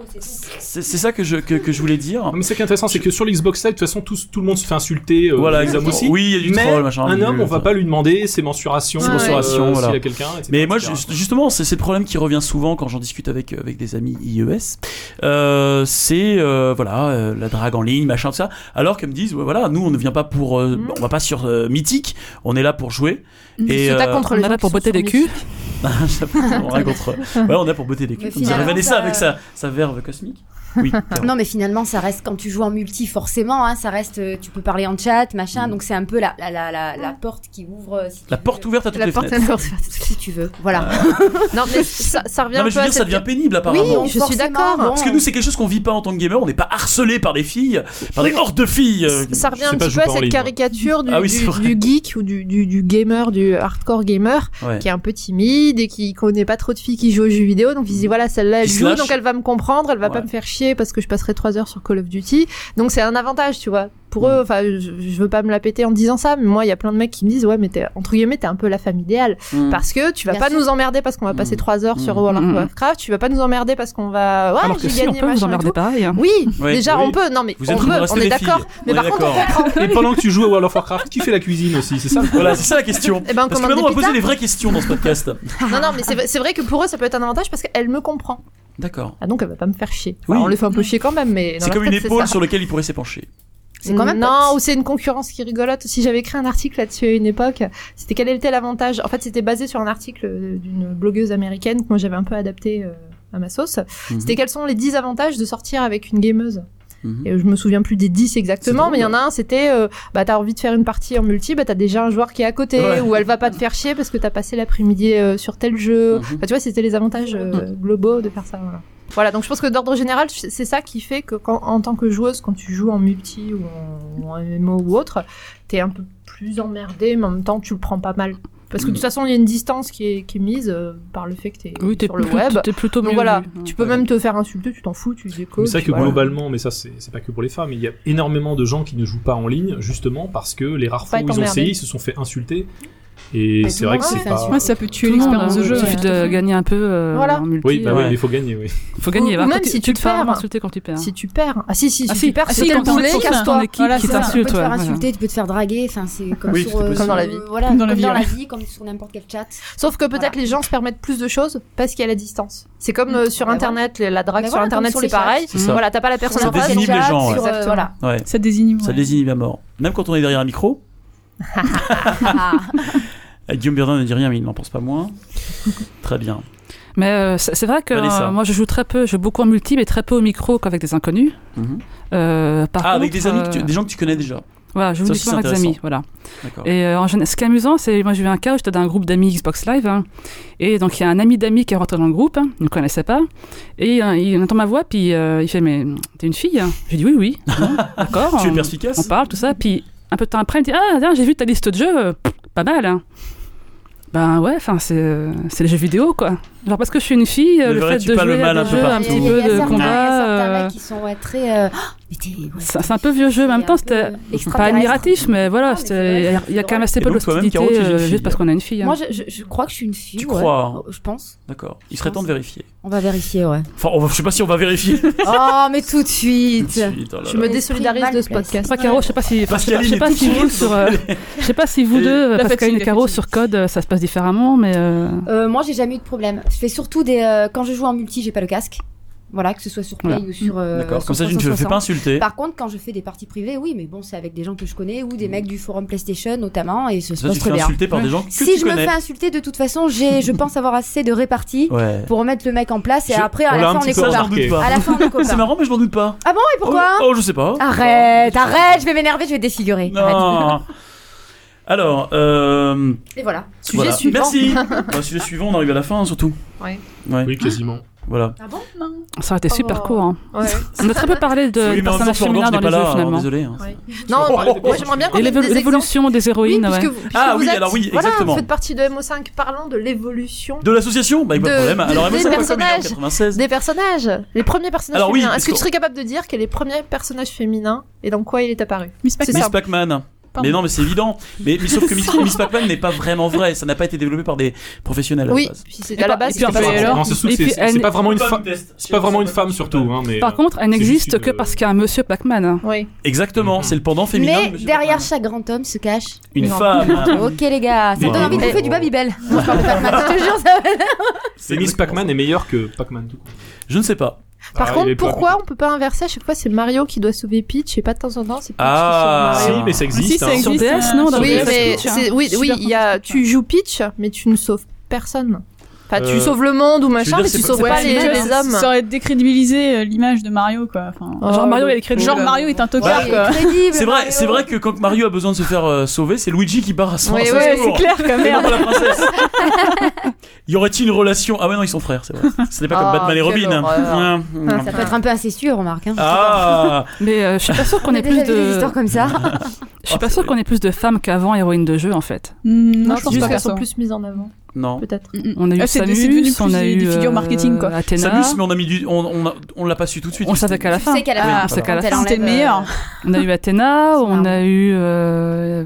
Speaker 1: c'est c'est ça que je que, que je voulais dire.
Speaker 6: Non, Mais ce qui est intéressant, c'est que sur l'Xbox Live, de toute façon, tous- tout le monde se fait insulter. euh,
Speaker 1: voilà,
Speaker 6: les hommes
Speaker 1: exactement.
Speaker 6: aussi.
Speaker 1: Oui, il y a du
Speaker 6: mais
Speaker 1: troll, machin.
Speaker 6: un
Speaker 1: du-
Speaker 6: homme, on va pas lui demander ses mensurations,
Speaker 4: Ses
Speaker 6: euh,
Speaker 1: mensurations, voilà.
Speaker 6: s'il y a quelqu'un. etc.,
Speaker 1: Mais moi,
Speaker 6: etc.
Speaker 1: ju- justement, c'est c'est le problème qui revient souvent quand j'en discute avec, euh, avec des amis IES. Euh, c'est euh, voilà euh, la drague en ligne, machin, tout ça. Alors qu'elles me disent, ouais, voilà, nous, on ne vient pas pour, euh,
Speaker 4: Mhm.
Speaker 1: on va pas sur euh, Mythique, on est là pour jouer.
Speaker 5: Mhm.
Speaker 1: Et
Speaker 4: Parce que
Speaker 1: <laughs>
Speaker 4: t'as
Speaker 1: euh,
Speaker 4: contre
Speaker 3: On
Speaker 4: les
Speaker 3: est
Speaker 4: gens
Speaker 3: là
Speaker 4: qui
Speaker 3: pour
Speaker 4: sont
Speaker 3: botter des
Speaker 4: fournis.
Speaker 3: culs.
Speaker 1: on rien
Speaker 4: <laughs>
Speaker 1: contre. Ouais, on est là pour botter des
Speaker 2: Mais
Speaker 1: culs. Comme dirait
Speaker 2: finalement,
Speaker 1: Vanessa
Speaker 2: ça-
Speaker 1: avec sa, sa verve cosmique.
Speaker 4: <laughs>
Speaker 1: Oui. clairement.
Speaker 2: Non, mais finalement, ça reste quand tu joues en multi, forcément, hein, ça reste. euh, Tu peux parler en chat, machin. Donc c'est un peu la, la, la, la, la porte qui ouvre. euh, si tu
Speaker 1: La
Speaker 2: veux.
Speaker 1: porte ouverte à toutes
Speaker 4: La
Speaker 1: les
Speaker 4: porte
Speaker 1: fenêtres.
Speaker 4: à
Speaker 1: <laughs>
Speaker 4: la porte.
Speaker 2: Si tu veux, voilà.
Speaker 4: Non mais ça, ça revient
Speaker 1: Non, mais
Speaker 4: un
Speaker 1: je veux
Speaker 4: peu à
Speaker 1: dire, ça
Speaker 4: cette-
Speaker 1: devient pénible
Speaker 4: Oui,
Speaker 2: Ah
Speaker 1: apparemment.
Speaker 4: je suis
Speaker 2: Forcément,
Speaker 4: d'accord.
Speaker 2: bon.
Speaker 1: Parce que nous, c'est quelque chose qu'on vit pas en tant que gamer. On n'est pas harcelé par des filles, par des hordes de filles. euh,
Speaker 4: ça revient
Speaker 6: je sais
Speaker 4: un
Speaker 6: pas,
Speaker 4: petit
Speaker 6: je joue
Speaker 4: peu à
Speaker 6: pas en
Speaker 4: cette
Speaker 6: ligne, moi.
Speaker 4: caricature du,
Speaker 1: Ah oui,
Speaker 4: du-
Speaker 1: c'est vrai.
Speaker 4: du geek ou du, du- du gamer, du hardcore gamer,
Speaker 1: ouais.
Speaker 4: qui est un peu timide et qui connaît pas trop de filles qui jouent aux jeux vidéo. Donc il se dit voilà, celle-là elle
Speaker 1: Qui se
Speaker 4: joue,
Speaker 1: lâche.
Speaker 4: donc elle va me comprendre, elle va
Speaker 1: Ouais.
Speaker 4: pas me faire chier parce que je passerai trois heures sur Call of Duty. Donc c'est un avantage, tu vois.
Speaker 1: Mm.
Speaker 4: Pour eux, enfin, je, je veux pas me la péter en disant ça, mais moi, il y a plein de mecs qui me disent, ouais, mais t'es, entre guillemets, t'es un peu la femme idéale.
Speaker 1: Mm.
Speaker 4: Parce que tu vas
Speaker 2: Bien
Speaker 4: pas
Speaker 2: sûr.
Speaker 4: nous emmerder parce qu'on va passer
Speaker 1: Mm.
Speaker 4: trois heures sur
Speaker 1: Mm.
Speaker 4: World
Speaker 3: Mm.
Speaker 4: of Warcraft, tu vas pas nous emmerder parce qu'on va, ouais,
Speaker 3: Alors que
Speaker 4: j'ai
Speaker 3: si,
Speaker 4: gagné
Speaker 3: on peut
Speaker 4: machin
Speaker 3: vous
Speaker 4: et
Speaker 3: emmerder
Speaker 4: tout.
Speaker 3: pareil. hein.
Speaker 4: Oui,
Speaker 1: Ouais.
Speaker 4: déjà,
Speaker 6: Oui.
Speaker 4: on peut, non, mais
Speaker 1: Vous
Speaker 4: on
Speaker 1: êtes
Speaker 4: peut,
Speaker 1: libre, restez
Speaker 4: on est
Speaker 1: des
Speaker 4: d'accord.
Speaker 1: filles.
Speaker 4: Mais
Speaker 1: On
Speaker 4: par
Speaker 1: est
Speaker 4: contre, on
Speaker 1: d'accord.
Speaker 4: comprend.
Speaker 6: Et pendant que tu joues à World of Warcraft, qui fait la cuisine aussi C'est ça
Speaker 1: <laughs>
Speaker 6: le problème.
Speaker 1: Voilà, c'est ça la question.
Speaker 4: Eh ben,
Speaker 1: Parce que
Speaker 4: commande
Speaker 1: maintenant, on va
Speaker 4: des
Speaker 1: poser les vraies questions dans ce podcast.
Speaker 4: Non, non, mais
Speaker 1: <laughs>
Speaker 4: c'est vrai- c'est vrai que pour eux, ça peut être un avantage parce qu'elle me comprend.
Speaker 1: D'accord.
Speaker 4: Ah, donc elle va pas me faire chier.
Speaker 1: Oui.
Speaker 4: Alors, on les fait un peu chier quand même, mais. dans
Speaker 1: C'est
Speaker 4: leur
Speaker 1: comme une
Speaker 4: tête,
Speaker 1: épaule
Speaker 4: ça.
Speaker 1: sur laquelle il pourrait s'épancher.
Speaker 2: C'est quand même
Speaker 4: Non,
Speaker 2: pote.
Speaker 4: ou c'est une concurrence qui est rigolote. Si j'avais écrit un article là-dessus à une époque, c'était quel était l'avantage En fait, c'était basé sur un article euh, d'une blogueuse américaine que moi j'avais un peu adapté euh, à ma sauce.
Speaker 1: Mhm.
Speaker 4: C'était quels sont les 10 avantages de sortir avec une gameuse
Speaker 1: Mhm.
Speaker 4: et je me souviens plus des 10 exactement,
Speaker 1: C'est
Speaker 4: mais il y en a un, c'était euh, bah t'as envie de faire une partie en multi, bah t'as déjà un joueur qui est à côté,
Speaker 1: Ouais.
Speaker 4: ou elle va pas te faire chier parce que t'as passé l'après-midi euh, sur tel jeu.
Speaker 1: Mhm.
Speaker 4: Enfin, tu vois, c'était les avantages euh,
Speaker 3: Mm.
Speaker 4: globaux de faire ça. Voilà. Voilà, donc je pense que d'ordre général, c'est c'est ça qui fait que quand, en tant que joueuse, quand tu joues en multi ou en, ou en MMO ou autre, t'es un peu plus emmerdé, mais en même temps tu le prends pas mal. Parce que
Speaker 3: Mm.
Speaker 4: de toute façon, il y a une distance qui est, qui est mise euh, par le fait que t'es
Speaker 3: Oui, t'es
Speaker 4: sur le
Speaker 3: plutôt-
Speaker 4: web.
Speaker 3: t'es plutôt
Speaker 4: Donc
Speaker 3: mieux
Speaker 4: voilà,
Speaker 3: vu.
Speaker 4: tu peux
Speaker 1: Ouais.
Speaker 4: même te faire insulter, tu t'en fous, tu décodes.
Speaker 6: Mais c'est vrai
Speaker 4: tu-
Speaker 6: que
Speaker 4: voilà.
Speaker 6: globalement, mais ça c'est c'est pas que pour les femmes, il y a énormément de gens qui ne jouent pas en ligne justement parce que les rares
Speaker 4: Pas
Speaker 6: fois où
Speaker 4: être
Speaker 6: ils ont essayé,
Speaker 4: emmerdés.
Speaker 6: ils se sont fait insulter. Et
Speaker 2: Mais
Speaker 6: c'est
Speaker 2: tout le
Speaker 6: vrai que
Speaker 2: monde
Speaker 6: c'est
Speaker 2: fait
Speaker 6: pas.
Speaker 2: insulter.
Speaker 5: Ouais, ça peut tuer
Speaker 3: Tout le monde,
Speaker 5: l'expérience
Speaker 3: hein.
Speaker 5: de jeu.
Speaker 3: Il suffit
Speaker 5: ouais.
Speaker 3: de gagner un peu euh,
Speaker 4: Voilà.
Speaker 3: en multi.
Speaker 6: Oui, bah oui,
Speaker 1: Ouais.
Speaker 6: mais il faut gagner, oui.
Speaker 3: Faut
Speaker 4: Ou
Speaker 3: gagner. voilà.
Speaker 4: même
Speaker 3: Quand
Speaker 4: si tu
Speaker 3: tu te fais
Speaker 4: perds.
Speaker 3: insulter quand tu perds.
Speaker 4: Si tu perds, ah si si, si
Speaker 3: Ah
Speaker 4: tu
Speaker 3: si,
Speaker 4: perds,
Speaker 5: ah
Speaker 4: c'est
Speaker 5: si,
Speaker 4: tel
Speaker 5: t'as le
Speaker 4: boulet,
Speaker 5: temps de
Speaker 4: casse-toi.
Speaker 5: faire. Voilà,
Speaker 3: qui
Speaker 5: c'est ça.
Speaker 2: Tu peux
Speaker 3: t'insulte.
Speaker 2: te faire
Speaker 3: ouais, voilà.
Speaker 2: insulter, tu peux te faire draguer, enfin c'est comme
Speaker 1: Oui,
Speaker 2: sur, euh,
Speaker 1: c'est possible.
Speaker 4: Comme dans la vie.
Speaker 2: Voilà,
Speaker 5: Comme
Speaker 2: comme dans
Speaker 5: dans la vie,
Speaker 2: la
Speaker 5: ouais.
Speaker 2: vie, comme sur n'importe quel <laughs> chat.
Speaker 4: Sauf que peut-être
Speaker 2: Voilà.
Speaker 4: les gens se permettent plus de choses parce qu'il y a la distance. C'est comme euh, sur
Speaker 2: Ben
Speaker 4: internet, la drague
Speaker 2: Ben
Speaker 4: sur
Speaker 2: voilà, comme
Speaker 4: internet
Speaker 2: sur
Speaker 4: c'est
Speaker 2: les chats.
Speaker 4: pareil.
Speaker 1: C'est ça.
Speaker 4: Voilà, t'as pas la personne
Speaker 1: Ça
Speaker 4: en face.
Speaker 1: désinhibe les
Speaker 4: sur-
Speaker 1: gens, ouais.
Speaker 4: sur, euh, voilà.
Speaker 2: voilà.
Speaker 1: Ouais.
Speaker 5: Ça désinhibe.
Speaker 1: Ça
Speaker 5: ouais.
Speaker 1: désinhibe à mort. Même quand on est derrière un micro.
Speaker 2: Ah,
Speaker 1: Euh, Guillaume Berdin ne dit rien, mais il n'en pense pas moins. Très bien.
Speaker 3: Mais euh, c'est c'est vrai que
Speaker 1: Vanessa.
Speaker 3: euh, moi je joue très peu, je joue beaucoup en multi, mais très peu au micro qu'avec des inconnus.
Speaker 1: Mhm.
Speaker 3: Euh, par
Speaker 1: ah, avec
Speaker 3: contre,
Speaker 1: des amis, que tu-
Speaker 3: euh,
Speaker 1: des gens que tu connais déjà.
Speaker 3: Voilà, je joue
Speaker 1: Ça aussi,
Speaker 3: uniquement avec des
Speaker 1: c'est
Speaker 3: amis. Voilà.
Speaker 1: D'accord.
Speaker 3: Et euh, en général, ce qui est amusant, c'est moi j'ai eu un cas où j'étais dans un groupe d'amis Xbox Live, hein, et donc il y a un ami d'amis qui est rentré dans le groupe, hein, il ne connaissait pas, et euh, il entend ma voix, puis euh, il fait mais t'es une fille hein J'ai dit oui
Speaker 1: <laughs>
Speaker 3: oui, Bon, d'accord.
Speaker 1: Tu es
Speaker 3: on-
Speaker 1: perspicace.
Speaker 3: on parle tout ça, puis un peu de temps après il me dit ah tiens, j'ai vu ta liste de jeux, euh, pff, pas mal. hein. Ben ouais, enfin c'est euh, c'est les jeux vidéo quoi. Genre parce que je suis une fille, euh,
Speaker 1: Ne
Speaker 3: le fait
Speaker 1: verrais-tu
Speaker 3: de
Speaker 1: pas
Speaker 3: jouer
Speaker 1: le mal
Speaker 3: à
Speaker 1: un
Speaker 3: des
Speaker 1: peu
Speaker 3: jeux un
Speaker 1: partout
Speaker 3: petit
Speaker 2: Il y a- il
Speaker 3: peu
Speaker 2: y a
Speaker 3: de
Speaker 2: certains- Il y a certains
Speaker 3: combat. euh,
Speaker 2: mecs qui sont ouais, très. euh, Ah, mais t'es- ouais,
Speaker 3: C'est c'est un peu vieux jeu, en même temps, c'était
Speaker 2: un peu
Speaker 3: pas
Speaker 2: extraterrestre.
Speaker 3: admiratif, mais voilà,
Speaker 2: Non, mais
Speaker 3: c'était-
Speaker 2: c'est
Speaker 3: il y
Speaker 2: vrai,
Speaker 3: a- il y, a
Speaker 2: c'est
Speaker 3: quand même assez
Speaker 1: Et
Speaker 3: peu
Speaker 1: donc, toi-même,
Speaker 3: d'hostilité
Speaker 1: Caro, tu es une
Speaker 3: euh,
Speaker 1: fille,
Speaker 3: juste parce
Speaker 1: hein.
Speaker 3: qu'on a une fille. hein.
Speaker 2: Moi, je, je- je crois que je suis une fille.
Speaker 1: Tu
Speaker 2: ouais. Oh,
Speaker 1: crois, hein.
Speaker 2: Je pense.
Speaker 1: D'accord. Il serait temps de vérifier.
Speaker 2: On va vérifier, ouais.
Speaker 1: Enfin, on va- je sais pas si on va vérifier.
Speaker 2: <laughs> oh, mais tout
Speaker 1: <laughs>
Speaker 2: de
Speaker 1: tout de
Speaker 2: suite.
Speaker 1: suite, oh là
Speaker 4: Je
Speaker 1: là.
Speaker 4: me
Speaker 2: Esprit
Speaker 4: désolidarise
Speaker 2: mal
Speaker 4: de ce
Speaker 2: placé.
Speaker 4: podcast.
Speaker 3: Enfin, Caro, je sais pas si, enfin, je sais pas- je sais
Speaker 1: Pascaline
Speaker 3: pas
Speaker 1: est
Speaker 3: si
Speaker 1: toute
Speaker 3: vous
Speaker 1: seule,
Speaker 3: sur,
Speaker 1: donc
Speaker 3: euh,
Speaker 1: elle est-
Speaker 3: je sais pas si vous
Speaker 1: Et
Speaker 3: deux,
Speaker 5: la
Speaker 3: Pascaline
Speaker 5: fatigue,
Speaker 3: et
Speaker 5: la
Speaker 3: Caro
Speaker 5: fatigue.
Speaker 3: sur code, euh, ça se passe différemment, mais euh,
Speaker 2: Euh, moi, j'ai jamais eu de problème. Je fais surtout des. euh, quand je joue en multi, j'ai pas le casque. Voilà, que ce soit sur Play
Speaker 3: Voilà.
Speaker 2: ou sur. euh,
Speaker 1: D'accord.
Speaker 2: sur
Speaker 1: Comme ça, tu ne te fais
Speaker 2: 360.
Speaker 1: pas insulter.
Speaker 2: Par contre, quand je fais des parties privées, oui, mais bon, c'est avec des gens que je connais ou des mecs du forum PlayStation notamment, et ce se
Speaker 1: Mm. Ça, tu te
Speaker 2: passe
Speaker 1: fais
Speaker 2: très bien.
Speaker 1: insulter par des gens que
Speaker 2: Si
Speaker 1: tu
Speaker 2: je me fais
Speaker 1: connais.
Speaker 2: insulter, de toute façon, j'ai, je pense avoir assez de réparties
Speaker 1: Ouais.
Speaker 2: pour remettre le mec en place et
Speaker 6: Je-
Speaker 2: après,
Speaker 6: on
Speaker 2: à
Speaker 6: l'a
Speaker 2: la,
Speaker 6: un
Speaker 2: fin, on
Speaker 6: petit
Speaker 2: est
Speaker 6: peu
Speaker 1: Ça, j'en
Speaker 2: copains.
Speaker 6: remarqué.
Speaker 1: doute
Speaker 2: À
Speaker 1: pas. <laughs>
Speaker 2: la fin, on est
Speaker 1: C'est
Speaker 2: copains.
Speaker 1: marrant, mais je m'en doute pas.
Speaker 2: Ah bon, et pourquoi Ah,
Speaker 1: Oh, oh, je sais pas.
Speaker 2: Arrête, arrête, je vais m'énerver, je vais défigurer. Arrête.
Speaker 1: Non. <laughs> Alors, euh,
Speaker 2: Et voilà.
Speaker 4: Sujet
Speaker 1: voilà.
Speaker 4: suivant. <laughs>
Speaker 1: Merci. Bon, sujet suivant, on arrive à la fin, hein, surtout.
Speaker 4: Ouais.
Speaker 1: Ouais.
Speaker 6: Oui, quasiment.
Speaker 1: Voilà.
Speaker 2: Ah bon
Speaker 5: Non.
Speaker 3: ça aurait été super
Speaker 4: Oh.
Speaker 3: court. hein.
Speaker 4: Ouais.
Speaker 3: On a
Speaker 2: <laughs>
Speaker 3: très peu parlé de
Speaker 1: oui,
Speaker 3: du
Speaker 1: mais en même temps,
Speaker 3: personnage
Speaker 1: Florent Gorge
Speaker 3: féminin dans
Speaker 1: n'est
Speaker 3: les
Speaker 1: pas
Speaker 3: jeux
Speaker 1: là, alors
Speaker 3: finalement.
Speaker 1: désolé. <laughs> hein.
Speaker 4: Ouais.
Speaker 6: Oh,
Speaker 4: Non,
Speaker 6: oh, oh,
Speaker 4: moi j'aimerais bien qu'on
Speaker 3: Et
Speaker 4: ait
Speaker 3: l'évo-
Speaker 4: des exemples.
Speaker 3: l'évolution des
Speaker 4: Oui,
Speaker 3: héroïnes,
Speaker 4: puisque
Speaker 3: ouais.
Speaker 4: vous, puisque
Speaker 1: Ah
Speaker 4: vous
Speaker 1: oui,
Speaker 4: êtes-
Speaker 1: alors oui,
Speaker 4: voilà,
Speaker 1: exactement.
Speaker 4: vous faites partie de MO5. Parlons de l'évolution
Speaker 1: De l'association Bah, pas de
Speaker 4: De-
Speaker 1: problème.
Speaker 4: de-
Speaker 1: Alors,
Speaker 4: des
Speaker 1: MSN, comme il est en
Speaker 4: personnages.
Speaker 1: 96.
Speaker 4: des personnages. Les premiers personnages
Speaker 1: Alors oui,
Speaker 4: féminins.
Speaker 1: parce
Speaker 4: Est-ce que
Speaker 1: qu'on-
Speaker 4: tu serais capable de dire quel est le premier personnage féminin et dans quoi il est apparu
Speaker 5: Miss
Speaker 4: C'est
Speaker 5: Pac-Man.
Speaker 1: Miss
Speaker 4: ça.
Speaker 1: Pac-Man.
Speaker 5: Pardon.
Speaker 1: Mais non, mais c'est évident. Mais, mais sauf que Miss, Miss Pac-Man n'est pas vraiment vrai. Ça n'a pas été développé par des professionnels à
Speaker 4: Oui,
Speaker 1: la base.
Speaker 4: puis c'est
Speaker 3: Et
Speaker 4: à la
Speaker 3: par- Ah, bah, et
Speaker 4: base.
Speaker 3: puis
Speaker 4: c'était
Speaker 3: en fait,
Speaker 4: pas-
Speaker 3: alors-
Speaker 6: Non, c'est-
Speaker 3: et
Speaker 6: c'est
Speaker 3: puis
Speaker 6: c'est-
Speaker 3: elle-
Speaker 6: c'est pas vraiment une femme. C'est pas vraiment une femme surtout, hein, mais.
Speaker 3: Par
Speaker 6: euh,
Speaker 3: contre, elle
Speaker 6: c'est
Speaker 3: n'existe
Speaker 6: juste
Speaker 3: que
Speaker 6: une-
Speaker 3: parce qu'il y a un monsieur Pac-Man. hein.
Speaker 4: Oui.
Speaker 1: Exactement,
Speaker 6: Mhm.
Speaker 1: c'est le pendant féminin. de
Speaker 2: Mais
Speaker 1: Monsieur
Speaker 2: derrière
Speaker 1: Pac-Man.
Speaker 2: chaque grand homme se cache.
Speaker 1: une
Speaker 4: Non.
Speaker 1: femme.
Speaker 2: Ok, les gars, ça
Speaker 6: Mais-
Speaker 2: me donne envie de
Speaker 4: Mais-
Speaker 2: bouffer du Babybel. Je te jure, <laughs> ça va.
Speaker 1: C'est
Speaker 6: Mais Miss Pac-Man est meilleure que Pac-Man tout court.
Speaker 1: Je ne sais pas.
Speaker 4: Par
Speaker 6: Ah, il
Speaker 4: contre,
Speaker 6: est pas-
Speaker 4: pourquoi on peut pas inverser à chaque fois C'est Mario qui doit sauver Peach et pas de temps en temps c'est Peach
Speaker 1: Ah,
Speaker 4: qui sauve Mario.
Speaker 6: Si, mais ça
Speaker 5: Ah, si,
Speaker 6: existe.
Speaker 5: ça
Speaker 6: hein.
Speaker 5: existe.
Speaker 3: Sur DS, non, dans
Speaker 5: euh, sur
Speaker 4: Oui,
Speaker 5: DS,
Speaker 4: mais
Speaker 5: Switch, hein.
Speaker 4: c'est- oui,
Speaker 5: Super
Speaker 4: oui, il y a,
Speaker 5: concept, hein.
Speaker 4: tu joues Peach, mais tu ne sauves personne. Enfin, tu
Speaker 6: Euh,
Speaker 4: sauves le monde ou
Speaker 6: veux
Speaker 4: machin,
Speaker 6: dire,
Speaker 4: mais
Speaker 6: c'est
Speaker 4: tu
Speaker 6: pas-
Speaker 4: sauves
Speaker 6: c'est
Speaker 4: pas
Speaker 6: pas
Speaker 4: les,
Speaker 5: Déjà,
Speaker 4: les
Speaker 5: ça-
Speaker 4: hommes.
Speaker 5: Ça aurait décrédibilisé euh, l'image de Mario, quoi. Enfin,
Speaker 4: Oh,
Speaker 3: Genre Mario,
Speaker 4: le
Speaker 3: elle est crédible.
Speaker 5: genre
Speaker 4: cool.
Speaker 5: Mario est un tocard,
Speaker 2: Ouais,
Speaker 5: quoi.
Speaker 2: crédible,
Speaker 1: C'est vrai,
Speaker 2: Mario.
Speaker 1: c'est vrai que quand Mario a besoin de se faire euh, sauver, c'est Luigi qui barre à son,
Speaker 4: Oui,
Speaker 1: à son
Speaker 4: oui,
Speaker 1: secours.
Speaker 5: C'est clair, quand
Speaker 1: <laughs> Et non
Speaker 5: même.
Speaker 1: pas la princesse. y aurait-il une relation Ah ouais non, ils sont frères, c'est vrai. Ce n'est pas comme
Speaker 4: Ah,
Speaker 1: Batman et
Speaker 4: quelle
Speaker 1: Robin. <laughs> hein. Ouais.
Speaker 2: Ça peut être un peu incestueux, remarque. Hein.
Speaker 1: Ah
Speaker 3: Mais euh, je suis pas sûr qu'on
Speaker 2: On a
Speaker 3: ait plus
Speaker 2: déjà vu des
Speaker 3: de,
Speaker 2: histoires comme
Speaker 3: <laughs>
Speaker 2: ça.
Speaker 3: je suis pas sûr qu'on ait plus de femmes qu'avant héroïnes de jeu en fait.
Speaker 5: Mm, Non, je
Speaker 4: c'est
Speaker 5: pense
Speaker 4: juste
Speaker 5: pas
Speaker 4: qu'elles
Speaker 5: perso.
Speaker 4: sont plus mises en avant,
Speaker 1: non.
Speaker 4: peut-être.
Speaker 3: On a eu
Speaker 5: Ah, c'est des- c'est devenu
Speaker 3: Samus,
Speaker 5: plus
Speaker 3: on a
Speaker 5: des-
Speaker 3: eu
Speaker 5: des figures marketing, quoi.
Speaker 3: euh, Athéna.
Speaker 1: Samus, mais on a mis du, on on, a- on l'a pas su tout de suite.
Speaker 3: On savait qu'à la
Speaker 2: Tu
Speaker 3: fin.
Speaker 2: sais qu'à la
Speaker 1: Oui,
Speaker 2: fin,
Speaker 1: on sait
Speaker 2: quand
Speaker 3: qu'à la
Speaker 2: elle
Speaker 5: fin, c'était
Speaker 2: enlève,
Speaker 5: le meilleur.
Speaker 2: euh,
Speaker 3: On a eu Athéna,
Speaker 2: C'est
Speaker 3: on
Speaker 2: marrant.
Speaker 3: a eu euh,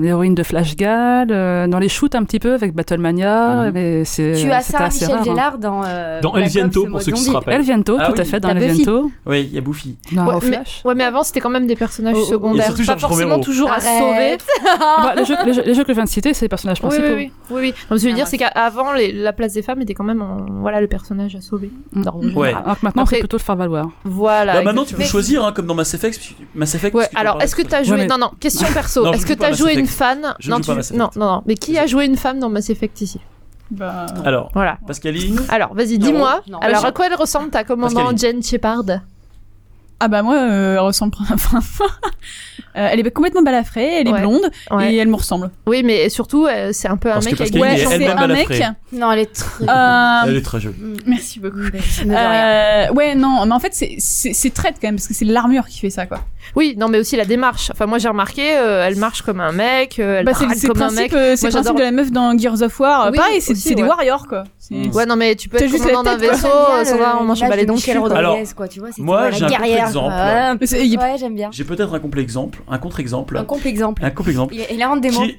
Speaker 3: l'héroïne de Flash Gall, euh, dans les shoots un petit peu avec Battlemania.
Speaker 1: Mhm.
Speaker 3: mais c'est
Speaker 2: Tu as
Speaker 3: c'était
Speaker 2: ça,
Speaker 3: assez
Speaker 2: Michel
Speaker 3: rare, hein.
Speaker 2: Gellard, dans. euh,
Speaker 6: Dans El
Speaker 2: Black Ops,
Speaker 6: Viento, pour
Speaker 2: mode
Speaker 6: ceux qui se
Speaker 2: zombie.
Speaker 3: El
Speaker 6: rappellent.
Speaker 3: Viento,
Speaker 1: Ah
Speaker 3: tout à
Speaker 1: oui.
Speaker 3: fait, dans
Speaker 2: La
Speaker 3: El
Speaker 2: Buffy.
Speaker 3: Viento.
Speaker 1: Oui, il y a Bouffi.
Speaker 3: Dans
Speaker 4: Ouais, mais,
Speaker 3: Flash.
Speaker 4: ouais, mais avant, c'était quand même des personnages
Speaker 2: Oh, oh,
Speaker 1: Et
Speaker 2: oh.
Speaker 4: secondaires.
Speaker 1: surtout
Speaker 4: pas
Speaker 1: Georges
Speaker 4: forcément
Speaker 1: Romero.
Speaker 4: toujours à sauver.
Speaker 2: Arrête.
Speaker 3: Bah, le jeu- le jeu- les jeux que je viens de citer, c'est les personnages
Speaker 4: Oui,
Speaker 3: principaux.
Speaker 4: oui, oui. oui, oui. Donc, ce que je veux
Speaker 2: Ah,
Speaker 4: dire,
Speaker 2: ouais.
Speaker 4: c'est qu'avant, les- la place des femmes était quand même en- voilà, le personnage à sauver.
Speaker 3: Mm.
Speaker 4: Dans- en
Speaker 1: Ouais.
Speaker 4: général.
Speaker 3: Alors que maintenant,
Speaker 4: Après-
Speaker 3: c'est plutôt le faire valoir.
Speaker 4: Voilà.
Speaker 1: Bah, maintenant, tu peux
Speaker 4: exactement.
Speaker 1: choisir, hein, comme dans Mass Effect. puisque- Mass Effect
Speaker 4: Ouais,
Speaker 1: puisque tu en
Speaker 4: alors,
Speaker 1: parlais
Speaker 4: est-ce que
Speaker 1: tout à
Speaker 4: t'as
Speaker 3: Ouais,
Speaker 4: joué.
Speaker 3: mais-
Speaker 4: Non, non, question
Speaker 1: <laughs>
Speaker 4: perso.
Speaker 1: Non, je
Speaker 4: Est-ce
Speaker 1: joue
Speaker 4: que
Speaker 1: pas à
Speaker 4: t'as
Speaker 1: Mass
Speaker 4: joué une
Speaker 1: Effect.
Speaker 4: fan
Speaker 1: Je
Speaker 4: Non,
Speaker 1: joue pas à Mass
Speaker 4: non,
Speaker 1: Effect.
Speaker 4: non, non. Mais qui a joué une femme dans Mass Effect ici
Speaker 5: Bah,
Speaker 1: Alors,
Speaker 4: Voilà.
Speaker 1: Pascaline
Speaker 4: Alors, vas-y,
Speaker 2: Non,
Speaker 4: dis-moi.
Speaker 2: non.
Speaker 4: Alors,
Speaker 2: Vas-y.
Speaker 4: à quoi elle ressemble ta commandant
Speaker 1: Pascaline.
Speaker 4: Jen Shepard
Speaker 5: Ah bah moi, euh, elle ressemble. <laughs> Enfin, euh, elle est complètement balafrée, elle est
Speaker 4: Ouais.
Speaker 5: blonde
Speaker 4: Ouais.
Speaker 5: et elle me ressemble.
Speaker 4: Oui, mais surtout, euh, c'est un peu un
Speaker 1: Parce
Speaker 4: mec
Speaker 1: que
Speaker 4: avec
Speaker 1: Pascaline
Speaker 4: des
Speaker 1: est
Speaker 4: jambes-
Speaker 5: c'est
Speaker 1: elle-même
Speaker 5: un mec.
Speaker 1: balafrée.
Speaker 2: Non, elle est très.
Speaker 5: Euh,
Speaker 1: Elle est très jolie.
Speaker 2: Mm.
Speaker 5: Merci beaucoup.
Speaker 2: Mm, mais de rien.
Speaker 5: Euh, ouais, non, mais en fait, c'est- c'est c'est traite quand même, parce que c'est l'armure qui fait ça, quoi.
Speaker 4: Oui, non, mais aussi la démarche. Enfin, moi, j'ai remarqué, euh, elle marche comme un mec, euh, elle
Speaker 5: Bah, c'est
Speaker 4: parle
Speaker 5: c'est le
Speaker 4: comme un mec.
Speaker 5: principe, euh, c'est le
Speaker 4: Moi,
Speaker 5: principe
Speaker 4: j'adore.
Speaker 5: de la meuf dans Gears of War. euh,
Speaker 4: Oui,
Speaker 5: pareil, c'est
Speaker 4: aussi,
Speaker 5: c'est des
Speaker 4: ouais. bah,
Speaker 5: warriors, quoi. C'est-
Speaker 1: Mm.
Speaker 4: Ouais, non mais tu peux
Speaker 5: T'as
Speaker 4: être
Speaker 5: juste la
Speaker 4: commandant d'un
Speaker 5: tête, quoi.
Speaker 4: vaisseau,
Speaker 2: J'aime bien
Speaker 4: sans
Speaker 2: le-
Speaker 4: on mange
Speaker 2: l'âge
Speaker 4: pas les
Speaker 2: de
Speaker 4: dents.
Speaker 2: Michel
Speaker 1: Alors,
Speaker 2: Rodriguez, quoi, tu vois, c'était
Speaker 1: moi,
Speaker 2: la
Speaker 1: j'ai un contre
Speaker 2: guerrière,
Speaker 1: exemple,
Speaker 2: quoi.
Speaker 1: là.
Speaker 2: Ouais, un peu-
Speaker 5: C'est- il-
Speaker 2: Ouais, j'aime bien.
Speaker 1: J'ai peut-être un contre-exemple. Un contre-exemple.
Speaker 2: Un contre-exemple.
Speaker 1: Un contre-exemple.
Speaker 2: Il, il invente des mots.
Speaker 1: qui est,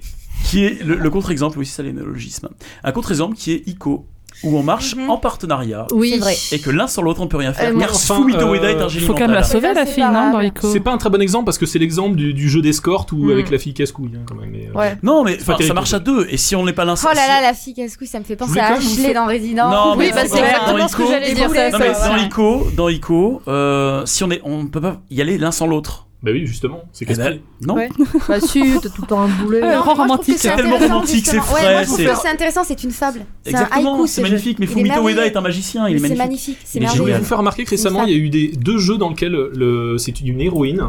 Speaker 1: qui est le, le contre-exemple, oui, c'est ça les néologismes. Un contre-exemple qui est ICO, où on marche
Speaker 2: Mhm.
Speaker 1: en partenariat
Speaker 4: Oui,
Speaker 2: C'est vrai.
Speaker 1: et que l'un sans l'autre on ne peut rien faire.
Speaker 4: Euh, moi-
Speaker 1: car
Speaker 6: Enfin,
Speaker 1: Fumito
Speaker 6: euh,
Speaker 1: Ueda est un
Speaker 3: Il
Speaker 1: génie
Speaker 3: faut quand même la
Speaker 1: mental.
Speaker 3: sauver, la fille, non, dans Ico
Speaker 6: C'est pas un très bon exemple parce que c'est l'exemple du, du jeu d'escorte où
Speaker 3: Hmm.
Speaker 4: Mm.
Speaker 6: avec la fille casse-couille hein, quand même. mais, euh,
Speaker 4: Ouais.
Speaker 1: Non, mais
Speaker 6: C'est
Speaker 1: enfin,
Speaker 6: pas
Speaker 1: ça
Speaker 6: terrible.
Speaker 1: marche à deux. Et si on n'est pas l'un
Speaker 2: Oh là
Speaker 1: si-
Speaker 2: là, la fille casse-couille, ça me fait penser
Speaker 1: voulais
Speaker 2: à
Speaker 1: quand même vous
Speaker 2: Ashley dans Resident.
Speaker 1: Non,
Speaker 4: Oui,
Speaker 1: mais
Speaker 4: bah
Speaker 1: c'est
Speaker 4: c'est
Speaker 1: vrai, dans
Speaker 4: exactement ce que
Speaker 1: Ico,
Speaker 4: j'allais dire.
Speaker 2: déboulé,
Speaker 4: ça,
Speaker 1: Non,
Speaker 4: ça,
Speaker 1: mais
Speaker 4: voilà.
Speaker 1: dans ICO, dans ICO, euh, si on est, on peut pas y aller l'un sans l'autre.
Speaker 6: Bah oui, justement, c'est
Speaker 1: Eh
Speaker 6: casse-couille.
Speaker 1: ben, non.
Speaker 4: Ouais. Bah si, t'as tout le temps un boulet.
Speaker 5: <laughs>
Speaker 4: hein.
Speaker 3: Euh,
Speaker 2: Non, mais moi, je trouve
Speaker 3: romantique.
Speaker 2: que
Speaker 1: C'est tellement
Speaker 2: intéressant,
Speaker 1: romantique, c'est
Speaker 2: justement.
Speaker 1: frais,
Speaker 2: Ouais, moi, je trouve
Speaker 1: c'est-
Speaker 2: que c'est intéressant, c'est une fable. C'est un
Speaker 1: Exactement,
Speaker 2: haïku,
Speaker 1: c'est
Speaker 2: ce jeu.
Speaker 1: magnifique. Mais
Speaker 2: Il est
Speaker 1: Fumito
Speaker 2: merveilleux.
Speaker 1: Ueda est un magicien, il est
Speaker 2: Mais C'est
Speaker 1: magnifique.
Speaker 2: magnifique, c'est
Speaker 1: Il est
Speaker 6: Je voulais
Speaker 1: génial.
Speaker 2: merveilleux.
Speaker 6: vous faire remarquer que récemment, il y a eu des, deux jeux dans lesquels le, c'est une héroïne,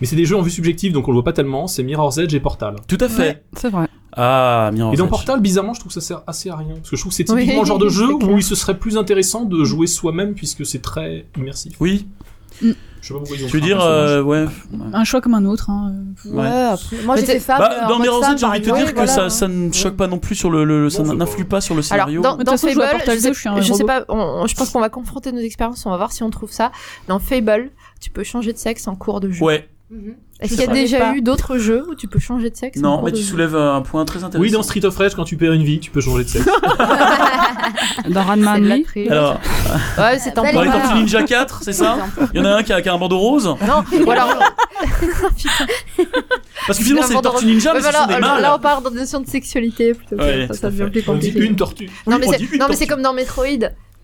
Speaker 6: mais c'est des jeux en vue subjective donc on le voit pas tellement, c'est Mirror's Edge et Portal.
Speaker 1: Tout à fait.
Speaker 3: C'est vrai.
Speaker 1: Ah, bien.
Speaker 6: Et dans Portal, bizarrement, je trouve que ça sert assez à rien. Parce que je trouve que c'est typiquement
Speaker 4: Oui,
Speaker 6: le genre de jeu
Speaker 3: <laughs>
Speaker 4: c'est clair.
Speaker 6: où il se serait plus intéressant de jouer soi-même puisque c'est très immersif.
Speaker 1: Oui.
Speaker 6: Je sais pas pourquoi ils ont
Speaker 1: Tu veux
Speaker 6: fait un
Speaker 1: dire,
Speaker 6: personnage.
Speaker 1: euh, ouais.
Speaker 5: Un choix comme un autre. hein, euh.
Speaker 1: Ouais.
Speaker 2: après, Moi, j'ai
Speaker 4: Mais
Speaker 2: fait
Speaker 4: t'es-
Speaker 2: fable.
Speaker 1: Bah, dans
Speaker 2: en mode
Speaker 1: Mirror's
Speaker 2: femme,
Speaker 1: Edge, j'ai envie de te
Speaker 2: pareil,
Speaker 1: dire que
Speaker 2: voilà.
Speaker 1: ça, ça ne choque pas non plus sur le, le- ça
Speaker 6: Non, c'est
Speaker 1: n'influe pas sur le
Speaker 4: Alors,
Speaker 1: scénario.
Speaker 4: dans,
Speaker 5: De toute
Speaker 4: dans
Speaker 5: façon, je joue à
Speaker 4: Fable,
Speaker 5: Portal
Speaker 4: je sais,
Speaker 5: 2, je suis un
Speaker 4: je sais
Speaker 5: robot.
Speaker 4: pas, on- on- je pense qu'on va confronter nos expériences, on va voir si on trouve ça. Dans Fable, tu peux changer de sexe en cours de jeu.
Speaker 1: Ouais.
Speaker 2: Mhm.
Speaker 4: Est-ce
Speaker 1: je
Speaker 4: qu'il y a
Speaker 5: savais
Speaker 4: déjà
Speaker 5: pas.
Speaker 4: eu d'autres jeux où tu peux changer de sexe en
Speaker 1: Non,
Speaker 4: cours
Speaker 1: mais
Speaker 4: de
Speaker 1: tu
Speaker 4: jeu
Speaker 1: soulèves un point très intéressant.
Speaker 6: Oui, dans Street of Rage, quand tu perds une vie, tu peux changer de sexe.
Speaker 4: <laughs>
Speaker 3: Dans
Speaker 4: <laughs> C'est de
Speaker 3: Ranman
Speaker 4: la
Speaker 3: Lee.
Speaker 4: triche.
Speaker 1: Alors,
Speaker 4: Ouais, c'est
Speaker 2: Bah,
Speaker 1: dans les
Speaker 2: Voilà.
Speaker 1: Tortues Ninja 4, c'est ça Il y en a un qui a, qui a un bandeau rose
Speaker 4: Non,
Speaker 1: <laughs>
Speaker 4: ou alors,
Speaker 1: Parce que finalement, c'est les
Speaker 4: Un bandeau
Speaker 1: Tortues Ninja, mais
Speaker 4: ouais,
Speaker 1: ce
Speaker 4: voilà,
Speaker 1: sont des
Speaker 4: là, là, on
Speaker 1: mâles.
Speaker 4: part dans des notions de sexualité plutôt. que-
Speaker 1: Ouais,
Speaker 4: ça,
Speaker 1: tout à
Speaker 4: ça devient
Speaker 1: fait.
Speaker 4: plus
Speaker 6: On dit
Speaker 4: compliqué.
Speaker 6: une tortue.
Speaker 1: Oui,
Speaker 4: Non, mais
Speaker 1: on
Speaker 4: c'est-
Speaker 1: dit une
Speaker 4: non, mais
Speaker 1: tortue.
Speaker 4: c'est comme dans Metroid.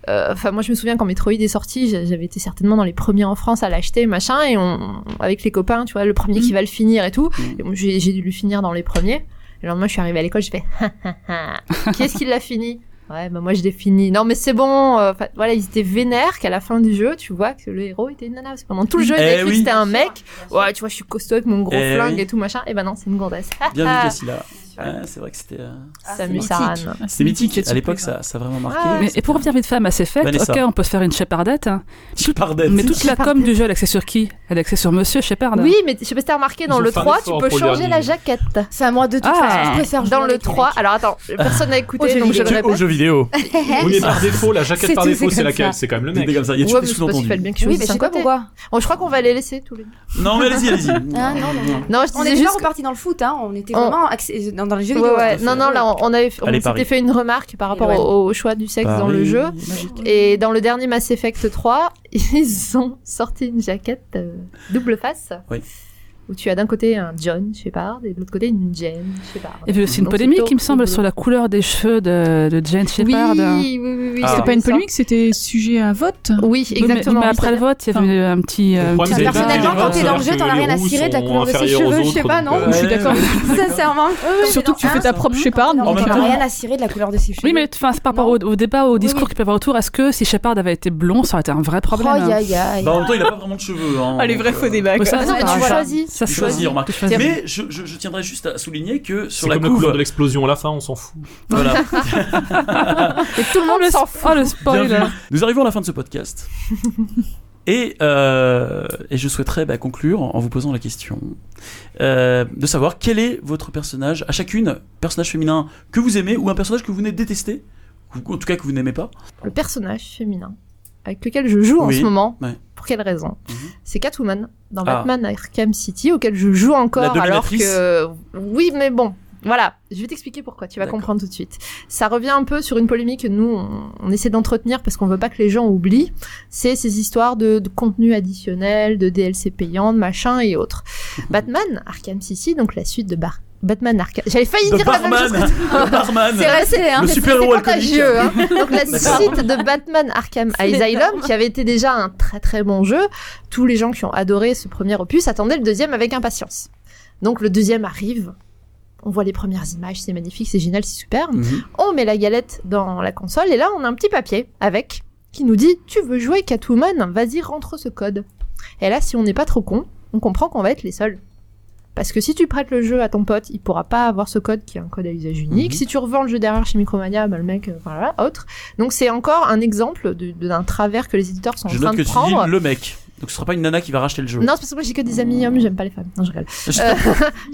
Speaker 4: Euh, Enfin, moi, je me souviens quand Metroid est sorti, j'a- j'avais été certainement dans les premiers en France à l'acheter, machin, et on, avec les copains, tu vois, le premier qui va le finir et tout.
Speaker 1: Mm.
Speaker 4: Et moi, J'ai j'ai dû le finir dans les premiers. Le lendemain, je suis arrivée à l'école, je fais, <laughs> qui est-ce qui l'a fini Ouais, bah moi, je l'ai fini. Non, mais c'est bon. euh, enfin, voilà, ils étaient vénères qu'à la fin du jeu, tu vois que le héros était une nana. Parce que pendant tout le jeu,
Speaker 1: Eh
Speaker 4: ils avaient cru que
Speaker 1: oui.
Speaker 4: c'était un mec. Ouais, tu vois, je suis costaud avec mon gros
Speaker 1: Eh
Speaker 4: flingue
Speaker 1: oui.
Speaker 4: et tout, machin. Et bah non, c'est une gourdesse.
Speaker 1: Bien vu,
Speaker 4: <laughs>
Speaker 1: Cassila. Ouais, c'est vrai que c'était. euh,
Speaker 4: Samus
Speaker 5: mythique.
Speaker 4: Aran.
Speaker 5: Ah,
Speaker 1: C'était mythique.
Speaker 5: cette
Speaker 1: À l'époque,
Speaker 5: surprise,
Speaker 1: ça, ça a vraiment
Speaker 4: Ah,
Speaker 1: marqué.
Speaker 3: Mais, et pour revenir vite fait à Mass Effect,
Speaker 1: Vanessa. Euh,
Speaker 3: ok, on peut se faire une Shepardette, hein,
Speaker 1: Tu pardonnes.
Speaker 3: mais toute la
Speaker 4: Shepardette.
Speaker 3: com du jeu, elle est axée sur qui Elle est axée sur Monsieur Shepard.
Speaker 4: Oui, mais je sais pas si t'as remarqué, dans
Speaker 6: ont
Speaker 4: le
Speaker 6: fait un
Speaker 4: 3, tu
Speaker 6: effort
Speaker 4: peux
Speaker 6: pour le
Speaker 4: changer la
Speaker 6: dernier.
Speaker 4: jaquette.
Speaker 2: Enfin, moi, de toute
Speaker 3: Ah.
Speaker 2: façon, je préfère jouer
Speaker 4: Dans le
Speaker 2: avec les
Speaker 4: 3,
Speaker 2: mecs.
Speaker 4: alors attends, personne n'a
Speaker 2: Aux
Speaker 4: écouté,
Speaker 2: jeux
Speaker 4: donc je
Speaker 2: vidéo.
Speaker 4: le
Speaker 1: Aux
Speaker 4: répète.
Speaker 1: jeux vidéo.
Speaker 6: Oui, mais par défaut, la jaquette
Speaker 2: C'est
Speaker 6: par
Speaker 2: tout,
Speaker 6: défaut,
Speaker 2: c'est
Speaker 6: c'est
Speaker 2: comme
Speaker 6: laquelle
Speaker 2: ça.
Speaker 6: C'est quand même le
Speaker 1: Des
Speaker 6: mec.
Speaker 1: trucs comme ça. Il y a toujours
Speaker 4: Ouais, mais
Speaker 1: des
Speaker 4: je sais pas s'il
Speaker 1: sous-entendus.
Speaker 4: fallait bien que je
Speaker 2: Oui,
Speaker 4: choisisse
Speaker 2: mais je
Speaker 4: un
Speaker 2: sais pas
Speaker 4: côté.
Speaker 2: pourquoi.
Speaker 4: Oh, je crois qu'on va les laisser tous les deux.
Speaker 1: Non, mais allez-y, allez-y.
Speaker 2: Ah, non, non.
Speaker 4: Non, je
Speaker 2: On
Speaker 4: disais
Speaker 2: était pas
Speaker 4: juste. que-
Speaker 2: reparti dans le foot, hein. on était
Speaker 4: On-
Speaker 2: vraiment axé- dans, dans les jeux
Speaker 4: Ouais,
Speaker 2: vidéo.
Speaker 4: ouais.
Speaker 1: tout à
Speaker 4: Non,
Speaker 1: fait.
Speaker 4: non, là, on on avait, on
Speaker 1: Allez,
Speaker 4: s'était
Speaker 1: Paris.
Speaker 4: fait une remarque par rapport
Speaker 2: Et ouais.
Speaker 4: au, au choix du sexe dans le
Speaker 1: Paris,
Speaker 4: jeu.
Speaker 1: magique.
Speaker 4: Et dans le dernier Mass Effect 3, <laughs> ils ont sorti une jaquette euh, double face.
Speaker 1: Oui.
Speaker 4: Où tu as d'un côté un John Shepard et de l'autre côté une Jane Shepard.
Speaker 3: Il y avait aussi une
Speaker 4: Donc, Oh, c'est
Speaker 3: polémique,
Speaker 4: plutôt-
Speaker 3: il me semble, sur la couleur des cheveux de, de Jane Shepard. euh,
Speaker 4: Oui, oui, oui, oui.
Speaker 1: Ah.
Speaker 5: C'était pas une polémique, c'était sujet à vote.
Speaker 4: Oui,
Speaker 3: Oui, mais-
Speaker 4: exactement.
Speaker 3: Mais, après le vote, il y avait eu un petit.
Speaker 6: Le
Speaker 3: euh,
Speaker 6: problème,
Speaker 3: petit
Speaker 6: c'est
Speaker 3: débat.
Speaker 2: Personnellement, quand t'es dans le jeu, t'en as rien à cirer de la couleur de ses cheveux, je sais pas, non
Speaker 5: Je suis
Speaker 1: Ouais,
Speaker 5: d'accord.
Speaker 2: Sincèrement.
Speaker 5: Surtout que tu
Speaker 4: ah,
Speaker 5: fais ta propre
Speaker 4: Mmh.
Speaker 5: Shepard.
Speaker 2: Non,
Speaker 5: donc,
Speaker 1: même
Speaker 2: on
Speaker 5: euh,
Speaker 2: n'a rien à cirer de la couleur de ses cheveux.
Speaker 3: Oui, mais enfin, c'est par rapport au, au débat, au discours
Speaker 2: oui.
Speaker 3: qu'il peut y avoir autour, est-ce que si Shepard avait été blond, ça aurait été un vrai problème hein?
Speaker 2: Oh, ya, ya, ya.
Speaker 1: Bah, en même temps, il a pas vraiment de cheveux. hein,
Speaker 5: Ah, les
Speaker 1: donc,
Speaker 5: vrais
Speaker 1: euh,
Speaker 5: faux débats.
Speaker 3: Ouais,
Speaker 5: quoi.
Speaker 3: ça,
Speaker 4: non,
Speaker 3: c'est
Speaker 4: mais
Speaker 3: pas
Speaker 4: Ah, tu
Speaker 3: grave.
Speaker 4: choisis.
Speaker 3: Ça,
Speaker 1: Tu
Speaker 3: c'est-
Speaker 1: choisis, remarque.
Speaker 3: tu choisis.
Speaker 1: Mais je, je, je tiendrais juste à souligner que sur
Speaker 6: Sur
Speaker 1: la
Speaker 6: la couleur de
Speaker 1: couve, Ah
Speaker 6: l'explosion à la fin, on s'en fout.
Speaker 1: voilà,
Speaker 4: Et tout le
Speaker 3: Oh,
Speaker 4: monde
Speaker 3: le,
Speaker 4: s'en
Speaker 3: sp- oh, le spoil
Speaker 1: Bien vu. Nous arrivons à la fin de ce
Speaker 4: <laughs>
Speaker 1: podcast. et, euh, et je souhaiterais bah, conclure en en vous posant la question euh, de savoir quel est votre personnage, à chacune, personnage féminin que vous aimez ou un personnage que vous venez de détester, ou en tout cas que vous n'aimez pas.
Speaker 4: Le personnage féminin avec lequel je joue en
Speaker 1: Oui,
Speaker 4: ce moment.
Speaker 1: ouais.
Speaker 4: Pour quelle raison
Speaker 1: Mhm.
Speaker 4: C'est Catwoman dans
Speaker 1: Ah.
Speaker 4: Batman Arkham City auquel je joue encore
Speaker 1: La
Speaker 4: alors
Speaker 1: dominatrice
Speaker 4: que oui mais bon. Voilà, je vais t'expliquer pourquoi, tu vas
Speaker 1: D'accord.
Speaker 4: comprendre tout de suite. Ça revient un peu sur une polémique que nous, on, on essaie d'entretenir parce qu'on veut pas que les gens oublient. C'est ces histoires de, de contenu additionnel, de DLC payant, de machin et autres.
Speaker 1: Mhm.
Speaker 4: Batman Arkham City, donc la suite de Bar- Batman Arkham... J'avais failli
Speaker 1: De
Speaker 4: dire la même chose que
Speaker 1: barman, de barman.
Speaker 4: c'est resté, hein,
Speaker 1: Le
Speaker 4: c'est-
Speaker 1: super-héros
Speaker 4: c'est contagieux, hein. Donc la
Speaker 1: D'accord.
Speaker 4: suite de Batman Arkham Asylum, qui avait été déjà un très très bon jeu, tous les gens qui ont adoré ce premier opus attendaient le deuxième avec impatience. Donc le deuxième arrive, on voit les premières images, c'est magnifique, c'est génial, c'est super.
Speaker 1: Mhm.
Speaker 4: On met la galette dans la console et là on a un petit papier avec qui nous dit tu veux jouer Catwoman, vas-y rentre ce code. Et là si on n'est pas trop con, on comprend qu'on va être les seuls. Parce que si tu prêtes le jeu à ton pote, il pourra pas avoir ce code qui est un code à usage unique.
Speaker 1: Mhm.
Speaker 4: Si tu revends le jeu derrière chez Micromania, bah, le mec, euh, voilà, autre. Donc c'est encore un exemple de- de- d'un travers que les éditeurs sont
Speaker 1: Je
Speaker 4: en train
Speaker 1: note
Speaker 4: de
Speaker 1: que tu
Speaker 4: prendre.
Speaker 1: dis le mec. Donc ce sera pas une nana qui va racheter le jeu. <laughs>
Speaker 4: Non, c'est parce que moi j'ai que des amis hommes, j'aime pas les femmes. Non, je rigole.
Speaker 1: Juste-
Speaker 4: Euh,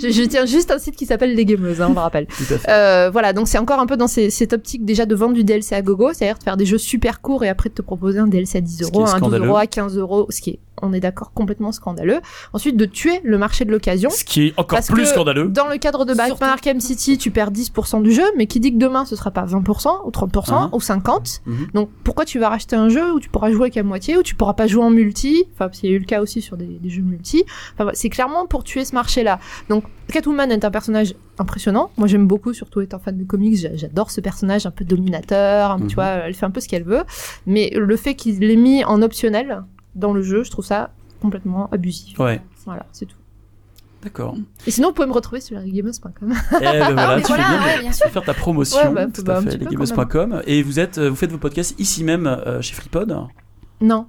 Speaker 4: je, je tiens juste un site qui s'appelle Les Gameuses, hein, on le rappelle.
Speaker 1: Tout à fait.
Speaker 4: Euh, voilà, donc c'est encore un peu dans ces- cette optique déjà de vendre du DLC à gogo, c'est-à-dire de faire des jeux super courts et après de te proposer un DLC à 10
Speaker 1: Ce qui
Speaker 4: euros,
Speaker 1: est
Speaker 4: un 12
Speaker 1: scandaleux.
Speaker 4: euros, à 15 euros, ce qui est, on est d'accord, complètement scandaleux. Ensuite, de tuer le marché de l'occasion.
Speaker 1: Ce qui est encore
Speaker 4: Parce
Speaker 1: plus
Speaker 4: que
Speaker 1: scandaleux.
Speaker 4: Dans le cadre de Batman
Speaker 2: Surtout.
Speaker 4: Arkham City, tu perds 10% du jeu, mais qui dit que demain ce sera pas 20% ou 30%
Speaker 1: Ah.
Speaker 4: ou 50%
Speaker 1: Mhm.
Speaker 4: Donc pourquoi tu vas racheter un jeu où tu pourras jouer qu'à moitié, où tu pourras pas jouer en multi Enfin, parce qu'il y a eu le cas aussi sur des, des jeux multi. Enfin, voilà, c'est clairement pour tuer ce marché-là. Donc Catwoman est un personnage impressionnant. Moi j'aime beaucoup, surtout étant fan de comics, j'a- j'adore ce personnage un peu dominateur, un peu,
Speaker 1: Mhm.
Speaker 4: tu vois, elle fait un peu ce qu'elle veut. Mais le fait qu'il l'ait mis en optionnel dans le jeu, je trouve ça complètement abusif.
Speaker 1: Ouais,
Speaker 4: Voilà, c'est tout. <laughs>
Speaker 1: d'accord.
Speaker 4: Et sinon, vous pouvez me retrouver sur larrygamers.com.
Speaker 1: Eh ben voilà, tu fais bien de-
Speaker 2: ouais, bien sûr.
Speaker 1: de faire ta promotion,
Speaker 4: Ouais, bah,
Speaker 1: tout
Speaker 4: bah,
Speaker 1: à
Speaker 4: un
Speaker 1: fait,
Speaker 4: petit peu,
Speaker 1: lesgameuses.com. Et vous êtes, euh, vous faites vos podcasts ici même euh, chez FreePod.
Speaker 4: Non.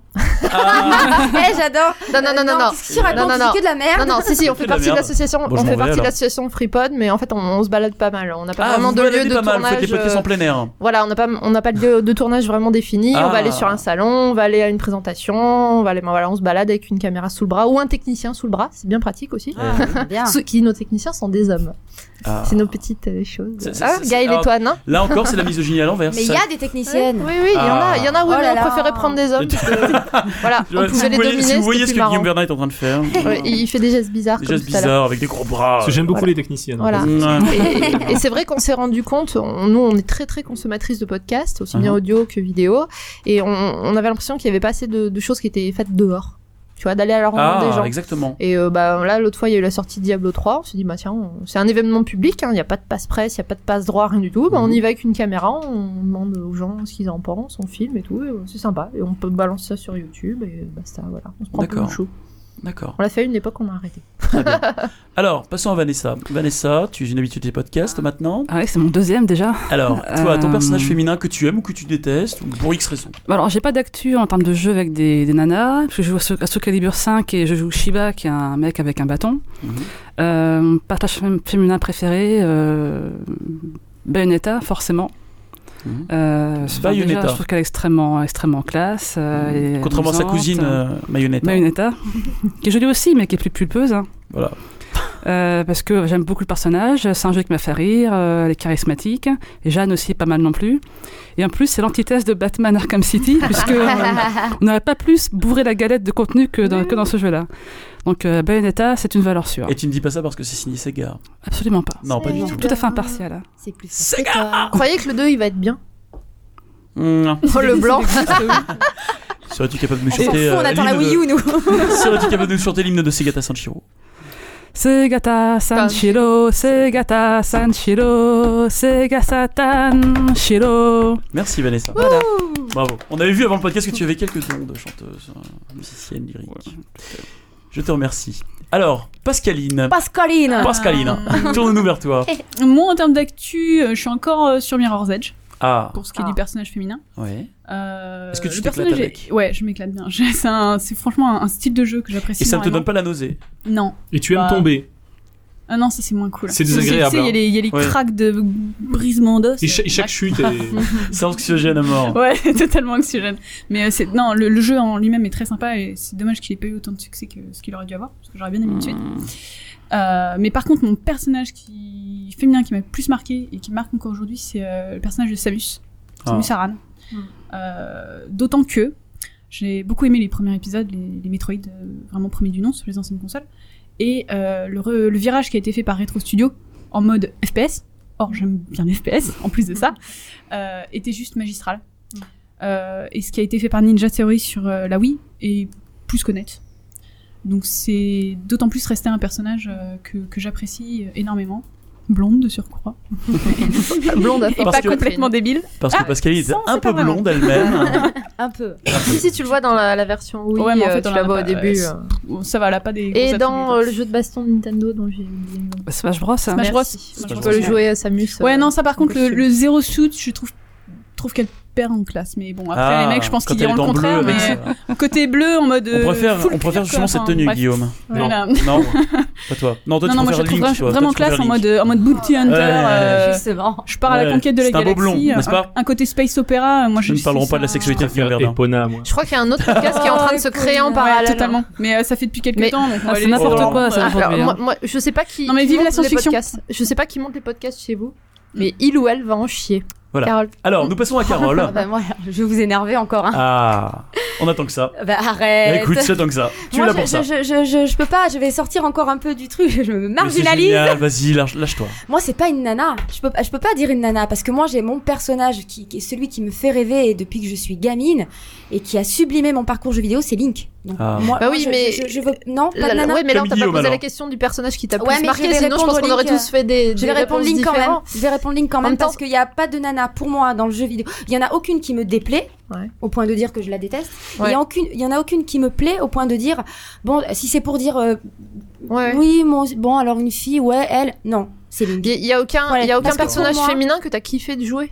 Speaker 1: Ah,
Speaker 2: Eh, j'adore.
Speaker 4: Non, non, non, non, non.
Speaker 2: Qu'est-ce que tu racontes
Speaker 4: Non, non, non.
Speaker 2: C'est que de la merde.
Speaker 4: Non, non, si, si, on
Speaker 1: C'est
Speaker 4: fait
Speaker 1: de la
Speaker 4: partie de
Speaker 1: merde.
Speaker 4: l'association,
Speaker 1: Bon, je m'en
Speaker 4: on fait
Speaker 1: vais,
Speaker 4: partie de
Speaker 1: alors.
Speaker 4: l'association FreePod, mais en fait, on, on se balade pas mal. On n'a pas
Speaker 1: Ah,
Speaker 4: vraiment
Speaker 1: vous
Speaker 4: de
Speaker 1: baladez
Speaker 4: lieu de
Speaker 1: pas mal, vous faites
Speaker 4: tournage.
Speaker 1: les podcasts
Speaker 4: euh,
Speaker 1: en plein air.
Speaker 4: Voilà, on n'a pas, on n'a pas de lieu de tournage vraiment défini. On
Speaker 1: Ah.
Speaker 4: va aller sur un salon, on va aller à une présentation, on va aller, ben voilà, on se balade avec une caméra sous le bras ou un technicien sous le bras, c'est bien pratique aussi.
Speaker 2: Ah, bien.
Speaker 4: Ceux qui nos techniciens sont des hommes.
Speaker 1: <laughs> Ah.
Speaker 4: C'est nos petites euh, choses.
Speaker 1: C'est- c'est-
Speaker 4: Ah,
Speaker 1: c'est-
Speaker 4: Gaël
Speaker 1: alors,
Speaker 4: et toi, non
Speaker 1: Là encore, c'est la misogynie à l'envers.
Speaker 2: Mais il y
Speaker 1: Ça-
Speaker 2: a des
Speaker 4: Oui, oui,
Speaker 2: techniciennes.
Speaker 4: oui, il y en a, il y en a, oui,
Speaker 2: Ah.
Speaker 4: mais
Speaker 2: Oh là
Speaker 4: on
Speaker 2: là.
Speaker 4: préférait prendre des
Speaker 1: <laughs>
Speaker 4: hommes. parce que- voilà,
Speaker 1: Je-
Speaker 4: on
Speaker 1: si
Speaker 4: pouvait les
Speaker 1: vous voyez-
Speaker 4: dominer.
Speaker 1: si vous
Speaker 4: c'était
Speaker 1: voyez
Speaker 4: plus
Speaker 1: ce que
Speaker 4: marrant.
Speaker 1: Guillaume Verdun est en train de
Speaker 4: <laughs>
Speaker 1: faire,
Speaker 4: Ouais, il il fait des gestes bizarres
Speaker 1: des
Speaker 4: comme
Speaker 1: gestes
Speaker 4: tout à l'heure.
Speaker 1: bizarres avec des gros bras.
Speaker 6: Parce que j'aime beaucoup
Speaker 4: voilà.
Speaker 6: les techniciennes. hein,
Speaker 4: Voilà.
Speaker 1: Ouais.
Speaker 4: Et, et c'est vrai qu'on s'est rendu compte, on- nous on est très très consommatrice de podcasts, aussi bien
Speaker 1: Mhm.
Speaker 4: audio que vidéo, et on, on avait l'impression qu'il y avait pas assez de, de choses qui étaient faites dehors, tu vois, d'aller à la rencontre des
Speaker 1: Ah,
Speaker 4: gens.
Speaker 1: exactement.
Speaker 4: Et euh, bah, là, l'autre fois, il y a eu la sortie de Diablo 3. On s'est dit, bah tiens, on- c'est un événement public, hein, il n'y a pas de passe-presse, il n'y a pas de passe-droit, rien du tout. Bah, on
Speaker 1: Mmh.
Speaker 4: y va avec une caméra, on demande aux gens ce qu'ils en pensent, on filme et tout, et, euh, c'est sympa. Et on peut balancer ça sur YouTube, et basta, voilà. On se prend plus
Speaker 1: D'accord.
Speaker 4: le chou.
Speaker 1: D'accord.
Speaker 4: On l'a fait à une époque, on a arrêté.
Speaker 1: Très bien.
Speaker 4: <laughs>
Speaker 1: Alors, passons à Vanessa. Vanessa, tu as une habitude des podcasts maintenant.
Speaker 3: Ah ouais, c'est mon deuxième déjà.
Speaker 1: Alors, toi, ton
Speaker 3: Euh,
Speaker 1: personnage féminin que tu aimes ou que tu détestes, ou pour X raison.
Speaker 3: Bah Alors, j'ai pas d'actu en termes de jeu avec des, des nanas. parce que Je joue à Soul- à Soul Calibur 5 et je joue Shiba, qui est un mec avec un bâton.
Speaker 1: Mhm.
Speaker 3: Euh, mon partage fém- féminin préféré, euh, Bayonetta, forcément.
Speaker 1: Mhm.
Speaker 3: Euh, enfin, déjà,
Speaker 1: Bayonetta.
Speaker 3: je trouve qu'elle est extrêmement, extrêmement classe. euh,
Speaker 1: Mhm.
Speaker 3: et
Speaker 1: Contrairement à sa
Speaker 3: amusante.
Speaker 1: cousine euh, Mayonnaise.
Speaker 3: Bayonetta, <laughs> qui est jolie aussi, mais qui est plus pulpeuse. hein.
Speaker 1: Voilà.
Speaker 3: Euh, parce que j'aime beaucoup le personnage, c'est un jeu qui m'a fait rire, euh, elle est charismatique, et Jeanne aussi pas mal non plus. Et en plus, c'est l'antithèse de Batman Arkham City, puisque euh, on n'aurait pas plus bourré la galette de contenu que dans, que dans ce jeu-là. Donc euh, Bayonetta, c'est une valeur sûre.
Speaker 1: Et tu ne dis pas ça parce que c'est signé Sega.
Speaker 3: Absolument pas.
Speaker 1: Non, pas du
Speaker 4: Sega.
Speaker 1: tout.
Speaker 3: Tout à fait impartial.
Speaker 2: C'est plus
Speaker 1: C'est
Speaker 2: fort que toi.
Speaker 4: Vous croyez que le 2 il va être bien
Speaker 1: Mmh.
Speaker 4: Oh, le blanc
Speaker 1: Serais-tu capable de nous
Speaker 2: On s'en fout,
Speaker 1: chanter
Speaker 2: on
Speaker 1: euh,
Speaker 2: attend la
Speaker 1: l'hymne
Speaker 2: Wii
Speaker 1: de- <laughs>
Speaker 2: U, nous.
Speaker 1: Serais-tu capable de nous chanter l'hymne de Segata Sanchiro
Speaker 3: Segata Sanchiro, Segata Sanchiro, Sega Satan Shiro.
Speaker 1: Merci Vanessa.
Speaker 3: Voilà.
Speaker 1: Bravo. On avait vu avant le podcast que tu avais quelques dons de chanteuse, euh, musicienne, lyrique. Je te remercie. Alors, Pascaline.
Speaker 2: Pascaline.
Speaker 1: Pascaline, hein.
Speaker 5: Ah.
Speaker 1: tourne-nous vers toi.
Speaker 5: Moi, en termes d'actu, euh, je suis encore euh, sur Mirror's Edge
Speaker 1: Ah,
Speaker 5: pour ce qui est
Speaker 2: Ah.
Speaker 5: du personnage féminin.
Speaker 1: ouais.
Speaker 5: Euh,
Speaker 1: Est-ce que tu
Speaker 5: le
Speaker 1: t'éclates
Speaker 5: personnage
Speaker 1: avec
Speaker 5: est- Ouais, je m'éclate bien. <laughs> J'ai- C'est un- c'est franchement un, un style de jeu que j'apprécie.
Speaker 1: Et ça ne te donne
Speaker 5: énormément.
Speaker 1: pas la nausée.
Speaker 5: Non.
Speaker 6: Et tu aimes
Speaker 5: Bah.
Speaker 6: tomber.
Speaker 5: Ah non, ça c'est moins cool.
Speaker 6: C'est
Speaker 5: Tu sais,
Speaker 6: désagréable,
Speaker 5: tu sais, Il y a les, il y a les
Speaker 1: hein. Ouais.
Speaker 5: craques de brisement d'os.
Speaker 6: Et, cha-
Speaker 5: euh,
Speaker 6: et
Speaker 4: <laughs>
Speaker 6: chaque chute est.
Speaker 1: C'est anxiogène à mort.
Speaker 5: <laughs> Ouais, totalement anxiogène. Mais euh, c'est non, le, le jeu en lui-même est très sympa et c'est dommage qu'il ait pas eu autant de succès que ce qu'il aurait dû avoir parce que j'aurais bien aimé le suite. Euh, mais par contre, mon personnage qui féminin qui m'a le plus marqué et qui marque encore aujourd'hui, c'est euh, le personnage de Samus,
Speaker 1: Ah.
Speaker 5: Samus Aran. Euh, D'autant que J'ai beaucoup aimé les premiers épisodes, les, les Metroid, euh, vraiment premiers du nom sur les anciennes consoles. Et euh, le, re- le virage qui a été fait par Retro Studio en mode FPS, or j'aime bien les FPS en plus de ça, euh, était juste magistral.
Speaker 4: Mm.
Speaker 5: Euh, et ce qui a été fait par Ninja Theory sur euh, la Wii est plus qu'honnête. Donc c'est d'autant plus resté un personnage euh, que, que j'apprécie énormément. Blonde de surcroît.
Speaker 4: Blonde à
Speaker 5: Et
Speaker 4: force
Speaker 5: pas
Speaker 4: de
Speaker 5: complètement débile.
Speaker 1: Parce que
Speaker 5: Ah,
Speaker 1: Pascal était
Speaker 5: ça,
Speaker 1: un
Speaker 5: c'est
Speaker 1: peu
Speaker 5: pas mal.
Speaker 1: blonde
Speaker 5: <laughs>
Speaker 1: elle-même.
Speaker 2: Un peu.
Speaker 4: Si, si, tu le vois dans la, la version Wii,
Speaker 5: Ouais, mais en
Speaker 4: euh,
Speaker 5: fait, on
Speaker 4: tu
Speaker 5: en
Speaker 4: la
Speaker 5: a
Speaker 4: vois au
Speaker 5: pas,
Speaker 4: début.
Speaker 5: ouais.
Speaker 4: euh.
Speaker 5: Bon, ça va, elle a pas des. gros
Speaker 4: Et
Speaker 5: attributs.
Speaker 4: dans euh, le jeu de baston de Nintendo dont j'ai oublié le nom.
Speaker 3: Smash Bros. hein.
Speaker 5: Smash Bros.
Speaker 4: Merci.
Speaker 5: Smash
Speaker 4: Tu
Speaker 1: Bros.
Speaker 4: peux le jouer à Samus.
Speaker 5: Ouais,
Speaker 4: euh,
Speaker 5: non, ça par contre, le,
Speaker 4: dessus.
Speaker 5: le zéro suit, je trouve, trouve qu'elle perd en classe. Mais bon, après, les mecs, je pense
Speaker 1: Ah, quand
Speaker 5: qu'ils
Speaker 1: elle
Speaker 5: diront
Speaker 1: est
Speaker 5: le
Speaker 1: en bleu
Speaker 5: contraire.
Speaker 1: avec
Speaker 5: mais
Speaker 1: ça.
Speaker 5: côté bleu, en mode.
Speaker 1: On
Speaker 5: euh,
Speaker 1: préfère,
Speaker 5: full
Speaker 1: on préfère
Speaker 5: cuir,
Speaker 1: justement
Speaker 5: quoi.
Speaker 1: cette
Speaker 5: Enfin,
Speaker 1: tenue,
Speaker 5: bref.
Speaker 1: Guillaume.
Speaker 5: Voilà.
Speaker 1: Non, pas toi. Non, toi,
Speaker 5: Non,
Speaker 1: tu
Speaker 5: non, moi
Speaker 1: préfères
Speaker 5: je trouve
Speaker 1: Link,
Speaker 5: vra-
Speaker 1: toi. Toi,
Speaker 5: vraiment
Speaker 1: tu préfères
Speaker 5: classe en
Speaker 1: Link.
Speaker 5: mode, en mode bounty hunter.
Speaker 1: Ouais.
Speaker 5: euh,
Speaker 2: Justement.
Speaker 5: je pars à
Speaker 1: Ouais.
Speaker 5: la conquête de la
Speaker 1: C'est un beau
Speaker 5: galaxie.
Speaker 1: blond, n'est-ce
Speaker 5: un-
Speaker 1: pas
Speaker 5: un, côté space opéra. euh, Moi, je
Speaker 1: Nous ne
Speaker 5: suis
Speaker 1: parlerons pas de la
Speaker 5: ça-
Speaker 1: sexualité de Guillaume Verdun.
Speaker 6: Epona, moi.
Speaker 4: Je crois qu'il y a un autre podcast qui est en train de se créer en
Speaker 5: Ouais,
Speaker 4: parallèle.
Speaker 5: totalement. Mais euh, ça fait depuis quelques
Speaker 4: Ah Mais-
Speaker 5: temps. donc on va
Speaker 3: ah, c'est
Speaker 5: les laisser
Speaker 1: n'importe
Speaker 5: dans-
Speaker 3: quoi, ça.
Speaker 5: euh,
Speaker 4: Alors,
Speaker 3: aujourd'hui, hein.
Speaker 4: moi, moi, je sais pas qui.
Speaker 5: Non, mais
Speaker 4: qui
Speaker 5: vive la
Speaker 4: monte les
Speaker 5: science-fiction.
Speaker 4: podcasts. Je sais pas qui monte les podcasts chez vous, mais il ou elle va en chier.
Speaker 1: Voilà.
Speaker 4: Carole.
Speaker 1: Alors, nous passons à
Speaker 2: Ah
Speaker 1: Carole.
Speaker 2: bah, moi, je vais vous énerver encore. hein.
Speaker 1: Ah, on attend que ça.
Speaker 2: Bah, arrête.
Speaker 1: Écoute, c'est tant que ça. Tu es
Speaker 2: Moi,
Speaker 1: là
Speaker 2: je,
Speaker 1: pour ça.
Speaker 2: Je, je, je, je peux pas, je vais sortir encore un peu du truc, <laughs> je me
Speaker 1: Mais c'est
Speaker 2: marginalise.
Speaker 1: génial, Vas-y, lâche- lâche-toi.
Speaker 2: Moi, c'est pas une nana. Je peux, je peux pas dire une nana parce que moi, j'ai mon personnage qui, qui est celui qui me fait rêver et depuis que je suis gamine et qui a sublimé mon parcours jeu vidéo, c'est Link. Donc,
Speaker 1: Ah.
Speaker 2: moi,
Speaker 4: Bah
Speaker 2: moi,
Speaker 4: oui,
Speaker 2: je-
Speaker 4: mais-
Speaker 2: je, je veux non, pas
Speaker 4: La-
Speaker 2: de
Speaker 4: la-
Speaker 2: nana.
Speaker 4: ouais, mais là, on
Speaker 1: Comme
Speaker 4: t'a pas
Speaker 1: Guillaume,
Speaker 4: posé la
Speaker 1: alors.
Speaker 4: question du personnage qui t'a
Speaker 2: Ouais,
Speaker 4: plus
Speaker 2: mais je
Speaker 4: marqué,
Speaker 2: vais
Speaker 4: sinon je pense
Speaker 2: répondre
Speaker 4: qu'on aurait
Speaker 2: Link,
Speaker 4: tous fait des.
Speaker 2: Je
Speaker 4: des
Speaker 2: vais répondre
Speaker 4: réponses
Speaker 2: Link quand même.
Speaker 4: différentes.
Speaker 2: Je vais répondre Link quand même
Speaker 4: même temps-
Speaker 2: parce qu'il n'y a pas de nana pour moi dans le jeu vidéo. Il y en a aucune qui me déplaît
Speaker 4: Ouais.
Speaker 2: au point de dire que je la déteste. Et
Speaker 4: Ouais.
Speaker 2: Il y, a aucune- il y en a aucune qui me plaît au point de dire bon si c'est pour dire euh,
Speaker 4: Ouais.
Speaker 2: oui mon- bon alors une fille ouais elle non c'est Link.
Speaker 4: Il y, a aucun,
Speaker 2: Voilà,
Speaker 4: il y a
Speaker 2: parce
Speaker 4: aucun
Speaker 2: que pour
Speaker 4: personnage
Speaker 2: moi-
Speaker 4: féminin que t'as kiffé de jouer.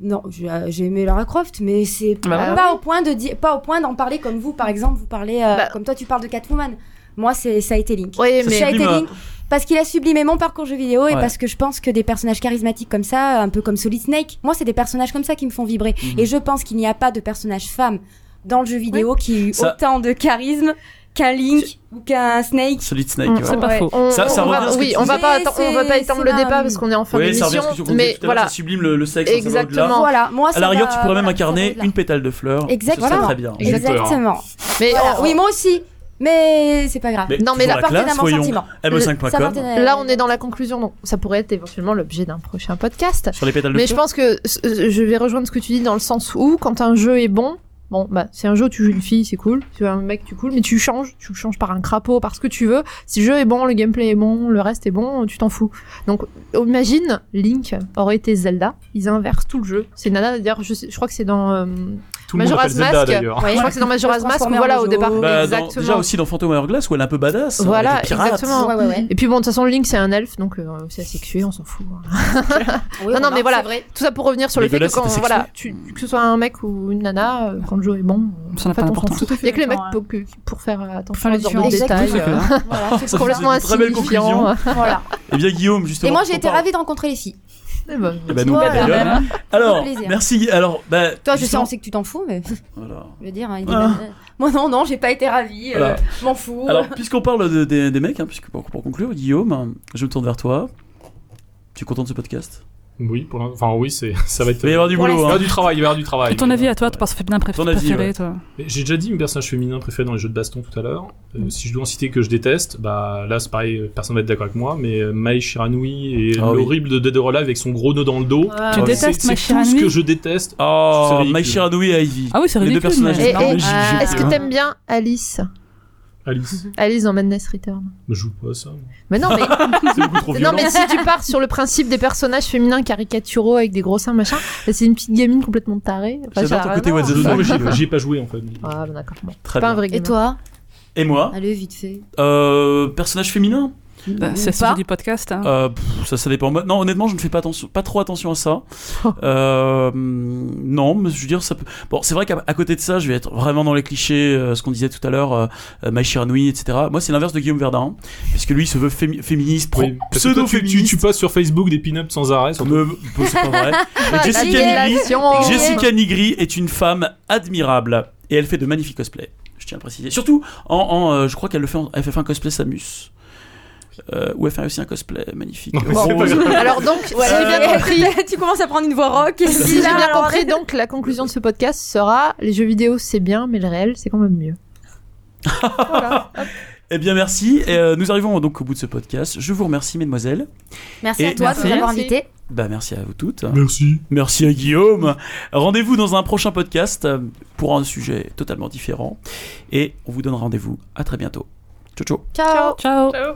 Speaker 2: Non, j'ai j'ai aimé Lara Croft, mais c'est
Speaker 3: Bah
Speaker 2: pas,
Speaker 4: ouais.
Speaker 2: pas au point de dire, pas au point d'en parler comme vous, par exemple, vous parlez, euh,
Speaker 4: Bah.
Speaker 2: comme toi, tu parles de Catwoman. Moi, c'est ça a été Link.
Speaker 4: Ouais,
Speaker 1: Ça
Speaker 2: ça a
Speaker 4: mais.
Speaker 1: sublime,
Speaker 2: été
Speaker 1: hein.
Speaker 2: Link parce qu'il a sublimé mon parcours jeu vidéo et
Speaker 1: Ouais.
Speaker 2: parce que je pense que des personnages charismatiques comme ça, un peu comme Solid Snake, moi, c'est des personnages comme ça qui me font vibrer.
Speaker 1: Mhm.
Speaker 2: Et je pense qu'il n'y a pas de personnage femme dans le jeu vidéo qui a eu
Speaker 1: Ça-
Speaker 2: autant de charisme qu'un Link ou qu'un Snake.
Speaker 1: Solid Snake.
Speaker 4: Mm,
Speaker 1: ouais.
Speaker 3: C'est pas
Speaker 2: Ouais.
Speaker 3: faux.
Speaker 4: On,
Speaker 1: Ça- ça
Speaker 4: on
Speaker 1: revient à
Speaker 4: va,
Speaker 1: ce que
Speaker 4: oui,
Speaker 1: tu
Speaker 4: on va
Speaker 2: disais.
Speaker 4: pas, atta- on va pas
Speaker 2: C'est-
Speaker 4: étendre
Speaker 2: c'est
Speaker 4: le
Speaker 2: la-
Speaker 4: débat parce qu'on est en fin
Speaker 1: Oui, ça revient à
Speaker 4: d'émission.
Speaker 1: ce que tu disais
Speaker 4: Mais
Speaker 1: tout à l'heure,
Speaker 4: voilà,
Speaker 1: ça sublime le, le sexe. hein, ça va
Speaker 4: Exactement.
Speaker 1: au-delà.
Speaker 2: Voilà, moi, ça
Speaker 1: À la rigueur,
Speaker 2: va-
Speaker 1: tu pourrais même
Speaker 2: voilà, ça va
Speaker 1: incarner
Speaker 2: au-delà.
Speaker 1: une pétale de fleur.
Speaker 2: Exactement.
Speaker 1: Ce serait très bien.
Speaker 2: Exactement.
Speaker 4: mais
Speaker 2: Voilà,
Speaker 4: on-
Speaker 2: oui, moi aussi, mais c'est pas grave.
Speaker 1: Mais
Speaker 4: Non, mais
Speaker 1: toujours
Speaker 4: la
Speaker 1: la
Speaker 2: partie
Speaker 1: classe,
Speaker 2: d'un
Speaker 1: voyons.
Speaker 2: sentiment. Ça
Speaker 1: me5.com
Speaker 2: m'intéresse.
Speaker 4: là, on est dans la conclusion. Donc, ça pourrait être éventuellement l'objet d'un prochain podcast.
Speaker 1: sur les pétales de
Speaker 4: Mais je
Speaker 1: fleurs.
Speaker 4: pense que ce- je vais rejoindre ce que tu dis dans le sens où, quand un jeu est bon, bon, bah, c'est un jeu où tu joues une fille, c'est cool, tu joues un mec, tu cool, mais tu changes, tu le changes par un crapaud, par ce que tu veux. Si le jeu est bon, le gameplay est bon, le reste est bon, tu t'en fous. Donc, imagine, Link aurait été Zelda, ils inversent tout le jeu. C'est Nana, d'ailleurs, je, sais- je crois que c'est dans euh,
Speaker 6: Tout le monde appelle
Speaker 4: Majora's
Speaker 6: Zelda
Speaker 4: Mask.
Speaker 6: d'ailleurs.
Speaker 4: Ouais, je crois que c'est dans Majora's
Speaker 2: se
Speaker 4: Mask,
Speaker 2: transformer en
Speaker 4: voilà, au
Speaker 2: Jojo.
Speaker 4: départ.
Speaker 1: Bah, dans-
Speaker 4: exactement.
Speaker 1: déjà aussi dans Phantom Hourglass où elle est un peu badass.
Speaker 4: Voilà,
Speaker 1: avec les pirates.
Speaker 4: exactement.
Speaker 2: Ouais, ouais, ouais.
Speaker 4: Et puis bon, de toute façon, Link c'est un elfe, donc euh, c'est asexué, on s'en fout.
Speaker 2: Oui,
Speaker 4: Non, non,
Speaker 2: on
Speaker 4: mais
Speaker 2: en-
Speaker 4: voilà.
Speaker 2: c'est vrai.
Speaker 4: Tout ça pour revenir sur le fait
Speaker 1: Dégueulasse,
Speaker 4: que quand,
Speaker 1: c'était
Speaker 4: voilà, tu, que ce soit un mec ou une nana, euh, quand le jeu est bon,
Speaker 3: Ça n'a pas
Speaker 4: on
Speaker 3: d'importance.
Speaker 4: s'en fout.
Speaker 5: fait
Speaker 4: Il y a que les mecs
Speaker 5: d'accord,
Speaker 4: pour, que- pour faire attention
Speaker 5: faire
Speaker 4: aux
Speaker 5: les
Speaker 4: ordres de
Speaker 5: différences.
Speaker 4: détails.
Speaker 2: Exactement.
Speaker 4: euh,
Speaker 2: hein. Voilà, c'est
Speaker 1: Ça,
Speaker 2: cool.
Speaker 4: Complètement
Speaker 1: C'est une très belle
Speaker 4: insignifiant. <laughs>
Speaker 2: Voilà.
Speaker 1: Eh bien, Guillaume, justement.
Speaker 2: Et moi, j'ai été
Speaker 1: on parle-
Speaker 2: ravie de rencontrer les filles.
Speaker 4: Eh ben,
Speaker 1: Eh ben, nous,
Speaker 2: Voilà.
Speaker 1: d'ailleurs. Alors,
Speaker 2: plaisir.
Speaker 1: merci. Alors, bah,
Speaker 2: Toi, je sais,
Speaker 1: justement-
Speaker 2: on sait que tu t'en fous, mais
Speaker 1: Voilà.
Speaker 2: je veux dire, hein, il est
Speaker 1: Ah.
Speaker 2: mal- <laughs> moi non, non, j'ai pas été ravie, euh,
Speaker 1: Voilà.
Speaker 2: je m'en fous.
Speaker 1: Alors, puisqu'on parle de- des- des mecs, hein, puisque pour, pour conclure, Guillaume, hein, je me tourne vers toi. Tu es content de ce podcast
Speaker 6: Oui, pour l'in- enfin oui, c'est <laughs> ça va être.
Speaker 1: Il va y avoir du
Speaker 2: Pour
Speaker 1: boulot.
Speaker 6: Il va y
Speaker 1: hein.
Speaker 6: avoir du travail, il va y avoir du travail.
Speaker 3: Et ton
Speaker 6: Mais,
Speaker 3: avis
Speaker 6: euh,
Speaker 3: à toi, ton féminin préf-
Speaker 1: Ton avis,
Speaker 3: préféré,
Speaker 1: ouais.
Speaker 3: toi
Speaker 6: Mais J'ai déjà dit mon personnage féminin préféré dans les jeux de baston tout à l'heure. Euh,
Speaker 4: Mm.
Speaker 6: Si je dois en citer que je déteste, bah là c'est pareil, euh, personne va être d'accord avec moi, mais euh, Mai Shiranui et
Speaker 1: Ah oui.
Speaker 6: l'horrible de Dead or Alive avec son gros nœud dans le
Speaker 4: Ah
Speaker 6: dos.
Speaker 3: Tu
Speaker 1: oui.
Speaker 3: détestes
Speaker 6: Ah,
Speaker 3: Mai
Speaker 6: C'est- C'est tout ce
Speaker 3: Shiranui
Speaker 6: que je déteste. C'est
Speaker 1: Oh,
Speaker 6: ridicule.
Speaker 1: My Shiranui et Ivy.
Speaker 3: Ah oui, c'est
Speaker 1: Les deux
Speaker 3: ridicule.
Speaker 1: personnages.
Speaker 3: mais-
Speaker 4: Et-
Speaker 1: Non, mais
Speaker 4: et-
Speaker 1: j'ai- j'ai-
Speaker 4: Est-ce que t'aimes bien Alice
Speaker 6: Alice,
Speaker 4: Alice dans Madness Return
Speaker 6: ne joue pas à ça. moi.
Speaker 4: Mais non, mais,
Speaker 1: C'est beaucoup trop
Speaker 4: non,
Speaker 1: violent.
Speaker 4: mais si tu pars sur le principe des personnages féminins caricaturaux avec des gros seins, machin, bah, c'est une petite gamine complètement tarée. Enfin,
Speaker 1: J'adore
Speaker 4: ça-
Speaker 1: ton côté
Speaker 3: Ah,
Speaker 4: non.
Speaker 1: What's the-
Speaker 3: bah,
Speaker 6: Non, mais j'y ai- j'y ai pas joué en fait.
Speaker 4: Ah, bah, d'accord. bon.
Speaker 1: Très
Speaker 4: Pas un
Speaker 1: bien.
Speaker 4: vrai
Speaker 2: Et
Speaker 4: gamin.
Speaker 2: toi
Speaker 1: Et moi,
Speaker 2: Allez, vite fait.
Speaker 1: euh, personnage féminin
Speaker 3: Bah, C'est
Speaker 2: Ou
Speaker 3: le sujet
Speaker 2: pas.
Speaker 3: du podcast. hein.
Speaker 1: Euh, pff, ça, ça dépend. Moi, Non, honnêtement, je ne fais pas, attention, pas trop attention à ça.
Speaker 4: Oh.
Speaker 1: Euh, non, mais je veux dire, ça peut. Bon, c'est vrai qu'à à côté de ça, je vais être vraiment dans les clichés, euh, ce qu'on disait tout à l'heure, euh, euh, My Cher Nui, etc. Moi, c'est l'inverse de Guillaume Verdun, hein, puisque lui, il se veut fémi- féministe, pro-
Speaker 6: Oui,
Speaker 1: <laughs>
Speaker 6: parce que toi, tu, tu,
Speaker 1: pseudo-féministe.
Speaker 6: tu passes sur Facebook des pin-ups sans arrêt.
Speaker 3: Bah,
Speaker 6: surtout.
Speaker 1: Me- bon, c'est pas
Speaker 4: <laughs>
Speaker 1: vrai. Mais
Speaker 4: La
Speaker 1: Jessica Nigri,
Speaker 4: délation.
Speaker 1: Jessica Nigri est une femme admirable et elle fait de magnifiques cosplays. Je tiens à le préciser. Surtout en, en, euh, je crois qu'elle le fait. En, elle fait un cosplay Samus. euh, ou elle fait aussi un cosplay magnifique.
Speaker 6: Non, mais
Speaker 1: Bon,
Speaker 6: c'est <laughs> pas
Speaker 1: je-
Speaker 6: grave.
Speaker 4: <laughs> Alors donc, si j'ai bien compris,
Speaker 2: <laughs> tu commences à prendre une voix rock. Et
Speaker 4: si <laughs> j'ai bien <laughs> compris, donc la conclusion de ce podcast sera les jeux vidéo c'est bien, mais le réel c'est quand même mieux. voilà.
Speaker 1: Eh bien, merci. Et, euh, nous arrivons donc au bout de ce podcast. Je vous remercie, mesdemoiselles.
Speaker 2: Merci
Speaker 1: Et
Speaker 2: à toi de
Speaker 1: merci.
Speaker 2: nous avoir
Speaker 4: Merci.
Speaker 2: invités.
Speaker 1: Bah, merci à vous toutes.
Speaker 6: Merci.
Speaker 1: Merci à Guillaume. Rendez-vous dans un prochain podcast euh, pour un sujet totalement différent. Et on vous donne rendez-vous à très bientôt. Ciao, ciao.
Speaker 4: Ciao.
Speaker 3: Ciao.
Speaker 5: Ciao.